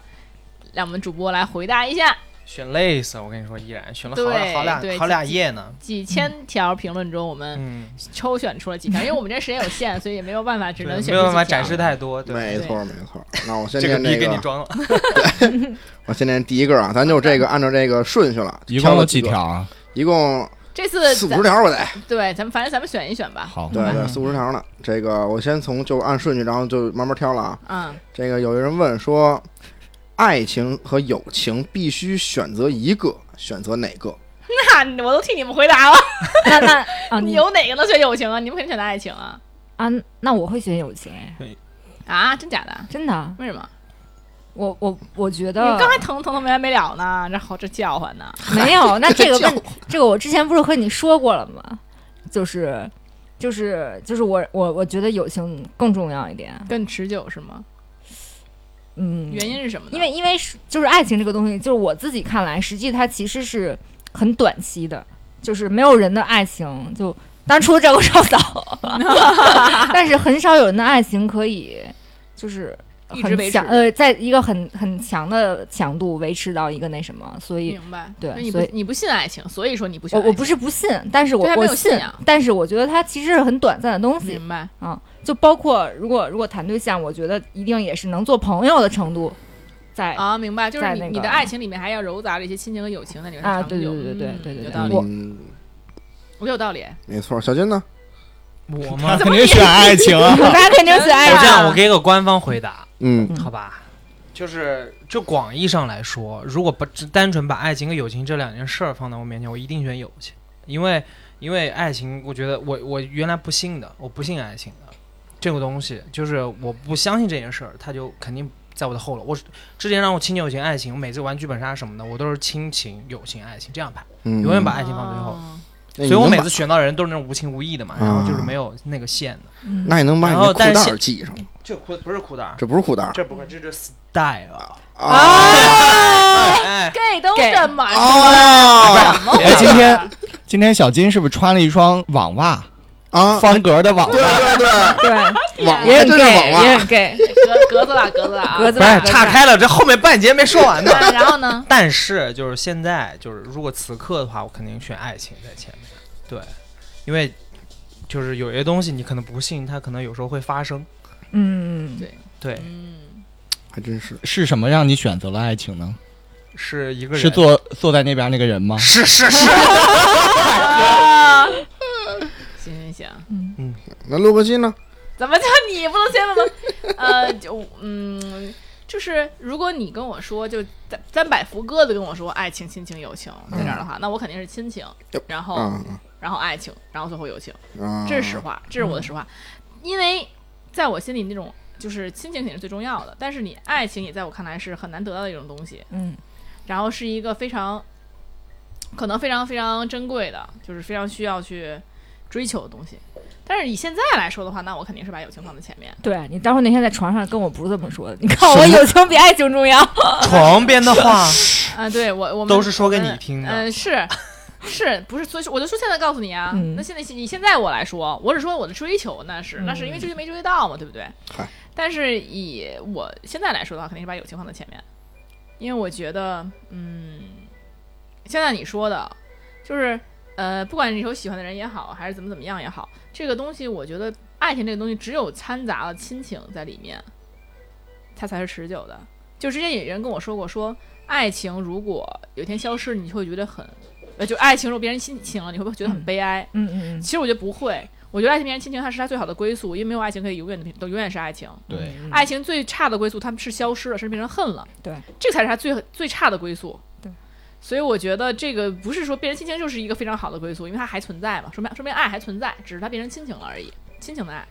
[SPEAKER 1] 让我们主播来回答一下。
[SPEAKER 4] 选累死了，我跟你说，依然选了好
[SPEAKER 1] 对
[SPEAKER 4] 俩好
[SPEAKER 1] 对
[SPEAKER 4] 俩好俩夜呢，
[SPEAKER 1] 几千条评论中，我们
[SPEAKER 4] 嗯，
[SPEAKER 1] 抽选出了几条，因为我们这时间有限，所以也没有办法，只
[SPEAKER 4] 对
[SPEAKER 1] 能选啊
[SPEAKER 4] 没有
[SPEAKER 1] 出
[SPEAKER 4] 办法
[SPEAKER 1] 几条
[SPEAKER 4] 展示太多，对，
[SPEAKER 3] 没错，没错。那我先
[SPEAKER 4] 这个
[SPEAKER 3] 念
[SPEAKER 4] 逼给你
[SPEAKER 3] 个，
[SPEAKER 4] 装了，
[SPEAKER 3] 我先念第一个啊，咱就这个按照这个顺序了。
[SPEAKER 2] 一共
[SPEAKER 3] 挑
[SPEAKER 2] 有
[SPEAKER 3] 了
[SPEAKER 2] 几
[SPEAKER 3] 个？
[SPEAKER 2] 条啊？
[SPEAKER 3] 一共
[SPEAKER 1] 这次
[SPEAKER 3] 四五
[SPEAKER 1] 咱
[SPEAKER 3] 十条吧，得。
[SPEAKER 1] 对，咱们反正咱们选一选吧。
[SPEAKER 2] 好，
[SPEAKER 3] 对对，
[SPEAKER 4] 嗯
[SPEAKER 3] 四五十条呢。这个我先从就按顺序，然后就慢慢挑了啊。
[SPEAKER 1] 嗯，
[SPEAKER 3] 这个有人问说，爱情和友情必须选择一个，选择哪个？
[SPEAKER 1] 那我都替你们回答了。
[SPEAKER 5] 那那 啊，
[SPEAKER 1] 你
[SPEAKER 5] 你
[SPEAKER 1] 有哪个能选友情啊？你们肯定选择爱情啊！
[SPEAKER 5] 啊，那我会选友情，哎
[SPEAKER 1] 啊，真假的？
[SPEAKER 5] 真的。
[SPEAKER 1] 为什么？
[SPEAKER 5] 我我我觉
[SPEAKER 1] 你
[SPEAKER 5] 得
[SPEAKER 1] 刚才疼疼的没完没了呢，这好这叫唤呢。
[SPEAKER 5] 没有。那这个
[SPEAKER 3] 这
[SPEAKER 5] 问这个我之前不是和你说过了吗？就是就是就是我我我觉得友情更重要一点。
[SPEAKER 1] 更持久是吗？
[SPEAKER 5] 嗯，
[SPEAKER 1] 原因是什么呢？
[SPEAKER 5] 因为因为是就是爱情这个东西，就是我自己看来，实际它其实是很短期的，就是没有人的爱情就当然除了 赵国少嫂，但是很少有人的爱情可以就是
[SPEAKER 1] 一直维
[SPEAKER 5] 很
[SPEAKER 1] 持
[SPEAKER 5] 强，呃，在一个很很强的强度维持到一个那什么，所以
[SPEAKER 1] 明白？
[SPEAKER 5] 对
[SPEAKER 1] 那你不
[SPEAKER 5] 所以
[SPEAKER 1] 你不信爱情，所以说你不信
[SPEAKER 5] 我
[SPEAKER 1] 爱情。
[SPEAKER 5] 我不是不信，但是我
[SPEAKER 1] 对他没
[SPEAKER 5] 我
[SPEAKER 1] 有信
[SPEAKER 5] 信
[SPEAKER 1] 仰，嗯
[SPEAKER 5] 但是我觉得它其实是很短暂的东西，
[SPEAKER 1] 明白，
[SPEAKER 5] 就包括如果如果谈对象，我觉得一定也是能做朋友的程度，在
[SPEAKER 1] 啊，明白，就是
[SPEAKER 5] 在
[SPEAKER 1] 你、
[SPEAKER 5] 那
[SPEAKER 1] 你的
[SPEAKER 5] 个
[SPEAKER 1] 爱情里面还要糅杂着一些亲情和友情，那你会
[SPEAKER 5] 啊
[SPEAKER 1] 长久。
[SPEAKER 5] 对对对对对对
[SPEAKER 1] 嗯
[SPEAKER 5] 对
[SPEAKER 1] 有
[SPEAKER 5] 对
[SPEAKER 1] 道理，
[SPEAKER 5] 呃我，
[SPEAKER 3] 嗯，
[SPEAKER 1] 我有道理。
[SPEAKER 3] 没错。小金呢？
[SPEAKER 4] 我
[SPEAKER 2] 他
[SPEAKER 4] 吗？
[SPEAKER 2] 肯定选爱情 啊
[SPEAKER 5] 大家肯定是爱
[SPEAKER 4] 我这样，
[SPEAKER 5] 啊
[SPEAKER 4] 我给个官方回答，
[SPEAKER 3] 嗯
[SPEAKER 5] 嗯
[SPEAKER 4] 好吧？就是就广义上来说，如果不只单纯把爱情跟友情这两件事儿放在我面前，我一定选友情，因为因为爱情，我觉得我我原来不信的，我不信爱情的这个东西，就是我不相信这件事儿，它就肯定在我的后了。我之前让我亲友情、爱情，我每次玩剧本杀什么的，我都是亲情、友情、爱情这样排，
[SPEAKER 3] 嗯，
[SPEAKER 4] 永远把爱情放最后。
[SPEAKER 1] 哦
[SPEAKER 3] 那你
[SPEAKER 4] 所以我
[SPEAKER 3] 能
[SPEAKER 4] 每
[SPEAKER 3] 把
[SPEAKER 4] 次选到的人都是那种无情无义的嘛，
[SPEAKER 3] 啊
[SPEAKER 4] 然后就是没有那个线的，
[SPEAKER 5] 嗯
[SPEAKER 3] 那你能把你
[SPEAKER 4] 然
[SPEAKER 3] 的
[SPEAKER 4] 后
[SPEAKER 3] 裤
[SPEAKER 4] 但是
[SPEAKER 3] 带
[SPEAKER 4] 现
[SPEAKER 3] 儿系上吗？
[SPEAKER 4] 这裤不是啊裤带儿，
[SPEAKER 3] 这不是裤带儿
[SPEAKER 4] 这不是，这是 style。
[SPEAKER 3] 啊！
[SPEAKER 4] 哎，
[SPEAKER 1] gay 都
[SPEAKER 5] gay
[SPEAKER 1] 这么
[SPEAKER 5] 啊
[SPEAKER 3] 哦
[SPEAKER 1] 怎么回
[SPEAKER 2] 哎，今
[SPEAKER 1] 事
[SPEAKER 2] 天今天小金是不是穿了一双网袜，
[SPEAKER 3] 啊！
[SPEAKER 2] 方格的网
[SPEAKER 3] 对
[SPEAKER 2] 袜？
[SPEAKER 3] 对对，
[SPEAKER 5] 对，
[SPEAKER 3] 网
[SPEAKER 5] 也
[SPEAKER 3] 还
[SPEAKER 5] 很
[SPEAKER 3] 真是网啊
[SPEAKER 5] gay，也
[SPEAKER 3] 袜，
[SPEAKER 5] 很 gay，
[SPEAKER 1] 哎 格格子了，格子了啊！
[SPEAKER 5] 格子
[SPEAKER 4] 不是岔开了，这后面半截没说完呢。
[SPEAKER 1] 嗯然后呢？
[SPEAKER 4] 哎 但是就是现在，就是如果此刻的话，我肯定选爱情在前面，对，因为就是有些东西你可能不信，它可能有时候会发生，
[SPEAKER 5] 嗯，
[SPEAKER 1] 对
[SPEAKER 4] 对，
[SPEAKER 1] 嗯，
[SPEAKER 3] 还真是。
[SPEAKER 2] 是什么让你选择了爱情呢？
[SPEAKER 4] 是一个人
[SPEAKER 2] 是坐坐在那边那个人吗？
[SPEAKER 4] 是是是，
[SPEAKER 1] 嗯行行行，
[SPEAKER 3] 那洛克西呢？
[SPEAKER 1] 怎么就你不能先问问？ 呃，就嗯，就是如果你跟我说，就三三百福哥的跟我说爱情、亲情、友情在这儿的话，那我肯定是亲情，然
[SPEAKER 5] 哦
[SPEAKER 1] 后、
[SPEAKER 3] 啊
[SPEAKER 1] 然后爱情，然后最后友情，
[SPEAKER 3] 啊！
[SPEAKER 1] 这是实话，这是我的实话，因为在我心里那种。就是亲情肯定是最重要的，但是你爱情也在我看来是很难得到的一种东西，
[SPEAKER 5] 嗯
[SPEAKER 1] 然后是一个非常，可能非常非常珍贵的，就是非常需要去追求的东西。但是以现在来说的话，那我肯定是把友情放在前面。
[SPEAKER 5] 对啊你当时那天在床上跟我不是这么说的，你看我友情比爱 情重要，
[SPEAKER 4] 床边的 话
[SPEAKER 1] 啊，对我我们
[SPEAKER 4] 都是说给你听的，
[SPEAKER 1] 嗯、是是不是？所以说我就说现在告诉你啊，
[SPEAKER 5] 嗯
[SPEAKER 1] 那现在你现在我来说，我只说我的追求，那是、那是因为追求没追到嘛，对不对
[SPEAKER 3] 嗨？
[SPEAKER 1] 但是以我现在来说的话，肯定是把友情放在前面，因为我觉得，嗯，现在你说的，就是呃，不管你有喜欢的人也好，还是怎么怎么样也好，这个东西，我觉得爱情这个东西，只有掺杂了亲情在里面，它才是持久的。就之前有人跟我说过说，爱情如果有一天消失，你就会觉得很，呃，就爱情如果别人亲情了，你会不会觉得很
[SPEAKER 5] 嗯
[SPEAKER 1] 悲哀？
[SPEAKER 5] 嗯嗯
[SPEAKER 1] 其实我觉得不会，我觉得爱情变成亲情，它是它最好的归宿，因为没有爱情可以永远的都永远是爱情。
[SPEAKER 2] 对，
[SPEAKER 5] 嗯，
[SPEAKER 1] 爱情最差的归宿，他们是消失了，甚至变成恨了。
[SPEAKER 5] 对，
[SPEAKER 1] 这才是他最最差的归宿。
[SPEAKER 5] 对，
[SPEAKER 1] 所以我觉得这个不是说变成亲情就是一个非常好的归宿，因为它还存在嘛，说明说明爱还存在，只是它变成亲情了而已，亲情的爱。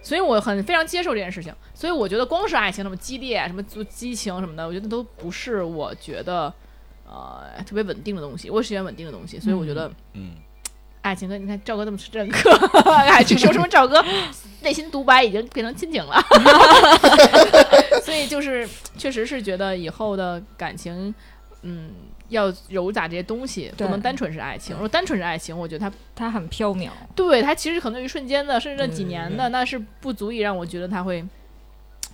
[SPEAKER 1] 所以我很非常接受这件事情，所以我觉得光是爱情那么激烈、什么激情什么的，我觉得都不是我觉得呃特别稳定的东西。我喜欢稳定的东西，所以我觉得
[SPEAKER 2] 嗯，
[SPEAKER 1] 爱情跟你看哎赵哥这么认可，哎，这说什么赵哥内心独白已经变成亲情了， 所以就是确实是觉得以后的感情，嗯，要糅杂这些东西，不
[SPEAKER 5] 对
[SPEAKER 1] 能单纯是爱情。如果单纯是爱情，我觉得它
[SPEAKER 5] 它很缥缈，
[SPEAKER 1] 对它其实可能一瞬间的，甚至那几
[SPEAKER 5] 嗯
[SPEAKER 1] 年的，那是不足以让我觉得它会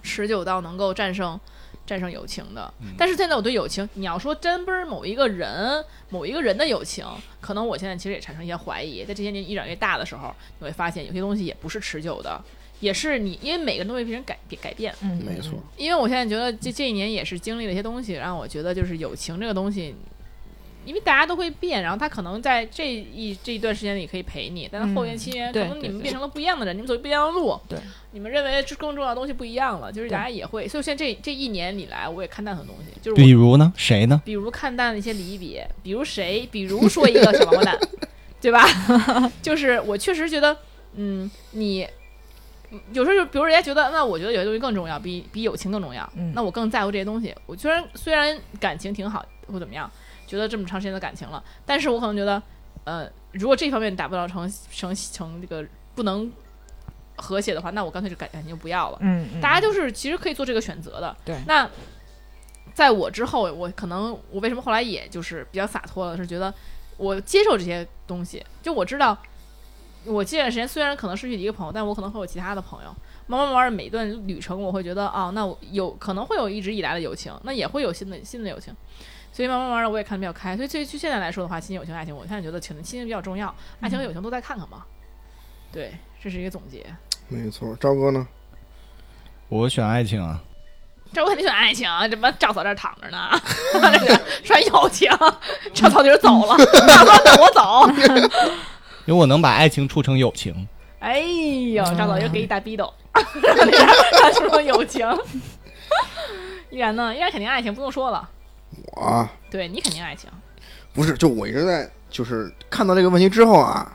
[SPEAKER 1] 持久到能够战胜战胜友情的。但是现在我对友情，你要说真不是某一个人某一个人的友情，可能我现在其实也产生一些怀疑。在这些年越长越大的时候，你会发现有些东西也不是持久的，也是你因为每个人都会被人改改变。
[SPEAKER 5] 嗯，
[SPEAKER 3] 没错，
[SPEAKER 1] 因为我现在觉得这这一年也是经历了一些东西，让我觉得就是友情这个东西，因为大家都会变，然后他可能在这一这一段时间里可以陪你，但是后面
[SPEAKER 5] 嗯
[SPEAKER 1] 期间、可
[SPEAKER 5] 对
[SPEAKER 1] 能你
[SPEAKER 5] 对
[SPEAKER 1] 们
[SPEAKER 5] 对
[SPEAKER 1] 变成了不一样的人，你们走不一样的路，
[SPEAKER 5] 对，
[SPEAKER 1] 你们认为这更重要的东西不一样了，就是
[SPEAKER 5] 对
[SPEAKER 1] 大家也会，所以现在这这一年里来，我也看淡很多东西，就是
[SPEAKER 2] 比
[SPEAKER 1] 我
[SPEAKER 2] 如呢？谁呢？
[SPEAKER 1] 比如看淡了一些离别，比如谁，比如说一个小王八蛋，对吧？ 就是我确实觉得，嗯，你嗯有时候就比如人家觉得，那我觉得有些东西更重要，比比友情更重要，
[SPEAKER 5] 嗯
[SPEAKER 1] 那我更在乎这些东西。我虽然虽然感情挺好或怎么样，觉得这么长时间的感情了，但是我可能觉得，呃，如果这方面达不到成成成这个不能和谐的话，那我干脆就感感情就不要了。
[SPEAKER 5] 嗯，嗯
[SPEAKER 1] 大家就是其实可以做这个选择的。
[SPEAKER 5] 对
[SPEAKER 1] 那在我之后，我可能我为什么后来也就是比较洒脱了，是觉得我接受这些东西，就我知道我这段时间虽然可能失去一个朋友，但我可能会有其他的朋友。慢慢慢慢，每段旅程我会觉得啊，那我有可能会有一直以来的友情，那也会有新的新的友情。所以慢慢慢慢，我也看得比较开。所以对于现在来说的话，亲情、友情、爱情，我现在觉得亲亲情比较重要，爱
[SPEAKER 5] 嗯
[SPEAKER 1] 情和友情都再看看吧。对，这是一个总结。
[SPEAKER 3] 没错，赵哥呢？
[SPEAKER 2] 我选爱情啊，
[SPEAKER 1] 这我肯定选爱情，怎么赵嫂这儿躺着呢？ 这个说友情，赵嫂就走了，赵嫂等我走。
[SPEAKER 2] 因为我能把爱情处成友情。
[SPEAKER 1] 哎呦，赵嫂又给一大逼斗， 然后他说友情。 依然呢，依然肯定爱情，不用说了。
[SPEAKER 3] 我啊
[SPEAKER 1] 对你肯定爱情，
[SPEAKER 3] 不是，就我一直在就是看到这个问题之后啊，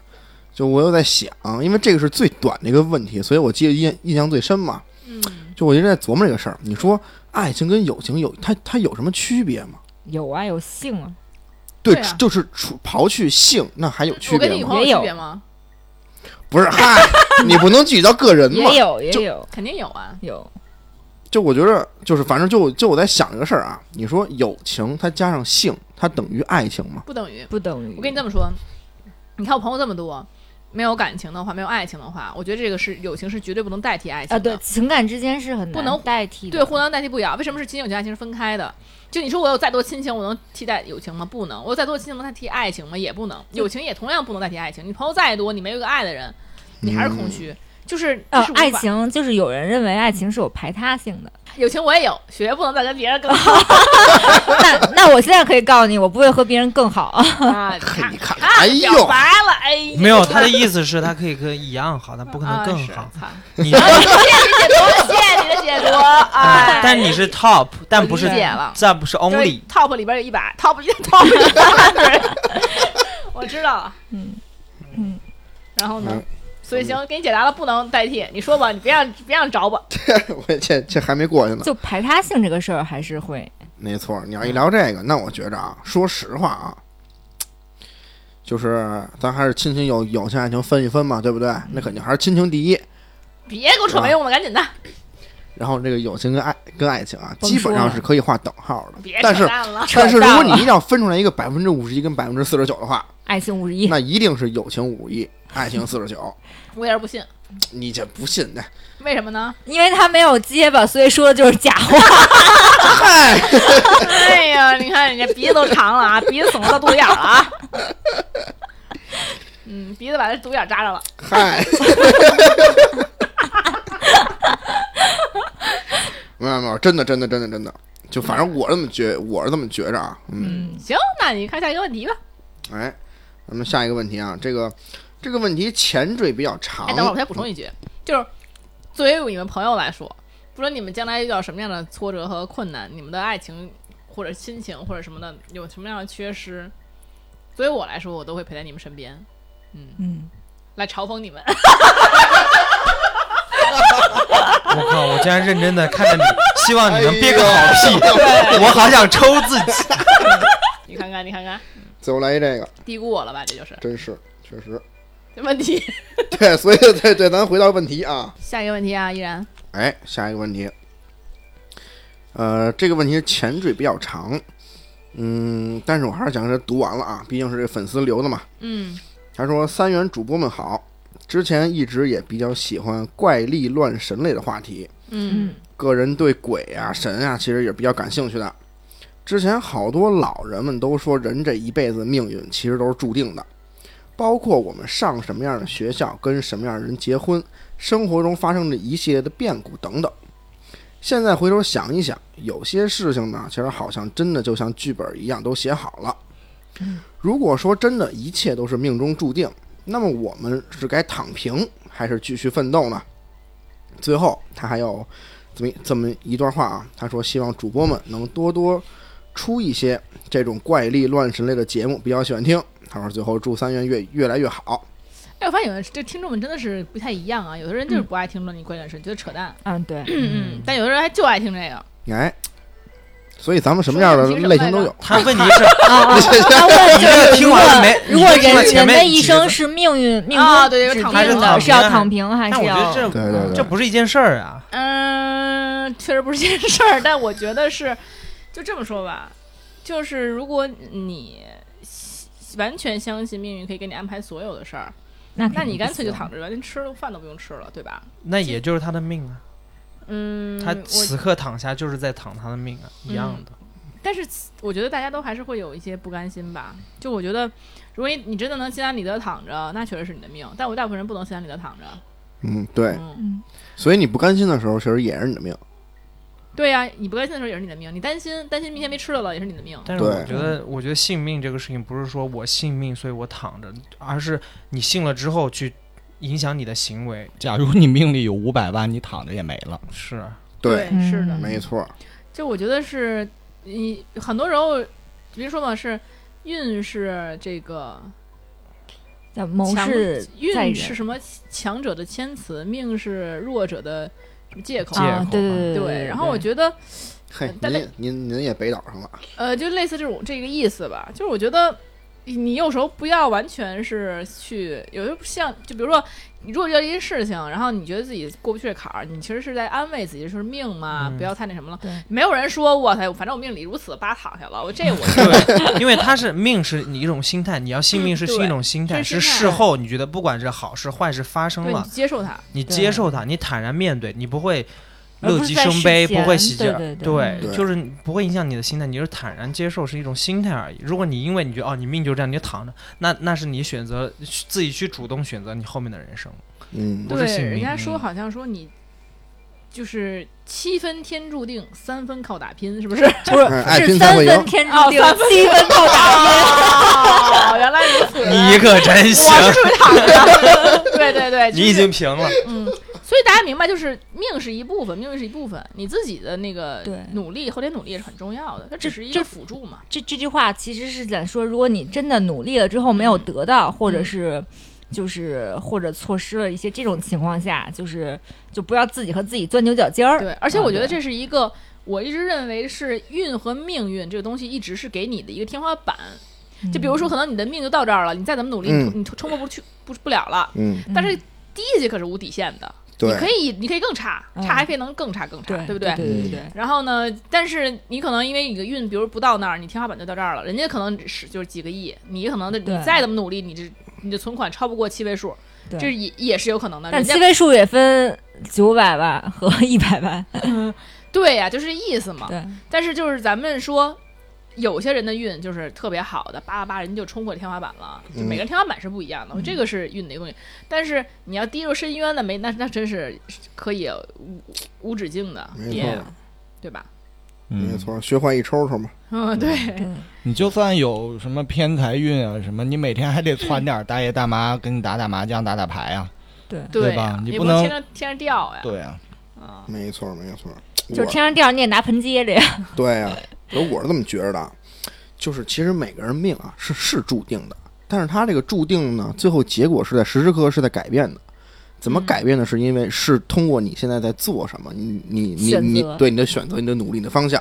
[SPEAKER 3] 就我又在想，因为这个是最短的一个问题，所以我记得印印象最深嘛。
[SPEAKER 1] 嗯，
[SPEAKER 3] 就我一直在琢磨这个事儿。你说爱情跟友情有它它有什么区别吗？
[SPEAKER 5] 有啊，有性啊，
[SPEAKER 3] 对，
[SPEAKER 1] 对啊
[SPEAKER 3] 就是除刨去性，那还有区
[SPEAKER 1] 我跟你女
[SPEAKER 3] 别吗？
[SPEAKER 1] 朋友
[SPEAKER 5] 也有
[SPEAKER 1] 区别吗？
[SPEAKER 3] 不 是，嗨，你不能聚焦个人嗯嘛
[SPEAKER 5] 也。有，也
[SPEAKER 3] 就
[SPEAKER 5] 有，
[SPEAKER 1] 肯定有啊，
[SPEAKER 5] 有，
[SPEAKER 3] 就我觉得，就是反正就就我在想这个事儿啊。你说友情它加上性，它等于爱情吗？
[SPEAKER 1] 不等于。
[SPEAKER 5] 不等于。
[SPEAKER 1] 我跟你这么说，你看我朋友这么多，没有感情的话，没有爱情的话，我觉得这个是友情是绝对不能代替爱情的。
[SPEAKER 5] 啊，对，情感之间是很
[SPEAKER 1] 不
[SPEAKER 5] 难
[SPEAKER 1] 能
[SPEAKER 5] 代替的，
[SPEAKER 1] 对，互相代替不了。为什么是亲情、友情、爱情是分开的？就你说我有再多亲情，我能替代友情吗？不能。我有再多亲情，能代替爱情吗？也不能。友情也同样不能代替爱情。你朋友再多，你没有一个爱的人，你还是空虚。就是
[SPEAKER 5] 呃
[SPEAKER 1] 这是，无
[SPEAKER 5] 爱
[SPEAKER 1] 法
[SPEAKER 5] 情就是有人认为爱情是有排他性的，
[SPEAKER 1] 友情我也有，雪月不能再跟别人更
[SPEAKER 5] 那那我现在可以告诉你，我不会和别人更好啊。
[SPEAKER 1] 啊，
[SPEAKER 3] 嘿，你看，
[SPEAKER 1] 他
[SPEAKER 3] 哎
[SPEAKER 1] 表
[SPEAKER 3] 呦
[SPEAKER 1] 白，了，哎呦，
[SPEAKER 4] 没有，他的意思是他可以跟一样好，但不可能
[SPEAKER 1] 啊
[SPEAKER 4] 更
[SPEAKER 1] 是
[SPEAKER 4] 好。
[SPEAKER 1] 惨谢
[SPEAKER 4] 你
[SPEAKER 1] 谢你解读，谢谢你的 解读，哎，
[SPEAKER 4] 但你是 top，但不是
[SPEAKER 1] 我理解了
[SPEAKER 4] 但不是
[SPEAKER 1] 就是
[SPEAKER 4] only。
[SPEAKER 1] top 里边有一百，top 一 top 一百，我知道了。
[SPEAKER 5] 嗯嗯，
[SPEAKER 1] 然后呢
[SPEAKER 3] 嗯？
[SPEAKER 1] 所以行，给你解答了，不能代替。你说吧，你别让别让找吧。
[SPEAKER 3] 我这这还没过去呢。
[SPEAKER 5] 就排他性这个事儿还是会，
[SPEAKER 3] 没错，你要一聊这个，那我觉着啊，说实话啊，就是咱还是亲情友友情爱情分一分嘛，对不对？那肯定还是亲情第一，
[SPEAKER 1] 别给我扯没
[SPEAKER 3] 嗯
[SPEAKER 1] 用的，赶紧的，
[SPEAKER 3] 然后这个友情跟爱跟爱情啊，
[SPEAKER 5] 甭
[SPEAKER 3] 基本上
[SPEAKER 5] 说了
[SPEAKER 3] 是可以划等号的。
[SPEAKER 1] 别
[SPEAKER 3] 但
[SPEAKER 1] 扯
[SPEAKER 3] 是
[SPEAKER 1] 淡了。
[SPEAKER 3] 但是
[SPEAKER 5] 扯
[SPEAKER 3] 如
[SPEAKER 5] 淡
[SPEAKER 3] 果
[SPEAKER 5] 了
[SPEAKER 3] 你一定要分出来一个百分之五十一跟百分之四十九的话，
[SPEAKER 5] 爱情无一，
[SPEAKER 3] 那一定是友情五一，爱情四十九。
[SPEAKER 1] 我有点不信，
[SPEAKER 3] 你这不信那
[SPEAKER 1] 为什么 呢？
[SPEAKER 5] 因为他没有结巴，所以说的就是假话。
[SPEAKER 1] 哎呀，你看人家鼻子都长了啊，鼻子耸到肚子眼儿了 啊。嗯，鼻子把这肚子眼儿扎着了。
[SPEAKER 3] 嗨，没有没有，真的真的真的真的，就反正我这么觉，我是这么觉着啊，嗯，
[SPEAKER 5] 嗯，
[SPEAKER 1] 行，那你看下一个问题吧。嗯
[SPEAKER 3] 哎，咱们下一个问题啊，这个这个问题前缀比较长，
[SPEAKER 1] 哎，等会儿我再补充一句，就是作为你们朋友来说，不论你们将来遇到什么样的挫折和困难，你们的爱情或者亲情或者什么的有什么样的缺失，作为我来说，我都会陪在你们身边，嗯，
[SPEAKER 5] 嗯，
[SPEAKER 1] 来嘲讽你们。
[SPEAKER 4] 我靠！我竟然认真的看着你，希望你能憋个
[SPEAKER 3] 哎
[SPEAKER 4] 好
[SPEAKER 3] 呦
[SPEAKER 4] 屁。我好想抽自己。
[SPEAKER 1] 你看看，你看看，
[SPEAKER 3] 最后来一这个，
[SPEAKER 1] 低估我了吧？这就是
[SPEAKER 3] 真是确实
[SPEAKER 1] 问题。
[SPEAKER 3] 对，所以对对，咱回到问题啊，
[SPEAKER 1] 下一个问题啊，依然，
[SPEAKER 3] 哎，下一个问题，呃，这个问题前缀比较长，嗯，但是我还是想给它读完了啊，毕竟是这粉丝留的嘛。
[SPEAKER 1] 嗯，
[SPEAKER 3] 他说：“三元主播们好，之前一直也比较喜欢怪力乱神类的话题，
[SPEAKER 1] 嗯
[SPEAKER 3] 个人对鬼啊、神啊，其实也比较感兴趣的。之前好多老人们都说，人这一辈子命运其实都是注定的，包括我们上什么样的学校、跟什么样的人结婚、生活中发生的一系列的变故等等。现在回头想一想，有些事情呢，其实好像真的就像剧本一样都写好了。如果说真的一切都是命中注定，那么我们是该躺平还是继续奋斗呢？最后，他还有这么这么一段话啊，他说希望主播们能多多出一些这种怪力乱神类的节目，比较喜欢听。他说最后祝三元越越来越好。
[SPEAKER 1] 哎，我发现有的这听众们真的是不太一样啊，有的人就是不爱听论你鬼脸神，觉得扯淡，
[SPEAKER 5] 嗯，对，
[SPEAKER 1] 嗯，但有的人还就爱听这个。
[SPEAKER 3] 哎，所以咱们什么样的类型都有。
[SPEAKER 4] 他问题是，
[SPEAKER 5] 啊啊，啊我觉
[SPEAKER 4] 一
[SPEAKER 5] 得
[SPEAKER 4] 个听完了没
[SPEAKER 5] 如果
[SPEAKER 4] 一个听
[SPEAKER 5] 人
[SPEAKER 4] 完前
[SPEAKER 5] 人
[SPEAKER 4] 面
[SPEAKER 5] 的
[SPEAKER 4] 几
[SPEAKER 5] 一
[SPEAKER 4] 个
[SPEAKER 5] 生
[SPEAKER 4] 字
[SPEAKER 5] 是命运命
[SPEAKER 1] 啊
[SPEAKER 5] 中
[SPEAKER 1] 对有
[SPEAKER 5] 指
[SPEAKER 1] 躺
[SPEAKER 4] 平
[SPEAKER 5] 定
[SPEAKER 4] 还
[SPEAKER 5] 的，
[SPEAKER 4] 是
[SPEAKER 5] 是要
[SPEAKER 4] 躺
[SPEAKER 5] 躺
[SPEAKER 4] 平
[SPEAKER 5] 平还
[SPEAKER 4] 但
[SPEAKER 5] 是
[SPEAKER 4] 我觉得
[SPEAKER 5] 要
[SPEAKER 4] 这
[SPEAKER 3] 对对对
[SPEAKER 4] 这不嗯是一件事儿啊。
[SPEAKER 1] 嗯，确实不是件事儿，但我觉得是，就这么说吧，就是如果你完全相信命运可以给你安排所有的事儿，
[SPEAKER 5] 那
[SPEAKER 1] 那
[SPEAKER 5] 肯定
[SPEAKER 1] 你
[SPEAKER 5] 不
[SPEAKER 1] 干脆就
[SPEAKER 5] 行
[SPEAKER 1] 躺着吧，连吃饭都不用吃了，对吧？
[SPEAKER 4] 那也就是他的命啊，
[SPEAKER 1] 嗯，
[SPEAKER 4] 他
[SPEAKER 1] 我
[SPEAKER 4] 此刻躺下就是在躺他的命啊，一样的。
[SPEAKER 1] 但是我觉得大家都还是会有一些不甘心吧。就我觉得，如果你你真的能心安理得躺着，那确实是你的命。但我大部分人不能心安理得躺着。
[SPEAKER 3] 嗯，对，
[SPEAKER 1] 嗯，
[SPEAKER 5] 嗯，
[SPEAKER 3] 所以你不甘心的时候，其实也是你的命。
[SPEAKER 1] 对呀、你不甘心的时候也是你的命，你担心担心明天没吃的了也是你的命。
[SPEAKER 4] 但是我
[SPEAKER 3] 对
[SPEAKER 4] 觉得，我觉得性命这个事情不是说我信命，所以我躺着，而是你信了之后去影响你的行为。
[SPEAKER 2] 假如你命里有五百万，你躺着也没了。
[SPEAKER 4] 是啊，
[SPEAKER 3] 对，
[SPEAKER 5] 嗯
[SPEAKER 1] 是的，
[SPEAKER 3] 没错，
[SPEAKER 1] 就我觉得是你很多时候，别说嘛，是运是这个
[SPEAKER 5] 叫谋
[SPEAKER 1] 强
[SPEAKER 5] 事在
[SPEAKER 1] 运
[SPEAKER 5] 人
[SPEAKER 1] 是什么强者的谦词，命是弱者的什么借口。
[SPEAKER 4] 借
[SPEAKER 5] 啊
[SPEAKER 4] 口，
[SPEAKER 5] 对
[SPEAKER 4] 嘛
[SPEAKER 5] 对对
[SPEAKER 1] 对，然后我觉得，
[SPEAKER 3] 嘿，
[SPEAKER 1] 但
[SPEAKER 3] 您您您也北岛上了，
[SPEAKER 1] 呃，就类似这种这个意思吧。就是我觉得你有时候不要完全是去，有时候像就比如说，你如果遇到一件事情，然后你觉得自己过不去这坎儿，你其实是在安慰自己，说命嘛，
[SPEAKER 4] 嗯
[SPEAKER 1] 不要太那什么了
[SPEAKER 5] 对。
[SPEAKER 1] 没有人说哇塞，反正我命里如此，八躺下了，我这我
[SPEAKER 4] 对，因 为他是命是你一种心态，你要信命是
[SPEAKER 1] 对
[SPEAKER 4] 是一种心态，
[SPEAKER 1] 是
[SPEAKER 4] 是
[SPEAKER 1] 心态
[SPEAKER 4] 事后你觉得不管是好事坏事发生
[SPEAKER 1] 对你
[SPEAKER 4] 了，
[SPEAKER 1] 接受它。
[SPEAKER 4] 你
[SPEAKER 5] 对
[SPEAKER 4] 接受它，你坦然面对，你不会
[SPEAKER 5] 而不
[SPEAKER 4] 乐
[SPEAKER 5] 是
[SPEAKER 4] 极
[SPEAKER 5] 在
[SPEAKER 4] 生
[SPEAKER 5] 事
[SPEAKER 4] 悲，不
[SPEAKER 5] 前
[SPEAKER 4] 会喜极
[SPEAKER 5] 对
[SPEAKER 4] 而
[SPEAKER 5] 对对
[SPEAKER 4] 对
[SPEAKER 3] 对
[SPEAKER 4] 就是你不会影响你的心态，你就是坦然接受是一种心态而已。如果你因为你觉得哦你命就这样，你就躺着，那那是你选择自己去主动选择你后面的人生。
[SPEAKER 3] 嗯
[SPEAKER 4] 不
[SPEAKER 1] 对
[SPEAKER 4] 是，性
[SPEAKER 1] 人
[SPEAKER 4] 命
[SPEAKER 1] 家
[SPEAKER 4] 嗯
[SPEAKER 1] 说好像说你就是七分天注定，三分靠打拼，是不是？
[SPEAKER 5] 不是
[SPEAKER 3] 嗯爱
[SPEAKER 5] 是
[SPEAKER 3] 拼才
[SPEAKER 5] 三
[SPEAKER 3] 会
[SPEAKER 5] 分
[SPEAKER 3] 赢
[SPEAKER 5] 天
[SPEAKER 1] 哦
[SPEAKER 5] 注定
[SPEAKER 1] 三分，
[SPEAKER 5] 七分靠打拼。
[SPEAKER 1] 哦，原来如此。
[SPEAKER 4] 你可真行，
[SPEAKER 1] 我是属于躺 着。对对对，
[SPEAKER 4] 你
[SPEAKER 1] 就
[SPEAKER 4] 已
[SPEAKER 1] 是
[SPEAKER 4] 经平了。
[SPEAKER 1] 嗯，所以大家明白，就是命是一部分，命运是一部分，你自己的那个
[SPEAKER 5] 对
[SPEAKER 1] 努力，后天努力也是很重要的，它只
[SPEAKER 5] 这
[SPEAKER 1] 是一
[SPEAKER 5] 这
[SPEAKER 1] 个辅助嘛。
[SPEAKER 5] 这这句话其实是在说，如果你真的努力了之后没
[SPEAKER 1] 嗯
[SPEAKER 5] 有得到，或者是就是或者错失了一些这种情况下，就是就不要自己和自己钻牛角尖儿。
[SPEAKER 1] 对，而且我觉
[SPEAKER 4] 啊
[SPEAKER 1] 得
[SPEAKER 5] 对
[SPEAKER 1] 这是一个，我一直认为是运和命运这个东西，一直是给你的一个天花板。就比
[SPEAKER 5] 嗯
[SPEAKER 1] 如说，可能你的命就到这儿了，你再怎么努力，
[SPEAKER 3] 嗯
[SPEAKER 1] 你你冲破不去不不了了。
[SPEAKER 3] 嗯，
[SPEAKER 5] 嗯，
[SPEAKER 1] 但是第一级可是无底线的，你
[SPEAKER 3] 对，
[SPEAKER 1] 可以你可以更差，
[SPEAKER 5] 嗯
[SPEAKER 1] 差还可以能更差更差，
[SPEAKER 5] 对
[SPEAKER 1] 对不
[SPEAKER 5] 对？对对
[SPEAKER 3] 嗯
[SPEAKER 5] 对，
[SPEAKER 1] 然后呢，但是你可能因为你的运，比如不到那儿，你天花板就到这儿了，人家可能只是就是几个亿，你可能的
[SPEAKER 5] 对
[SPEAKER 1] 你再怎么努力，你这你的存款超不过七位数，
[SPEAKER 5] 对
[SPEAKER 1] 这也也是有可能的。
[SPEAKER 5] 但
[SPEAKER 1] 啊人家
[SPEAKER 5] 七位数也分九百万和一百万。
[SPEAKER 1] 对呀、就是这意思嘛。
[SPEAKER 5] 对，
[SPEAKER 1] 但是就是咱们说。有些人的运就是特别好的，叭叭叭，人就冲过天花板了。就
[SPEAKER 3] 嗯
[SPEAKER 1] 每个人天花板是不一样的，这个是运的一个东西。但是你要跌入深渊的，没那那真是可以无无止境的
[SPEAKER 3] 没
[SPEAKER 1] 跌
[SPEAKER 3] 错，，
[SPEAKER 1] 对吧？
[SPEAKER 2] 嗯
[SPEAKER 3] 没，错，学坏一抽抽嘛，
[SPEAKER 1] 嗯，对，
[SPEAKER 2] 你就算有什么偏财运啊什么，你每天还得攒点儿大爷大妈跟你打打麻将、打打牌啊。
[SPEAKER 5] 对，
[SPEAKER 2] 对
[SPEAKER 1] 呀
[SPEAKER 2] 吧你
[SPEAKER 1] 也
[SPEAKER 2] 不
[SPEAKER 1] 不能
[SPEAKER 2] 能
[SPEAKER 1] 天上天上掉呀。
[SPEAKER 2] 对啊，
[SPEAKER 1] 啊，
[SPEAKER 3] 没错没错，
[SPEAKER 5] 就是
[SPEAKER 3] 我
[SPEAKER 5] 天上掉你也拿盆接着呀。
[SPEAKER 3] 对呀、可我是这么觉着的啊，就是其实每个人命啊是是注定的，但是他这个注定呢，最后结果是在时时刻刻是在改变的。怎么
[SPEAKER 1] 嗯
[SPEAKER 3] 改变呢？是因为是通过你现在在做什么，你你你
[SPEAKER 5] 选
[SPEAKER 3] 你
[SPEAKER 5] 择
[SPEAKER 3] 对你的选择、你的努力、你的方向，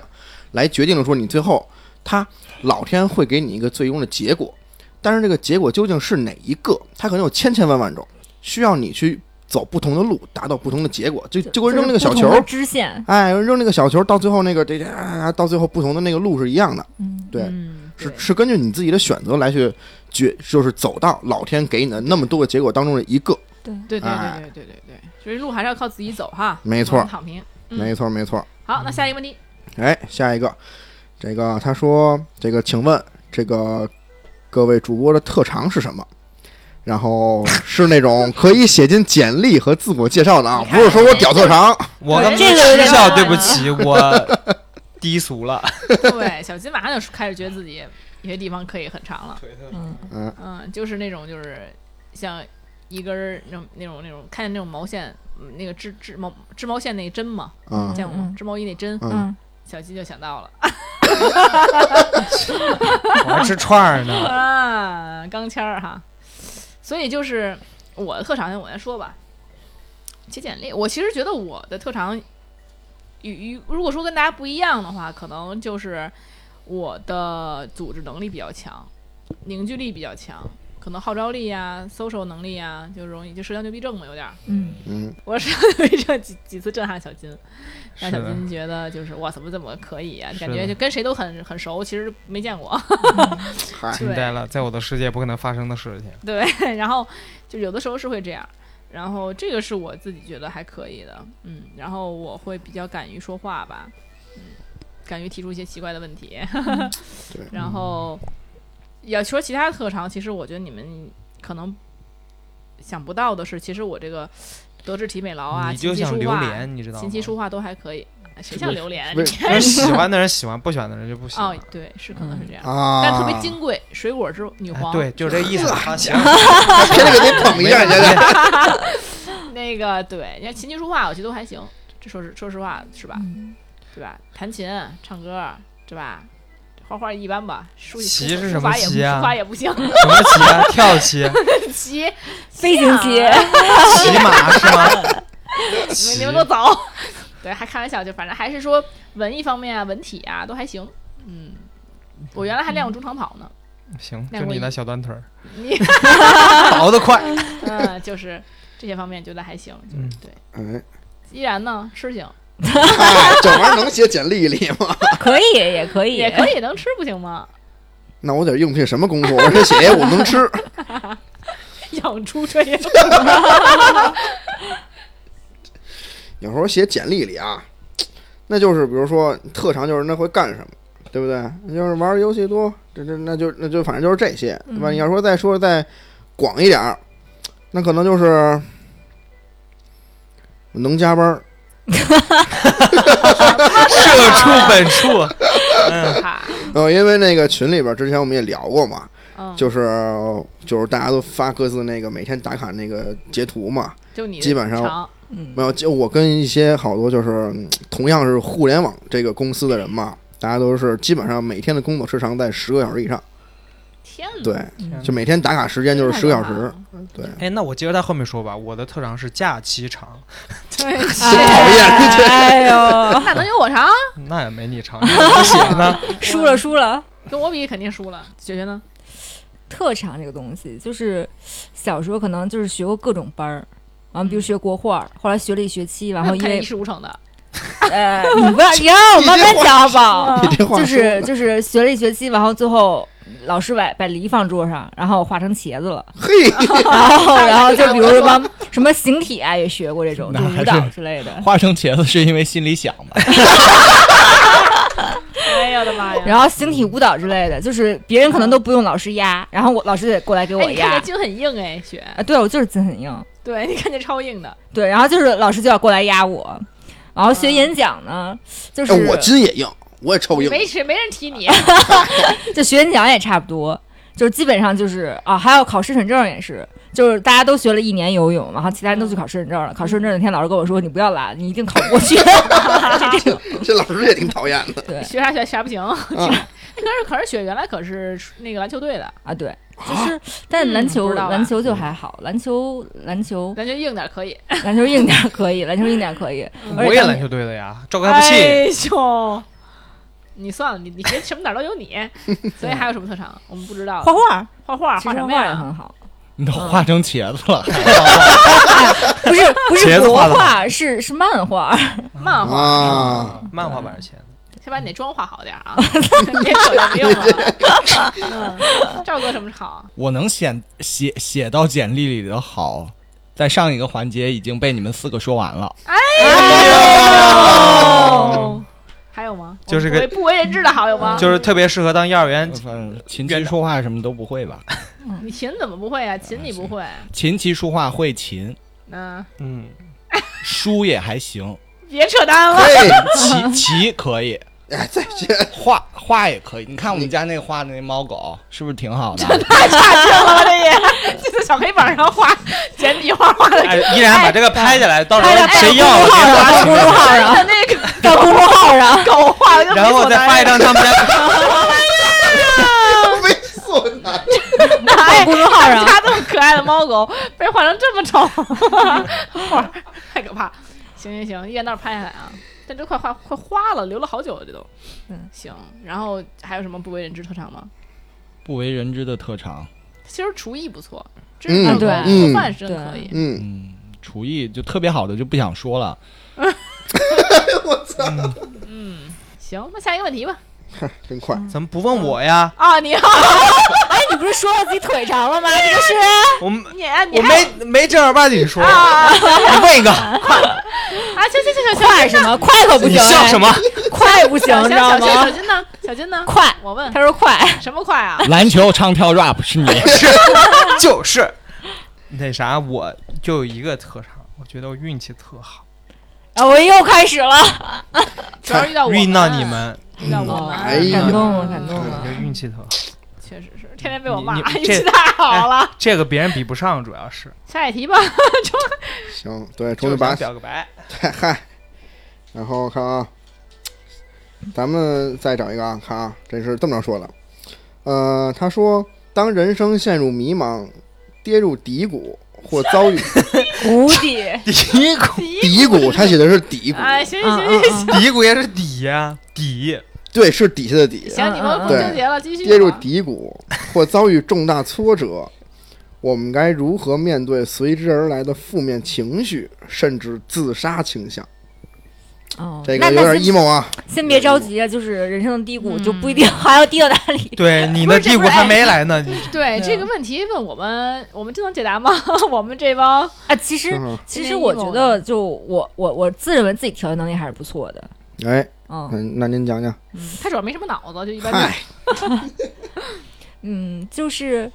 [SPEAKER 3] 来决定了说你最后他老天会给你一个最终的结果，但是这个结果究竟是哪一个，它可能有千千万万种，需要你去走不同的路，达到不同的结果。就就跟扔那个小
[SPEAKER 5] 就是不
[SPEAKER 3] 球
[SPEAKER 5] 同，的支线，
[SPEAKER 3] 哎，扔那个小球，到最后那个这这啊，到最后不同的那个路是一样的，
[SPEAKER 5] 嗯，
[SPEAKER 3] 对，
[SPEAKER 1] 嗯，
[SPEAKER 3] 是
[SPEAKER 1] 对
[SPEAKER 3] 是根据你自己的选择来去决，就是走到老天给你的那么多个结果当中的一个，
[SPEAKER 1] 对对
[SPEAKER 3] 哎
[SPEAKER 1] 对对对对对，所以路还是要靠自己走哈，
[SPEAKER 3] 没
[SPEAKER 1] 不
[SPEAKER 3] 错
[SPEAKER 1] 能，躺平。嗯
[SPEAKER 3] 没错，没错。
[SPEAKER 1] 好，那下一个问 题，
[SPEAKER 3] 哎，下一个，这个他说，这个请问这个各位主播的特长是什么？然后是那种可以写进简历和自我介绍的啊，不是说我屌特长，
[SPEAKER 4] 我刚才
[SPEAKER 5] 这个有点
[SPEAKER 4] 失效，
[SPEAKER 5] 过
[SPEAKER 4] 对
[SPEAKER 5] 分
[SPEAKER 4] 不
[SPEAKER 5] 了
[SPEAKER 4] 起，我低俗了。
[SPEAKER 1] 对，小金马上就开始觉得自己有些地方可以很长了，
[SPEAKER 5] 嗯，
[SPEAKER 3] 嗯，
[SPEAKER 1] 嗯，就是那种就是像一根儿那种那种那种看见那种毛线，嗯那个织织毛织毛线那针嘛，
[SPEAKER 3] 啊
[SPEAKER 1] 见过吗
[SPEAKER 5] 嗯？
[SPEAKER 1] 织毛衣那针，
[SPEAKER 3] 嗯
[SPEAKER 5] 嗯，
[SPEAKER 1] 小金就想到了
[SPEAKER 4] 我还吃串儿呢。
[SPEAKER 1] 啊，钢签儿哈。所以就是我的特长，我先说吧。写简历，我其实觉得我的特长与与如果说跟大家不一样的话，可能就是我的组织能力比较强，凝聚力比较强，可能号召力呀、social 能力呀，就容易就社交牛逼症嘛，有点儿。
[SPEAKER 5] 嗯，
[SPEAKER 3] 嗯，
[SPEAKER 1] 我社交牛逼症几几次震撼小金，让
[SPEAKER 4] 是
[SPEAKER 1] 小
[SPEAKER 4] 的，
[SPEAKER 1] 金觉得就是哇，怎么怎么可以啊？感
[SPEAKER 4] 是
[SPEAKER 1] 觉
[SPEAKER 4] 的
[SPEAKER 1] 就跟谁都很很熟，其实没见过。
[SPEAKER 3] 嗯 嗨，
[SPEAKER 1] 对
[SPEAKER 4] 惊呆了，在我的世界不可能发生的 事情。
[SPEAKER 1] 对，然后就有的时候是会这样，然后这个是我自己觉得还可以的，嗯，然后我会比较敢于说话吧，嗯，敢于提出一些奇怪的问题，
[SPEAKER 3] 嗯 对
[SPEAKER 1] 然后要说其他特长，其实我觉得你们可能想不到的是，其实我这个德智体美劳啊，
[SPEAKER 4] 你
[SPEAKER 1] 琴
[SPEAKER 4] 就
[SPEAKER 1] 棋
[SPEAKER 4] 想
[SPEAKER 1] 书
[SPEAKER 4] 榴
[SPEAKER 1] 画，
[SPEAKER 4] 莲，你知道吗？
[SPEAKER 1] 琴棋书画都还可以，
[SPEAKER 5] 嗯
[SPEAKER 1] 谁像榴莲？
[SPEAKER 3] 为
[SPEAKER 4] 就是喜欢的人喜欢，不喜欢的人就不喜欢。
[SPEAKER 1] 哦，对，是可能是这样，
[SPEAKER 3] 啊，
[SPEAKER 1] 但特别金贵，水果之女
[SPEAKER 4] 嗯哎
[SPEAKER 1] 皇，
[SPEAKER 4] 对，就是这意思。啊行，
[SPEAKER 3] 天天给你捧一下，人家
[SPEAKER 1] 那个对，你看琴棋书画，我觉得都还行。这说是说实话是吧？
[SPEAKER 5] 嗯
[SPEAKER 1] 对吧？弹琴、唱歌是吧？画画一般吧，书
[SPEAKER 4] 棋
[SPEAKER 1] 书
[SPEAKER 4] 是
[SPEAKER 1] 书
[SPEAKER 4] 什么
[SPEAKER 1] 法也不
[SPEAKER 4] 棋啊
[SPEAKER 1] 书法也不行。
[SPEAKER 4] 什么棋啊？跳棋、
[SPEAKER 1] 棋
[SPEAKER 5] 飞
[SPEAKER 1] 啊
[SPEAKER 5] 行 棋，
[SPEAKER 4] 骑马是吗？
[SPEAKER 1] 你
[SPEAKER 4] 棋
[SPEAKER 1] 们都走。对，还开玩笑，就反正还是说文艺方面啊、文体啊都还行。嗯，我原来还练
[SPEAKER 5] 嗯
[SPEAKER 1] 过中长跑 呢。
[SPEAKER 4] 行，
[SPEAKER 1] 那
[SPEAKER 4] 就
[SPEAKER 1] 我
[SPEAKER 4] 你
[SPEAKER 1] 一
[SPEAKER 4] 那小短腿儿，
[SPEAKER 1] 你
[SPEAKER 4] 倒得快。
[SPEAKER 1] 嗯，就是这些方面觉得还行。
[SPEAKER 4] 嗯，
[SPEAKER 3] 哎，
[SPEAKER 1] 依然呢，吃行
[SPEAKER 3] 嗨，这玩意儿能写简历里吗？
[SPEAKER 5] 可以，也可以，
[SPEAKER 1] 也可以，能吃不行吗？
[SPEAKER 3] 那我得应聘什么工作？我得写我能吃，
[SPEAKER 1] 养猪这 也
[SPEAKER 3] 有时候写简历里啊，那就是比如说特长就是那会干什么，对不对？那就是玩儿游戏多，这这那就那就反正就是这些，对吧？
[SPEAKER 5] 嗯
[SPEAKER 3] 你要说再说再广一点儿，那可能就是我能加班儿，
[SPEAKER 4] 社畜本畜，嗯，
[SPEAKER 1] 怕。
[SPEAKER 3] 呃，因为那个群里边儿之前我们也聊过嘛，
[SPEAKER 1] 嗯，
[SPEAKER 3] 就是就是大家都发各自那个每天打卡那个截图嘛，
[SPEAKER 1] 就你
[SPEAKER 3] 基本上
[SPEAKER 1] 长
[SPEAKER 5] 嗯
[SPEAKER 3] 没有，就我跟一些好多就是嗯同样是互联网这个公司的人嘛，大家都是基本上每天的工作时长在十个小时以上，
[SPEAKER 1] 天哪，
[SPEAKER 3] 对，
[SPEAKER 5] 嗯
[SPEAKER 3] 就每天打卡时间就是
[SPEAKER 1] 太
[SPEAKER 3] 十个
[SPEAKER 1] 可
[SPEAKER 3] 小
[SPEAKER 1] 怕
[SPEAKER 3] 时
[SPEAKER 1] 了，。
[SPEAKER 3] 对，
[SPEAKER 4] 哎，那我接着他后面说吧。我的特长是假期长，
[SPEAKER 3] 讨厌这
[SPEAKER 5] 哎 呦，
[SPEAKER 1] 那能有我长？
[SPEAKER 4] 那也没你长，你怎么写呢？
[SPEAKER 5] 输了输了。
[SPEAKER 1] 跟我比肯定输了。雪雪呢？
[SPEAKER 5] 特长这个东西，就是小时候可能就是学过各种班儿，然后比如学国画儿，后来学了一学期， 然后
[SPEAKER 1] 那
[SPEAKER 5] 因
[SPEAKER 1] 肯嗯定一
[SPEAKER 5] 为
[SPEAKER 1] 事无成的。
[SPEAKER 5] 呃，你不要你让我慢慢讲好 不好？
[SPEAKER 3] 你这话
[SPEAKER 5] 就是
[SPEAKER 3] 说的
[SPEAKER 5] 就是学了一学期，然后最后老师把把梨放桌上，然后画成茄 子了，
[SPEAKER 3] 嘿，
[SPEAKER 5] 然后然后就比如什么什么形体啊也学过这种，就
[SPEAKER 2] 那还
[SPEAKER 5] 舞
[SPEAKER 2] 是
[SPEAKER 5] 蹈之类的。
[SPEAKER 2] 画成茄子是因为心里想吧？
[SPEAKER 1] 哎呀我的妈呀！
[SPEAKER 5] 然后形体舞蹈之类的，就是别人可能都不用老师压，然后我老师得过来给
[SPEAKER 1] 哎，
[SPEAKER 5] 我
[SPEAKER 1] 你看
[SPEAKER 5] 压
[SPEAKER 1] 这。筋很硬哎，雪。
[SPEAKER 5] 啊，对，我就是筋很硬。
[SPEAKER 1] 对，你看这超硬的。
[SPEAKER 5] 对，然后就是老师就要过来压我，然后
[SPEAKER 1] 嗯
[SPEAKER 5] 学演讲呢，就是、
[SPEAKER 3] 哎我筋也硬，我哎也抽硬，
[SPEAKER 1] 没谁没人提你。
[SPEAKER 5] 就学演讲也差不多，就是基本上就是啊，还有考申请证也是，就是大家都学了一年游泳，然后其他人都去考申请证了。考申请证那天，老师跟我说：“你不要来，你一定考不过去。
[SPEAKER 3] 这老师也挺讨厌的。”
[SPEAKER 5] 对
[SPEAKER 1] 学啥学啥不行。
[SPEAKER 3] 嗯
[SPEAKER 1] 可是可是雪原来可是那个篮球队的，
[SPEAKER 5] 啊，对，就是，但篮
[SPEAKER 1] 不
[SPEAKER 5] 球、
[SPEAKER 1] 知道啊
[SPEAKER 5] 篮球就还好，篮球篮球
[SPEAKER 1] 咱就硬点可以。
[SPEAKER 5] 篮球硬点儿可以，篮球硬点儿可以。而且
[SPEAKER 4] 嗯我也
[SPEAKER 5] 当
[SPEAKER 4] 篮
[SPEAKER 5] 年
[SPEAKER 4] 球队的呀，照看不气。
[SPEAKER 1] 哎呦，你算了，你你别什么哪儿都有你。所以还有什么特长我们不知道？
[SPEAKER 5] 画画儿，
[SPEAKER 1] 画画
[SPEAKER 5] 其
[SPEAKER 1] 画
[SPEAKER 5] 实
[SPEAKER 1] 什
[SPEAKER 5] 画
[SPEAKER 1] 么
[SPEAKER 5] 画也
[SPEAKER 1] 呀？
[SPEAKER 5] 很好。
[SPEAKER 2] 你都画成茄子了，
[SPEAKER 4] 嗯
[SPEAKER 5] 不是不
[SPEAKER 4] 茄
[SPEAKER 5] 是
[SPEAKER 4] 子
[SPEAKER 5] 国
[SPEAKER 4] 画的
[SPEAKER 5] 画，是是漫画。
[SPEAKER 1] 漫画，
[SPEAKER 3] 啊，
[SPEAKER 4] 嗯漫画版的钱，
[SPEAKER 1] 先把你那妆化好点儿啊，别扯淡不用了。嗯，赵哥什么好？
[SPEAKER 2] 我能写写写到简历里的好，在上一个环节已经被你们四个说完了。
[SPEAKER 1] 哦，还有吗？
[SPEAKER 4] 就是个
[SPEAKER 1] 我们不为不为人知的好友吗？
[SPEAKER 4] 就是特别适合当幼儿园
[SPEAKER 2] 反正琴棋书画什么都不会 吧？
[SPEAKER 1] 你琴怎么不会啊？琴你不会，
[SPEAKER 2] 琴棋书画会琴，
[SPEAKER 1] 嗯，
[SPEAKER 4] 嗯，
[SPEAKER 2] 书也还行，
[SPEAKER 1] 别扯淡了。
[SPEAKER 3] 嘿，
[SPEAKER 2] 棋棋可以，
[SPEAKER 3] 哎，再见，
[SPEAKER 2] 画画也可以。你看我们家那画的那猫狗是不是挺好的？
[SPEAKER 1] 我的也就在小黑板上画简笔画画的，
[SPEAKER 4] 哎，依然把这个拍下来，到时候
[SPEAKER 5] 拍到
[SPEAKER 4] 谁要了
[SPEAKER 5] 公众号
[SPEAKER 4] 给
[SPEAKER 5] 上，
[SPEAKER 4] 他
[SPEAKER 5] 公众
[SPEAKER 1] 的
[SPEAKER 5] 号上，
[SPEAKER 1] 那个
[SPEAKER 5] 到公众号上。
[SPEAKER 1] 狗画的就
[SPEAKER 4] 然后我再发一张他们家，
[SPEAKER 5] 嗯
[SPEAKER 3] 猥琐男，
[SPEAKER 1] 到
[SPEAKER 5] 公众号
[SPEAKER 1] 哎
[SPEAKER 5] 上
[SPEAKER 1] 他这么可爱的猫狗被画成这么丑，画太可怕。行行行，一眼那儿拍下来啊！但这快画快花了，留了好久了，这都。
[SPEAKER 5] 嗯，
[SPEAKER 1] 行。然后还有什么不为人知特长吗？
[SPEAKER 2] 不为人知的特长，
[SPEAKER 1] 其实厨艺不错，真
[SPEAKER 3] 嗯
[SPEAKER 1] 是
[SPEAKER 5] 对
[SPEAKER 1] 做饭是真
[SPEAKER 5] 嗯
[SPEAKER 1] 可以。
[SPEAKER 3] 嗯，
[SPEAKER 2] 嗯，厨艺就特别好的就不想说了。
[SPEAKER 1] 嗯，行，那下一个问题吧。
[SPEAKER 3] 真快。
[SPEAKER 4] 怎么不问我呀？
[SPEAKER 1] 啊，你要
[SPEAKER 5] 哎，你不是说了自己腿长了吗？这个是
[SPEAKER 4] 我们
[SPEAKER 1] 你啊你
[SPEAKER 4] 我
[SPEAKER 1] 还
[SPEAKER 4] 没没正儿八经说，
[SPEAKER 1] 啊
[SPEAKER 4] 你问 一个，
[SPEAKER 1] 啊！行行行行行，
[SPEAKER 5] 快什么？快可不
[SPEAKER 4] 你
[SPEAKER 5] 行，哎
[SPEAKER 4] 笑什么？
[SPEAKER 5] 快不行，
[SPEAKER 1] 小
[SPEAKER 5] 知
[SPEAKER 1] 小小
[SPEAKER 5] 道
[SPEAKER 1] 小
[SPEAKER 5] 吗
[SPEAKER 1] 小？金呢？小金呢？
[SPEAKER 5] 快，
[SPEAKER 1] 我问
[SPEAKER 5] 他说快，
[SPEAKER 1] 什么快啊？
[SPEAKER 2] 篮球、唱跳、rap 是你，
[SPEAKER 4] 是就是那啥，我就有一个特长，我觉得我运气特好，
[SPEAKER 5] 然啊后我又开始了，
[SPEAKER 1] 主要是遇啊到我
[SPEAKER 4] 遇到你，们，
[SPEAKER 1] 遇到我
[SPEAKER 5] 哦
[SPEAKER 1] 们，
[SPEAKER 3] 哎呀
[SPEAKER 5] 感动了，感动
[SPEAKER 4] 我
[SPEAKER 5] 了
[SPEAKER 4] 就。运气特好，
[SPEAKER 1] 啊确实是天天被我骂
[SPEAKER 4] 你，你
[SPEAKER 1] 运气太好了。
[SPEAKER 4] 这个别人比不上，主要是
[SPEAKER 1] 下一题吧。
[SPEAKER 3] 行，对，终于
[SPEAKER 4] 就
[SPEAKER 3] 把
[SPEAKER 4] 想表个白，
[SPEAKER 3] 嗨，然后我看啊，咱们再找一个啊，看啊，这是这么着说的，呃，他说，当人生陷入迷茫，跌入低谷或遭 遇嗯
[SPEAKER 5] 谷底，
[SPEAKER 3] 低谷，低谷，他写的是低谷，
[SPEAKER 1] 哎，行行
[SPEAKER 5] 嗯
[SPEAKER 1] 行
[SPEAKER 5] 嗯
[SPEAKER 1] 行
[SPEAKER 5] 嗯，
[SPEAKER 4] 底谷也是底呀，底
[SPEAKER 3] 对，是底下的底，
[SPEAKER 1] 行，你们
[SPEAKER 5] 嗯嗯
[SPEAKER 1] 不
[SPEAKER 3] 嗯
[SPEAKER 1] 纠结了，继续吧。
[SPEAKER 3] 跌入低谷或遭遇重大挫折，我们该如何面对随之而来的负面情绪，甚至自杀倾向？
[SPEAKER 5] 哦，
[SPEAKER 3] 这
[SPEAKER 5] 那
[SPEAKER 3] 个有
[SPEAKER 5] 那
[SPEAKER 3] 点
[SPEAKER 5] 先
[SPEAKER 3] emo 啊，
[SPEAKER 5] 先别着急啊，就是人生的低谷
[SPEAKER 1] 嗯
[SPEAKER 5] 就不一定还要低到哪里。
[SPEAKER 4] 对你的
[SPEAKER 1] 不是
[SPEAKER 4] 地
[SPEAKER 1] 这
[SPEAKER 4] 谷
[SPEAKER 1] 不是哎
[SPEAKER 4] 还没来呢，
[SPEAKER 1] 对
[SPEAKER 5] 对啊
[SPEAKER 1] 这个问题问我们，我们真能解答吗？ 我们这帮
[SPEAKER 5] 啊，其实
[SPEAKER 3] 正好，
[SPEAKER 5] 其实我觉得，就我我我自认为自己调节能力还是不错的。
[SPEAKER 3] 哎，
[SPEAKER 5] 嗯
[SPEAKER 3] 嗯，那您讲讲，
[SPEAKER 1] 他主要没什么脑子，就一般就
[SPEAKER 3] 嗨，
[SPEAKER 5] 嗯，就是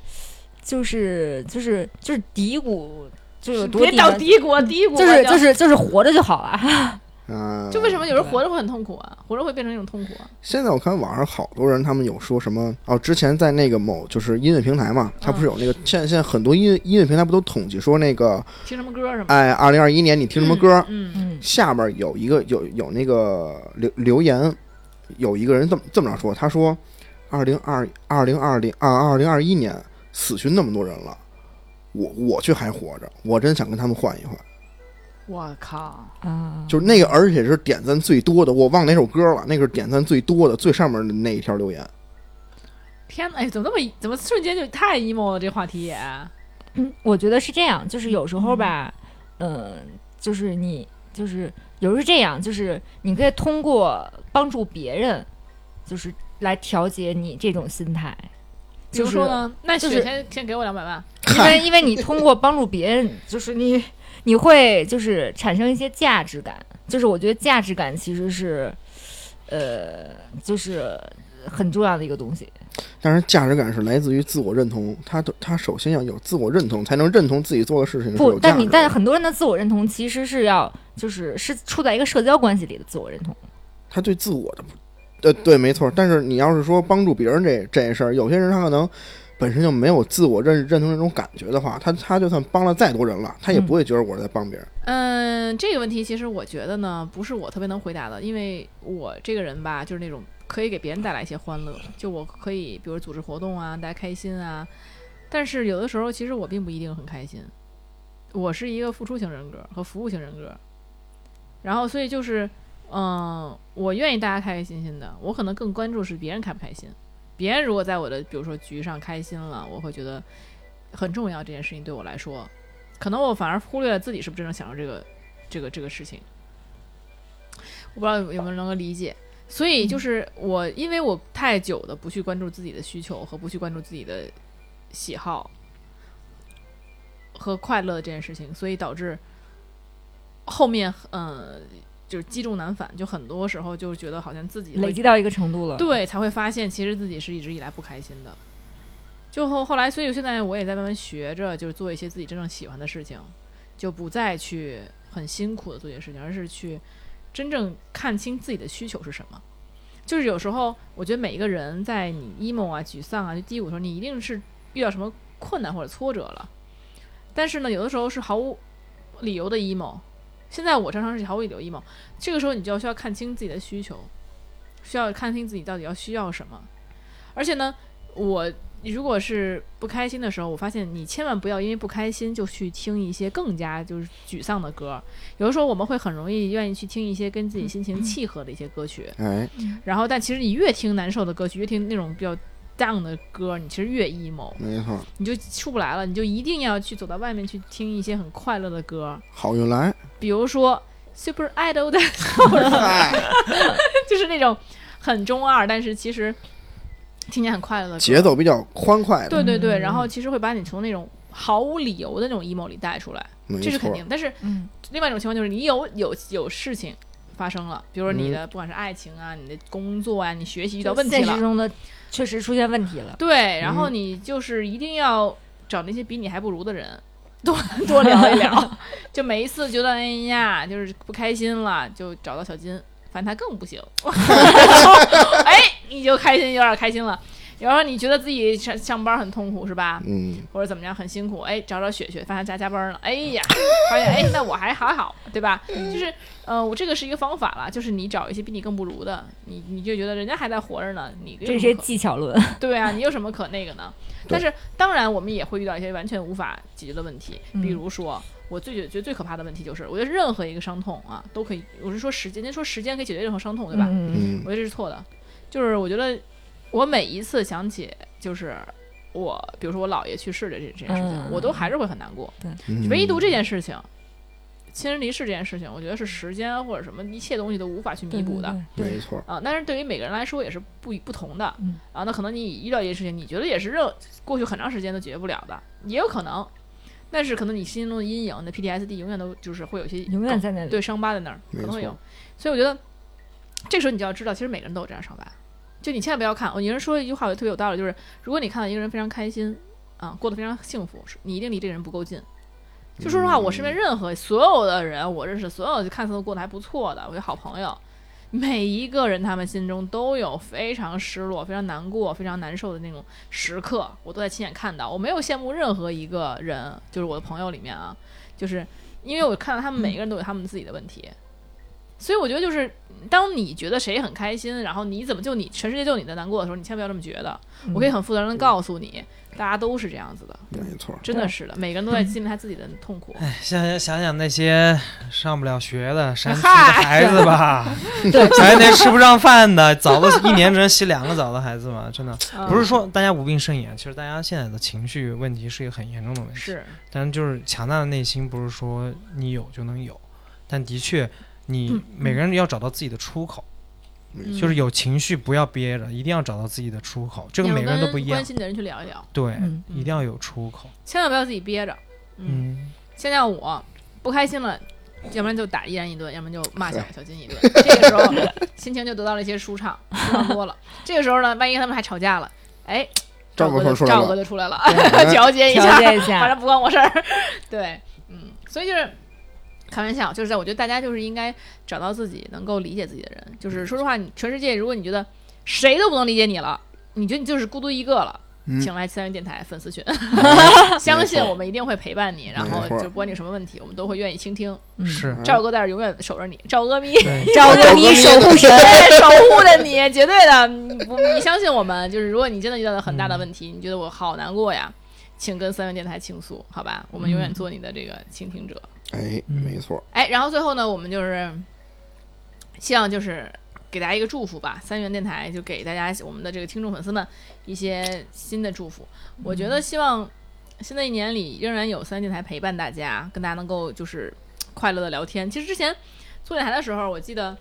[SPEAKER 5] 就是就是就是低谷，就有多
[SPEAKER 1] 别
[SPEAKER 5] 低
[SPEAKER 1] 到
[SPEAKER 5] 呢
[SPEAKER 1] 低谷，低谷
[SPEAKER 5] 就是
[SPEAKER 1] 我
[SPEAKER 5] 就是就是活着就好了。
[SPEAKER 3] 啊，
[SPEAKER 1] 就为什么有人活着会很痛苦啊？活着会变成一种痛苦啊？
[SPEAKER 3] 现在我看网上好多人，他们有说什么哦，之前在那个某就是音乐平台嘛，它不是有那个现在现在很多音乐音乐平台不都统计说那个
[SPEAKER 1] 听什么歌
[SPEAKER 5] 啊
[SPEAKER 1] 什么？
[SPEAKER 3] 哎，二零二一年你听什么歌？
[SPEAKER 1] 嗯？嗯，
[SPEAKER 5] 嗯
[SPEAKER 3] 下面有一个有有那个留留言，有一个人这么这么着说，他说二零二二零二零啊二零二一年死去那么多人了，我我却还活着，我真想跟他们换一换。
[SPEAKER 1] 我靠，
[SPEAKER 5] 啊，
[SPEAKER 3] 就是那个，而且是点赞最多的，我忘哪首歌了，那个是点赞最多的最上面的那一条留言。
[SPEAKER 1] 天哪！哎，怎么那么怎么瞬间就太 emo 了？这话题也
[SPEAKER 5] 嗯我觉得是这样，就是有时候吧，嗯，就是你就是有时候是这样，就是你可以通过帮助别人，就是来调节你这种心态。
[SPEAKER 1] 比如
[SPEAKER 5] 就是
[SPEAKER 1] 说呢？那
[SPEAKER 5] 就
[SPEAKER 1] 雪
[SPEAKER 5] 是
[SPEAKER 1] 先先给我两百万，
[SPEAKER 5] 因为因为你通过帮助别人，就是你你会就是产生一些价值感，就是我觉得价值感其实是，呃，就是很重要的一个东西。
[SPEAKER 3] 但是价值感是来自于自我认同，他都他首先要有自我认同，才能认同自己做的事情是
[SPEAKER 5] 不
[SPEAKER 3] 有，价
[SPEAKER 5] 但
[SPEAKER 3] 值
[SPEAKER 5] 你但
[SPEAKER 3] 的。
[SPEAKER 5] 很多人的自我认同其实是要就是是处在一个社交关系里的自我认同。
[SPEAKER 3] 他对自我的不，呃，对，没错。但是你要是说帮助别人这这事儿，有些人他可能本身就没有自我认认同这种感觉的话，他他就算帮了再多人了，他也不会觉得我是在帮别人。
[SPEAKER 1] 嗯，这个问题其实我觉得呢，不是我特别能回答的，因为我这个人吧，就是那种可以给别人带来一些欢乐，就我可以比如组织活动啊，大家开心啊，但是有的时候其实我并不一定很开心，我是一个付出型人格和服务型人格，然后所以就是，嗯，我愿意大家开开心心的，我可能更关注是别人开不开心，别人如果在我的比如说局上开心了，我会觉得很重要，这件事情对我来说。可能我反而忽略了自己是不是真正享受这个这个这个事情。我不知道有有没有能够理解。所以就是我，因为我太久的不去关注自己的需求和不去关注自己的喜好和快乐这件事情，所以导致后面呃就是积重难返，就很多时候就觉得好像自己会
[SPEAKER 5] 累积到一个程度了，，
[SPEAKER 1] 对，才会发现其实自己是一直以来不开心的。就后后来，所以现在我也在慢慢学着，就是做一些自己真正喜欢的事情，就不再去很辛苦的做这些事情，而是去真正看清自己的需求是什么。就是有时候，我觉得每一个人在你 emo 啊、沮丧啊、就低谷的时候，你一定是遇到什么困难或者挫折了。但是呢，有的时候是毫无理由的 emo。现在我常常是毫无理由 emo，这个时候你就要需要看清自己的需求，需要看清自己到底要需要什么。而且呢，我如果是不开心的时候，我发现你千万不要因为不开心就去听一些更加就是沮丧的歌。有的时候我们会很容易愿意去听一些跟自己心情契合的一些歌曲，
[SPEAKER 3] 哎，
[SPEAKER 1] 然后但其实你越听难受的歌曲，越听那种比较 down 的歌，你其实越 emo，
[SPEAKER 3] 没错，
[SPEAKER 1] 你就出不来了，你就一定要去走到外面去听一些很快乐的歌，
[SPEAKER 3] 好运来，
[SPEAKER 1] 比如说 Super Idol 的，
[SPEAKER 3] 哎，
[SPEAKER 1] 就是那种很中二，但是其实听起来很快乐的歌
[SPEAKER 3] 节奏比较欢快的，
[SPEAKER 1] 对对对，
[SPEAKER 5] 嗯
[SPEAKER 1] 然后其实会把你从那种毫无理由的那种 emo 里带出来，
[SPEAKER 3] 没
[SPEAKER 1] 这是肯
[SPEAKER 3] 错，
[SPEAKER 1] 定。但是
[SPEAKER 5] 嗯
[SPEAKER 1] 另外一种情况就是你有有有事情发生了，比如说
[SPEAKER 3] 嗯
[SPEAKER 1] 你的、不管是爱情啊、你的工作啊、你学习遇到问题
[SPEAKER 5] 现实
[SPEAKER 1] 了，
[SPEAKER 5] 中的确实出现问题了，
[SPEAKER 1] 对，然后你就是一定要找那些比你还不如的人。多 多聊一聊， 就每一次觉得哎呀，就是不开心了，就找到小金，反正他更不行， 哎，你就开心，有点开心了。然后你觉得自己上上班很痛苦是吧？
[SPEAKER 3] 嗯，
[SPEAKER 1] 或者怎么样很辛苦，哎，找找雪雪，发现加加班了，哎呀，发现哎，那我还还好，对吧？就是呃，我这个是一个方法啦，就是你找一些比你更不如的，你你就觉得人家还在活着呢，你有
[SPEAKER 5] 这
[SPEAKER 1] 什
[SPEAKER 5] 些
[SPEAKER 1] 么可
[SPEAKER 5] 技巧论。
[SPEAKER 1] 对啊，你有什么可那个呢？
[SPEAKER 3] 对
[SPEAKER 1] 但是当然，我们也会遇到一些完全无法解决的问题，
[SPEAKER 5] 嗯
[SPEAKER 1] 比如说。我最觉觉得最可怕的问题就是，我觉得任何一个伤痛啊，都可以，我是说时间，您说时间可以解决任何伤痛，对吧？
[SPEAKER 5] 嗯，
[SPEAKER 3] 嗯
[SPEAKER 1] 我觉得这是错的。就是我觉得我每一次想起，就是我，比如说我姥爷去世的这这件事情，
[SPEAKER 5] 嗯
[SPEAKER 1] 我都还是会很难过。
[SPEAKER 3] 嗯，
[SPEAKER 1] 唯独这件事情，亲人离世这件事情，我觉得是时间或者什么一切东西都无法去弥补的。
[SPEAKER 5] 对，对
[SPEAKER 3] 没错，
[SPEAKER 1] 啊，但是对于每个人来说也是不不同的、
[SPEAKER 5] 嗯
[SPEAKER 1] 啊。那可能你遇到一件事情，你觉得也是任过去很长时间都解决不了的，也有可能。但是可能你心中的阴影，你的 PTSD 永远都就是会有一些
[SPEAKER 5] 永远
[SPEAKER 1] 梗
[SPEAKER 5] 在那里。
[SPEAKER 1] 对伤疤在那儿，可
[SPEAKER 3] 没
[SPEAKER 1] 能会
[SPEAKER 3] 错
[SPEAKER 1] 有。所以我觉得这时候你就要知道，其实每个人都有这样伤疤。就你千万不要看，哦我有人说一句话，我觉得特别有道理，就是如果你看到一个人非常开心啊，过得非常幸福，是你一定离这个人不够近。就说实话，我身边任何所有的人，我认识所有看似都过得还不错的，我有好朋友，每一个人他们心中都有非常失落、非常难过、非常难受的那种时刻，我都在亲眼看到。我没有羡慕任何一个人，就是我的朋友里面啊，就是因为我看到他们每个人都有他们自己的问题，所以我觉得就是当你觉得谁很开心，然后你怎么就你全世界就你在难过的时候，你千万不要这么觉得。
[SPEAKER 5] 嗯
[SPEAKER 1] 我可以很负责任的告诉你，大家都是这样子的，
[SPEAKER 3] 没错，
[SPEAKER 1] 真的是的，每个人都在经历他自己的痛苦。
[SPEAKER 4] 哎，想想想想那些上不了学的山区的
[SPEAKER 1] 嗨
[SPEAKER 4] 孩子吧，
[SPEAKER 5] 对
[SPEAKER 4] 想想那吃不上饭的，澡都一年只能洗两个澡的孩子嘛，真的
[SPEAKER 1] 嗯
[SPEAKER 4] 不是说大家无病呻吟，其实大家现在的情绪问题是一个很严重的问题。
[SPEAKER 1] 是，
[SPEAKER 4] 但就是强大的内心，不是说你有就能有，但的确，你每个人要找到自己的出口，
[SPEAKER 1] 嗯
[SPEAKER 4] 就是有情绪不要憋着，一定要找到自己的出口。这个
[SPEAKER 1] 你要
[SPEAKER 4] 每个人都
[SPEAKER 1] 跟
[SPEAKER 4] 不一样
[SPEAKER 1] 关，心的人去聊一聊，
[SPEAKER 4] 对，
[SPEAKER 5] 嗯
[SPEAKER 4] 一定要有出口。
[SPEAKER 1] 千万不要自己憋着。嗯，
[SPEAKER 4] 嗯，
[SPEAKER 1] 像像我不开心了。要不然就打一人一顿，要不然就骂小小金一顿。这个时候心情就得到了一些舒畅，舒畅多了。这个时候呢，万一他们还吵架了，哎，
[SPEAKER 3] 赵
[SPEAKER 1] 哥
[SPEAKER 3] 哥
[SPEAKER 1] 就
[SPEAKER 3] 出来
[SPEAKER 1] 赵哥
[SPEAKER 3] 了，
[SPEAKER 1] 就出来了，
[SPEAKER 3] 哎
[SPEAKER 1] 调节一
[SPEAKER 5] 调
[SPEAKER 1] 下，
[SPEAKER 5] 节一
[SPEAKER 1] 反
[SPEAKER 5] 下，
[SPEAKER 1] 正不关我事儿。 对，嗯，所以就是开玩笑，就是在我觉得大家就是应该找到自己能够理解自己的人。就是说实话，你全世界如果你觉得谁都不能理解你了，你觉得你就是孤独一个了。
[SPEAKER 3] 嗯
[SPEAKER 1] 请来三元电台粉丝群，相信我们一定会陪伴你，然后
[SPEAKER 3] 没错
[SPEAKER 1] 就不管你有什么问题，我们都会愿意倾听。
[SPEAKER 5] 嗯
[SPEAKER 4] 是，
[SPEAKER 1] 赵哥在这儿永远守着你，赵阿咪
[SPEAKER 4] 对，
[SPEAKER 5] 赵
[SPEAKER 3] 哥
[SPEAKER 5] 哥
[SPEAKER 3] 咪
[SPEAKER 5] 咪
[SPEAKER 3] 守
[SPEAKER 5] 守
[SPEAKER 3] 护
[SPEAKER 5] 护神，
[SPEAKER 1] 对守护着你，绝对的。你不，你相信我们，就是如果你真的遇到了很大的问题，你觉得我好难过呀，请跟三元电台倾诉，好吧？我们永远做你的这个倾听者。
[SPEAKER 3] 哎，
[SPEAKER 4] 嗯
[SPEAKER 3] 没错，
[SPEAKER 1] 哎，然后最后呢，我们就是希望就是给大家一个祝福吧。三元电台就给大家我们的这个听众粉丝们一些新的祝福。我觉得希望新的一年里仍然有三元电台陪伴大家，跟大家能够就是快乐的聊天。其实之前做电台的时候，我记得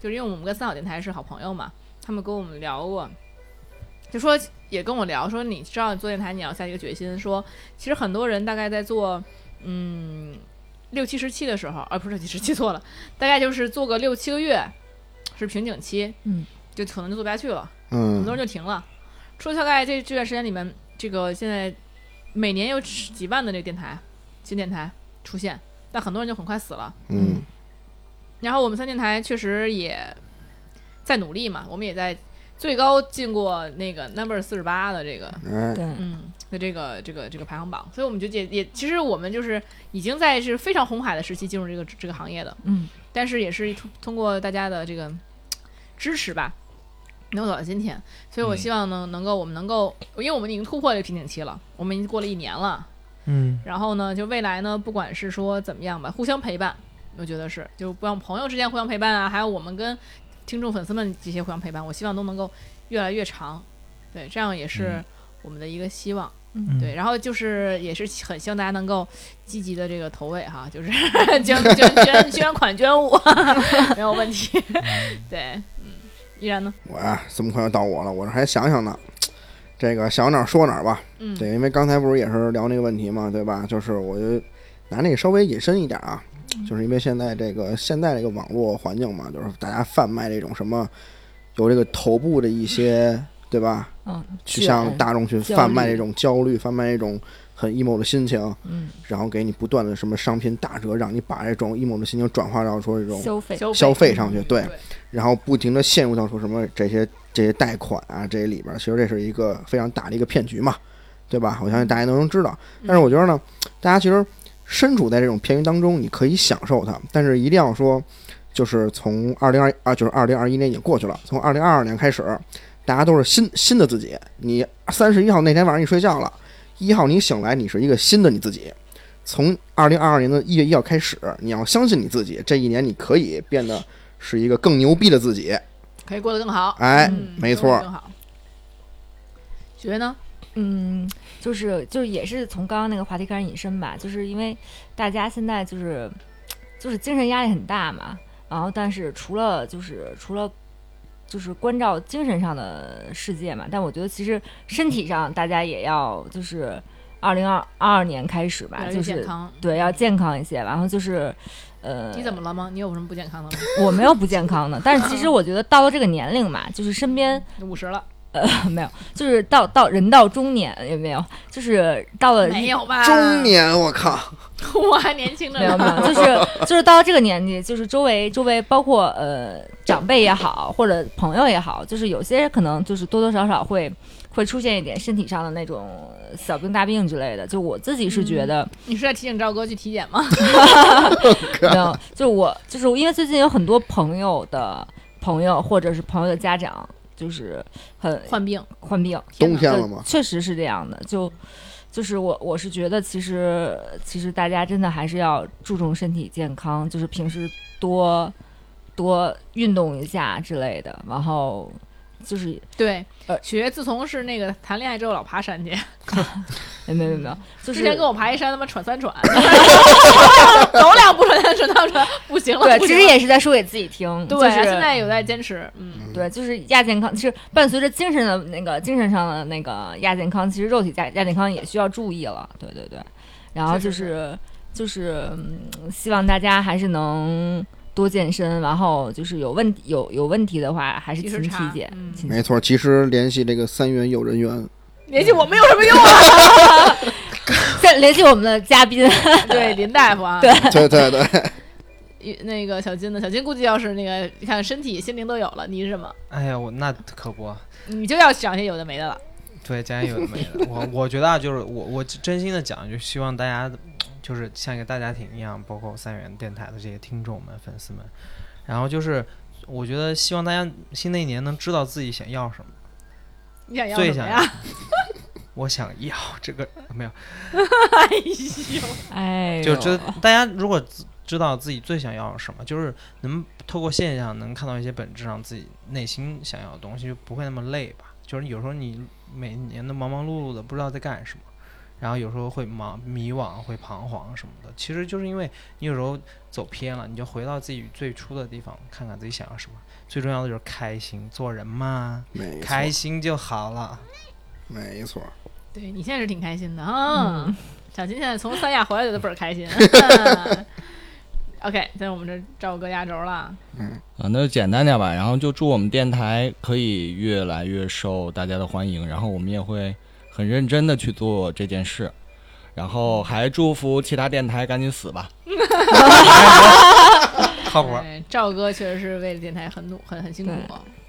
[SPEAKER 1] 就是因为我们跟三好电台是好朋友嘛，他们跟我们聊过，就说也跟我聊说，你知道做电台你要下一个决心，说其实很多人大概在做嗯六七十期的时候，啊不是六七十期错了，大概就是做个六七个月是瓶颈期，
[SPEAKER 5] 嗯，
[SPEAKER 1] 就可能就做不下去了，很
[SPEAKER 3] 嗯
[SPEAKER 1] 多人就停了。说大概这这段时间里面，这个现在每年有几万的这个电台新电台出现，但很多人就很快死了。
[SPEAKER 3] 嗯，
[SPEAKER 1] 然后我们三电台确实也在努力嘛，我们也在最高进过那个 number 四十八的这个
[SPEAKER 3] 哎，
[SPEAKER 5] 对，
[SPEAKER 1] 嗯的这个这个这个排行榜，所以我们就也也其实我们就是已经在是非常红海的时期进入这个这个行业的，
[SPEAKER 5] 嗯，
[SPEAKER 1] 但是也是通通过大家的这个支持吧，能走到今天，所以我希望呢、能够我们能够，因为我们已经突破这个瓶颈期了，我们已经过了一年了，
[SPEAKER 4] 嗯，
[SPEAKER 1] 然后呢，就未来呢，不管是说怎么样吧，互相陪伴，我觉得是，就不像朋友之间互相陪伴啊，还有我们跟听众粉丝们这些互相陪伴，我希望都能够越来越长，对，这样也
[SPEAKER 3] 嗯
[SPEAKER 1] 是我们的一个希望。
[SPEAKER 4] 嗯
[SPEAKER 1] 对，，然后就是也是很希望大家能够积极的这个投喂哈，就是捐捐捐捐款捐 物没有问题。对，嗯，依然呢，
[SPEAKER 3] 我呀，这么快就到我了，我这还想想呢。这个想哪儿说哪儿吧，
[SPEAKER 1] 嗯，
[SPEAKER 3] 对，因为刚才不是也是聊那个问题嘛，对吧？就是我就拿那个稍微引申一点啊，
[SPEAKER 5] 嗯
[SPEAKER 3] 就是因为现在这个现在这个网络环境嘛，就是大家贩卖这种什么有这个头部的一些，对吧？
[SPEAKER 5] 嗯，
[SPEAKER 3] 去向
[SPEAKER 5] 卷
[SPEAKER 3] 大众去
[SPEAKER 5] 焦
[SPEAKER 3] 贩卖
[SPEAKER 5] 虑
[SPEAKER 3] 这种焦虑，贩卖这种很 emo 的心情，
[SPEAKER 5] 嗯
[SPEAKER 3] 然后给你不断的什么商品打折，让你把这种 emo 的心情转化到说这种
[SPEAKER 5] 消费，
[SPEAKER 1] 消
[SPEAKER 3] 消费上去，对，
[SPEAKER 1] 对
[SPEAKER 3] 然后不停的陷入到说什么这些这些贷款啊这些里边儿，其实这是一个非常大的一个骗局嘛，对吧？我相信大家都能知道。但是我觉得呢，大家其实身处在这种骗局当中，你可以享受它，但是一定要说，就是从二零二啊，就是二零二一年已经过去了，从二零二二年开始，大家都是新新的自己。你三十一号那天晚上你睡觉了，一号你醒来，你是一个新的你自己。从二零二二年的一月一号开始，你要相信你自己，这一年你可以变得是一个更牛逼的自己。
[SPEAKER 1] 可以过得更好。
[SPEAKER 3] 哎，
[SPEAKER 1] 嗯
[SPEAKER 3] 没
[SPEAKER 1] 过得
[SPEAKER 3] 错
[SPEAKER 1] 更好。学呢？
[SPEAKER 5] 嗯，就是就是也是从刚刚那个话题开始引申吧，就是因为大家现在就是就是精神压力很大嘛，然后但是除了就是除了就是关照精神上的世界嘛，但我觉得其实身体上大家也要就是二零二二年开始
[SPEAKER 1] 越
[SPEAKER 5] 吧，
[SPEAKER 1] 来
[SPEAKER 5] 就
[SPEAKER 1] 越健
[SPEAKER 5] 是
[SPEAKER 1] 康。
[SPEAKER 5] 对要健康一些，然后就是呃，
[SPEAKER 1] 你怎么了吗？你有什么不健康的吗？
[SPEAKER 5] 我没有不健康的，但是其实我觉得到了这个年龄嘛，就是身边。
[SPEAKER 1] 五十了
[SPEAKER 5] 没有，就是到到人到中年也没有，就是到了
[SPEAKER 1] 没有吧？
[SPEAKER 3] 中，年，我靠，
[SPEAKER 1] 我还年轻着
[SPEAKER 5] 没有没
[SPEAKER 1] 呢。
[SPEAKER 5] 有， 就是就是到了这个年纪，就是周围周围包括呃长辈也好，或者朋友也好，就是有些可能就是多多少少会会出现一点身体上的那种小病大病之类的。就我自己是觉得，
[SPEAKER 1] 你是在提醒赵哥去体检吗？
[SPEAKER 5] 没有，就是我就是因为最近有很多朋友的朋友或者是朋友的家长，就是很
[SPEAKER 1] 患病，
[SPEAKER 5] 患病，
[SPEAKER 3] 冬天
[SPEAKER 5] 对
[SPEAKER 3] 了吗？
[SPEAKER 5] 确实是这样的，就就是我我是觉得，其实其实大家真的还是要注重身体健康，就是平时多多运动一下之类的，然后就是
[SPEAKER 1] 对
[SPEAKER 5] 呃，
[SPEAKER 1] 雪自从是那个谈恋爱之后老爬山去，
[SPEAKER 5] 哎没有没有没有，就
[SPEAKER 1] 之
[SPEAKER 5] 是
[SPEAKER 1] 前跟我爬一山，他妈喘三喘， 走两步喘三喘，他说不行了，
[SPEAKER 5] 对，
[SPEAKER 1] 不
[SPEAKER 5] 其
[SPEAKER 1] 行
[SPEAKER 5] 实
[SPEAKER 1] 了
[SPEAKER 5] 也是在说给自己听，
[SPEAKER 1] 对，
[SPEAKER 5] 就是
[SPEAKER 1] 现在有在坚持，嗯，
[SPEAKER 5] 对，就是亚健康，是伴随着精神的那个精神上的那个亚健康，其实肉体亚亚健康也需要注意了。对对对，然后
[SPEAKER 1] 是
[SPEAKER 5] 就是是就是、嗯希望大家还是能多健身，然后就是有问题有有问题的话，还是
[SPEAKER 1] 及
[SPEAKER 5] 勤
[SPEAKER 1] 时
[SPEAKER 5] 体
[SPEAKER 1] 查
[SPEAKER 5] 检。
[SPEAKER 1] 嗯
[SPEAKER 5] 勤
[SPEAKER 3] 没错，其实联系这个三元幼 人园，
[SPEAKER 1] 联系我们有什么用啊？
[SPEAKER 5] 再联系我们的嘉宾，
[SPEAKER 1] 对，林大夫啊，
[SPEAKER 5] 对
[SPEAKER 3] 对对对，
[SPEAKER 1] 对，那个小金呢？小金估计要是那个，你看身体、心灵都有了，你是什么？
[SPEAKER 4] 哎呀，我那可不，
[SPEAKER 1] 你就要想些有的没的了。
[SPEAKER 4] 对，家有的没的。我我觉得啊，就是我我真心的讲，就希望大家就是像一个大家庭一样，包括三元电台的这些听众们、粉丝们，然后就是我觉得希望大家新的一年能知道自己想要什么。
[SPEAKER 1] 你想要
[SPEAKER 4] 最
[SPEAKER 1] 什么
[SPEAKER 4] 想
[SPEAKER 1] 呀？
[SPEAKER 4] 我想要这个没有，
[SPEAKER 1] 哎呦，
[SPEAKER 5] 哎呦，
[SPEAKER 4] 就知大家如果自知道自己最想要什么，就是能透过现象能看到一些本质上自己内心想要的东西，就不会那么累吧。就是有时候你每年都忙忙碌碌的，不知道在干什么，然后有时候会忙迷惘、会彷徨什么的。其实就是因为你有时候走偏了，你就回到自己最初的地方，看看自己想要什么。最重要的就是开心，做人嘛，
[SPEAKER 3] 没错，
[SPEAKER 4] 开心就好了。
[SPEAKER 3] 没错，
[SPEAKER 1] 对你现在是挺开心的啊！
[SPEAKER 5] 嗯
[SPEAKER 1] 小金现在从三亚回来就倍儿开心。OK，在我们这赵哥压轴了，
[SPEAKER 2] 啊，那就简单点吧。然后就祝我们电台可以越来越受大家的欢迎，然后我们也会很认真的去做这件事。然后还祝福其他电台赶紧死吧。
[SPEAKER 4] 靠谱，
[SPEAKER 1] 对，哎赵哥确实是为了电台很努、很很辛苦，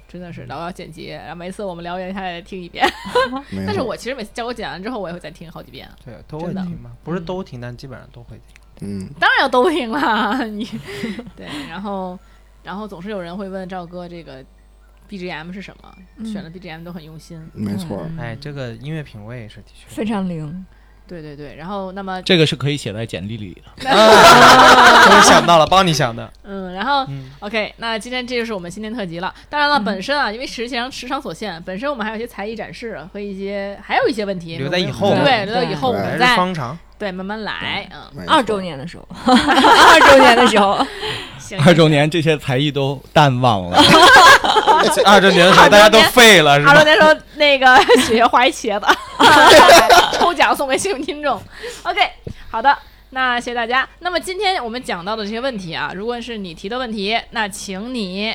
[SPEAKER 1] 真的是老要剪辑，然后每次我们聊完他也听一遍。
[SPEAKER 3] 没
[SPEAKER 1] 但是
[SPEAKER 3] 错，
[SPEAKER 1] 我其实每次叫我剪完之后，我也会再听好几遍。
[SPEAKER 4] 对，都会
[SPEAKER 1] 真的
[SPEAKER 4] 听嘛，不是都听，但基本上都会听。
[SPEAKER 3] 嗯，
[SPEAKER 1] 当然要都听啦，你对，然后然后总是有人会问赵哥这个 BGM 是什么，
[SPEAKER 5] 嗯
[SPEAKER 1] 选的 BGM 都很用心。
[SPEAKER 3] 没错，
[SPEAKER 5] 嗯
[SPEAKER 4] 哎，这个音乐品味是的确
[SPEAKER 5] 非常灵，
[SPEAKER 1] 对对对，然后那么
[SPEAKER 2] 这个是可以写在简历里的。
[SPEAKER 4] 啊，我想到了，帮你想的。
[SPEAKER 1] 嗯，然后
[SPEAKER 4] 嗯，
[SPEAKER 1] OK，那今天这就是我们新年特辑了。当然了，
[SPEAKER 5] 嗯
[SPEAKER 1] 本身啊，因为时间时长所限，本身我们还有一些才艺展示和一些还有一些问题
[SPEAKER 4] 嗯留在以后
[SPEAKER 1] 对，留到以后我
[SPEAKER 3] 对
[SPEAKER 1] 们
[SPEAKER 4] 还是
[SPEAKER 1] 再
[SPEAKER 4] 方长，
[SPEAKER 1] 对慢慢来，嗯，
[SPEAKER 3] 没
[SPEAKER 5] 二
[SPEAKER 3] 错
[SPEAKER 5] 周年的 时候，二周年的时候，
[SPEAKER 1] 行，
[SPEAKER 2] 二周年这些才艺都淡忘了，
[SPEAKER 4] 二周年的时候大家都废了， 是
[SPEAKER 1] 二周
[SPEAKER 4] 吧？
[SPEAKER 1] 年时候那个 雪雪画一茄 子，抽奖送给幸运听众。OK，好的，那谢谢大家。那么今天我们讲到的这些问题啊，如果是你提的问题，那请你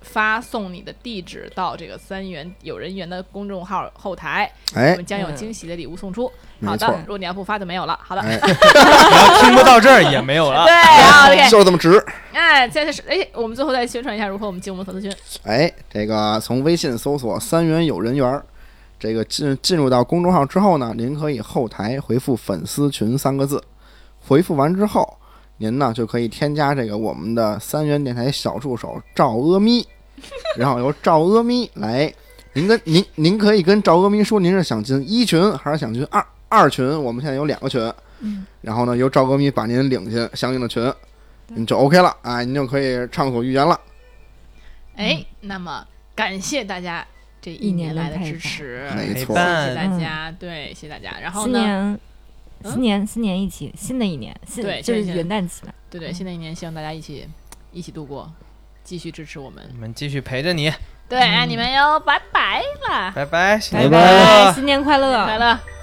[SPEAKER 1] 发送你的地址到这个三元有人缘的公众号后台，我
[SPEAKER 3] 哎，
[SPEAKER 1] 们将有
[SPEAKER 5] 嗯
[SPEAKER 1] 惊喜的礼物送出。好
[SPEAKER 3] 没
[SPEAKER 1] 的
[SPEAKER 3] 错，，
[SPEAKER 1] 如果你要不发就没有了。好的，
[SPEAKER 3] 哎，
[SPEAKER 4] 然后听不到这儿也没有了
[SPEAKER 1] 对。啊，OK，
[SPEAKER 3] 就是这么直。
[SPEAKER 1] 哎，再是哎，我们最后再宣传一下如何我们进我们的粉丝群。
[SPEAKER 3] 哎，这个从微信搜索“三元有人缘”，儿”，这个进进入到公众号之后呢，您可以后台回复“粉丝群”三个字，回复完之后，您呢就可以添加这个我们的三元电台小助手赵阿咪， 然后由赵阿咪来，您跟您您可以跟赵阿咪说您是想进一群还是想进二二群，我们现在有两个群，
[SPEAKER 5] 嗯
[SPEAKER 3] 然后呢由赵阿咪把您领进相应的群，你就 OK 了啊，您就可以畅所欲言了。
[SPEAKER 1] 哎，
[SPEAKER 3] 嗯
[SPEAKER 1] 那么感谢大家这一
[SPEAKER 5] 一年
[SPEAKER 1] 来
[SPEAKER 5] 的
[SPEAKER 1] 的支
[SPEAKER 5] 陪伴
[SPEAKER 1] 持，
[SPEAKER 3] 没
[SPEAKER 1] 谢
[SPEAKER 3] 错
[SPEAKER 1] 谢大
[SPEAKER 5] 嗯
[SPEAKER 1] 家，对，谢谢大 家。然后
[SPEAKER 5] 新
[SPEAKER 1] 呢，
[SPEAKER 5] 年，
[SPEAKER 1] 嗯
[SPEAKER 5] 新年，新年一起，新的一年，新
[SPEAKER 1] 对
[SPEAKER 5] 就是
[SPEAKER 1] 新的一
[SPEAKER 5] 元旦期嘛。
[SPEAKER 1] 对对，新的一年希望大家一起一起度过，继续支持我们哎
[SPEAKER 4] 我。们继续陪着你，
[SPEAKER 1] 对，爱你们哟，拜拜啦，
[SPEAKER 4] 拜拜，新年
[SPEAKER 5] 拜
[SPEAKER 4] 快乐
[SPEAKER 5] 新年快乐！
[SPEAKER 1] 快乐。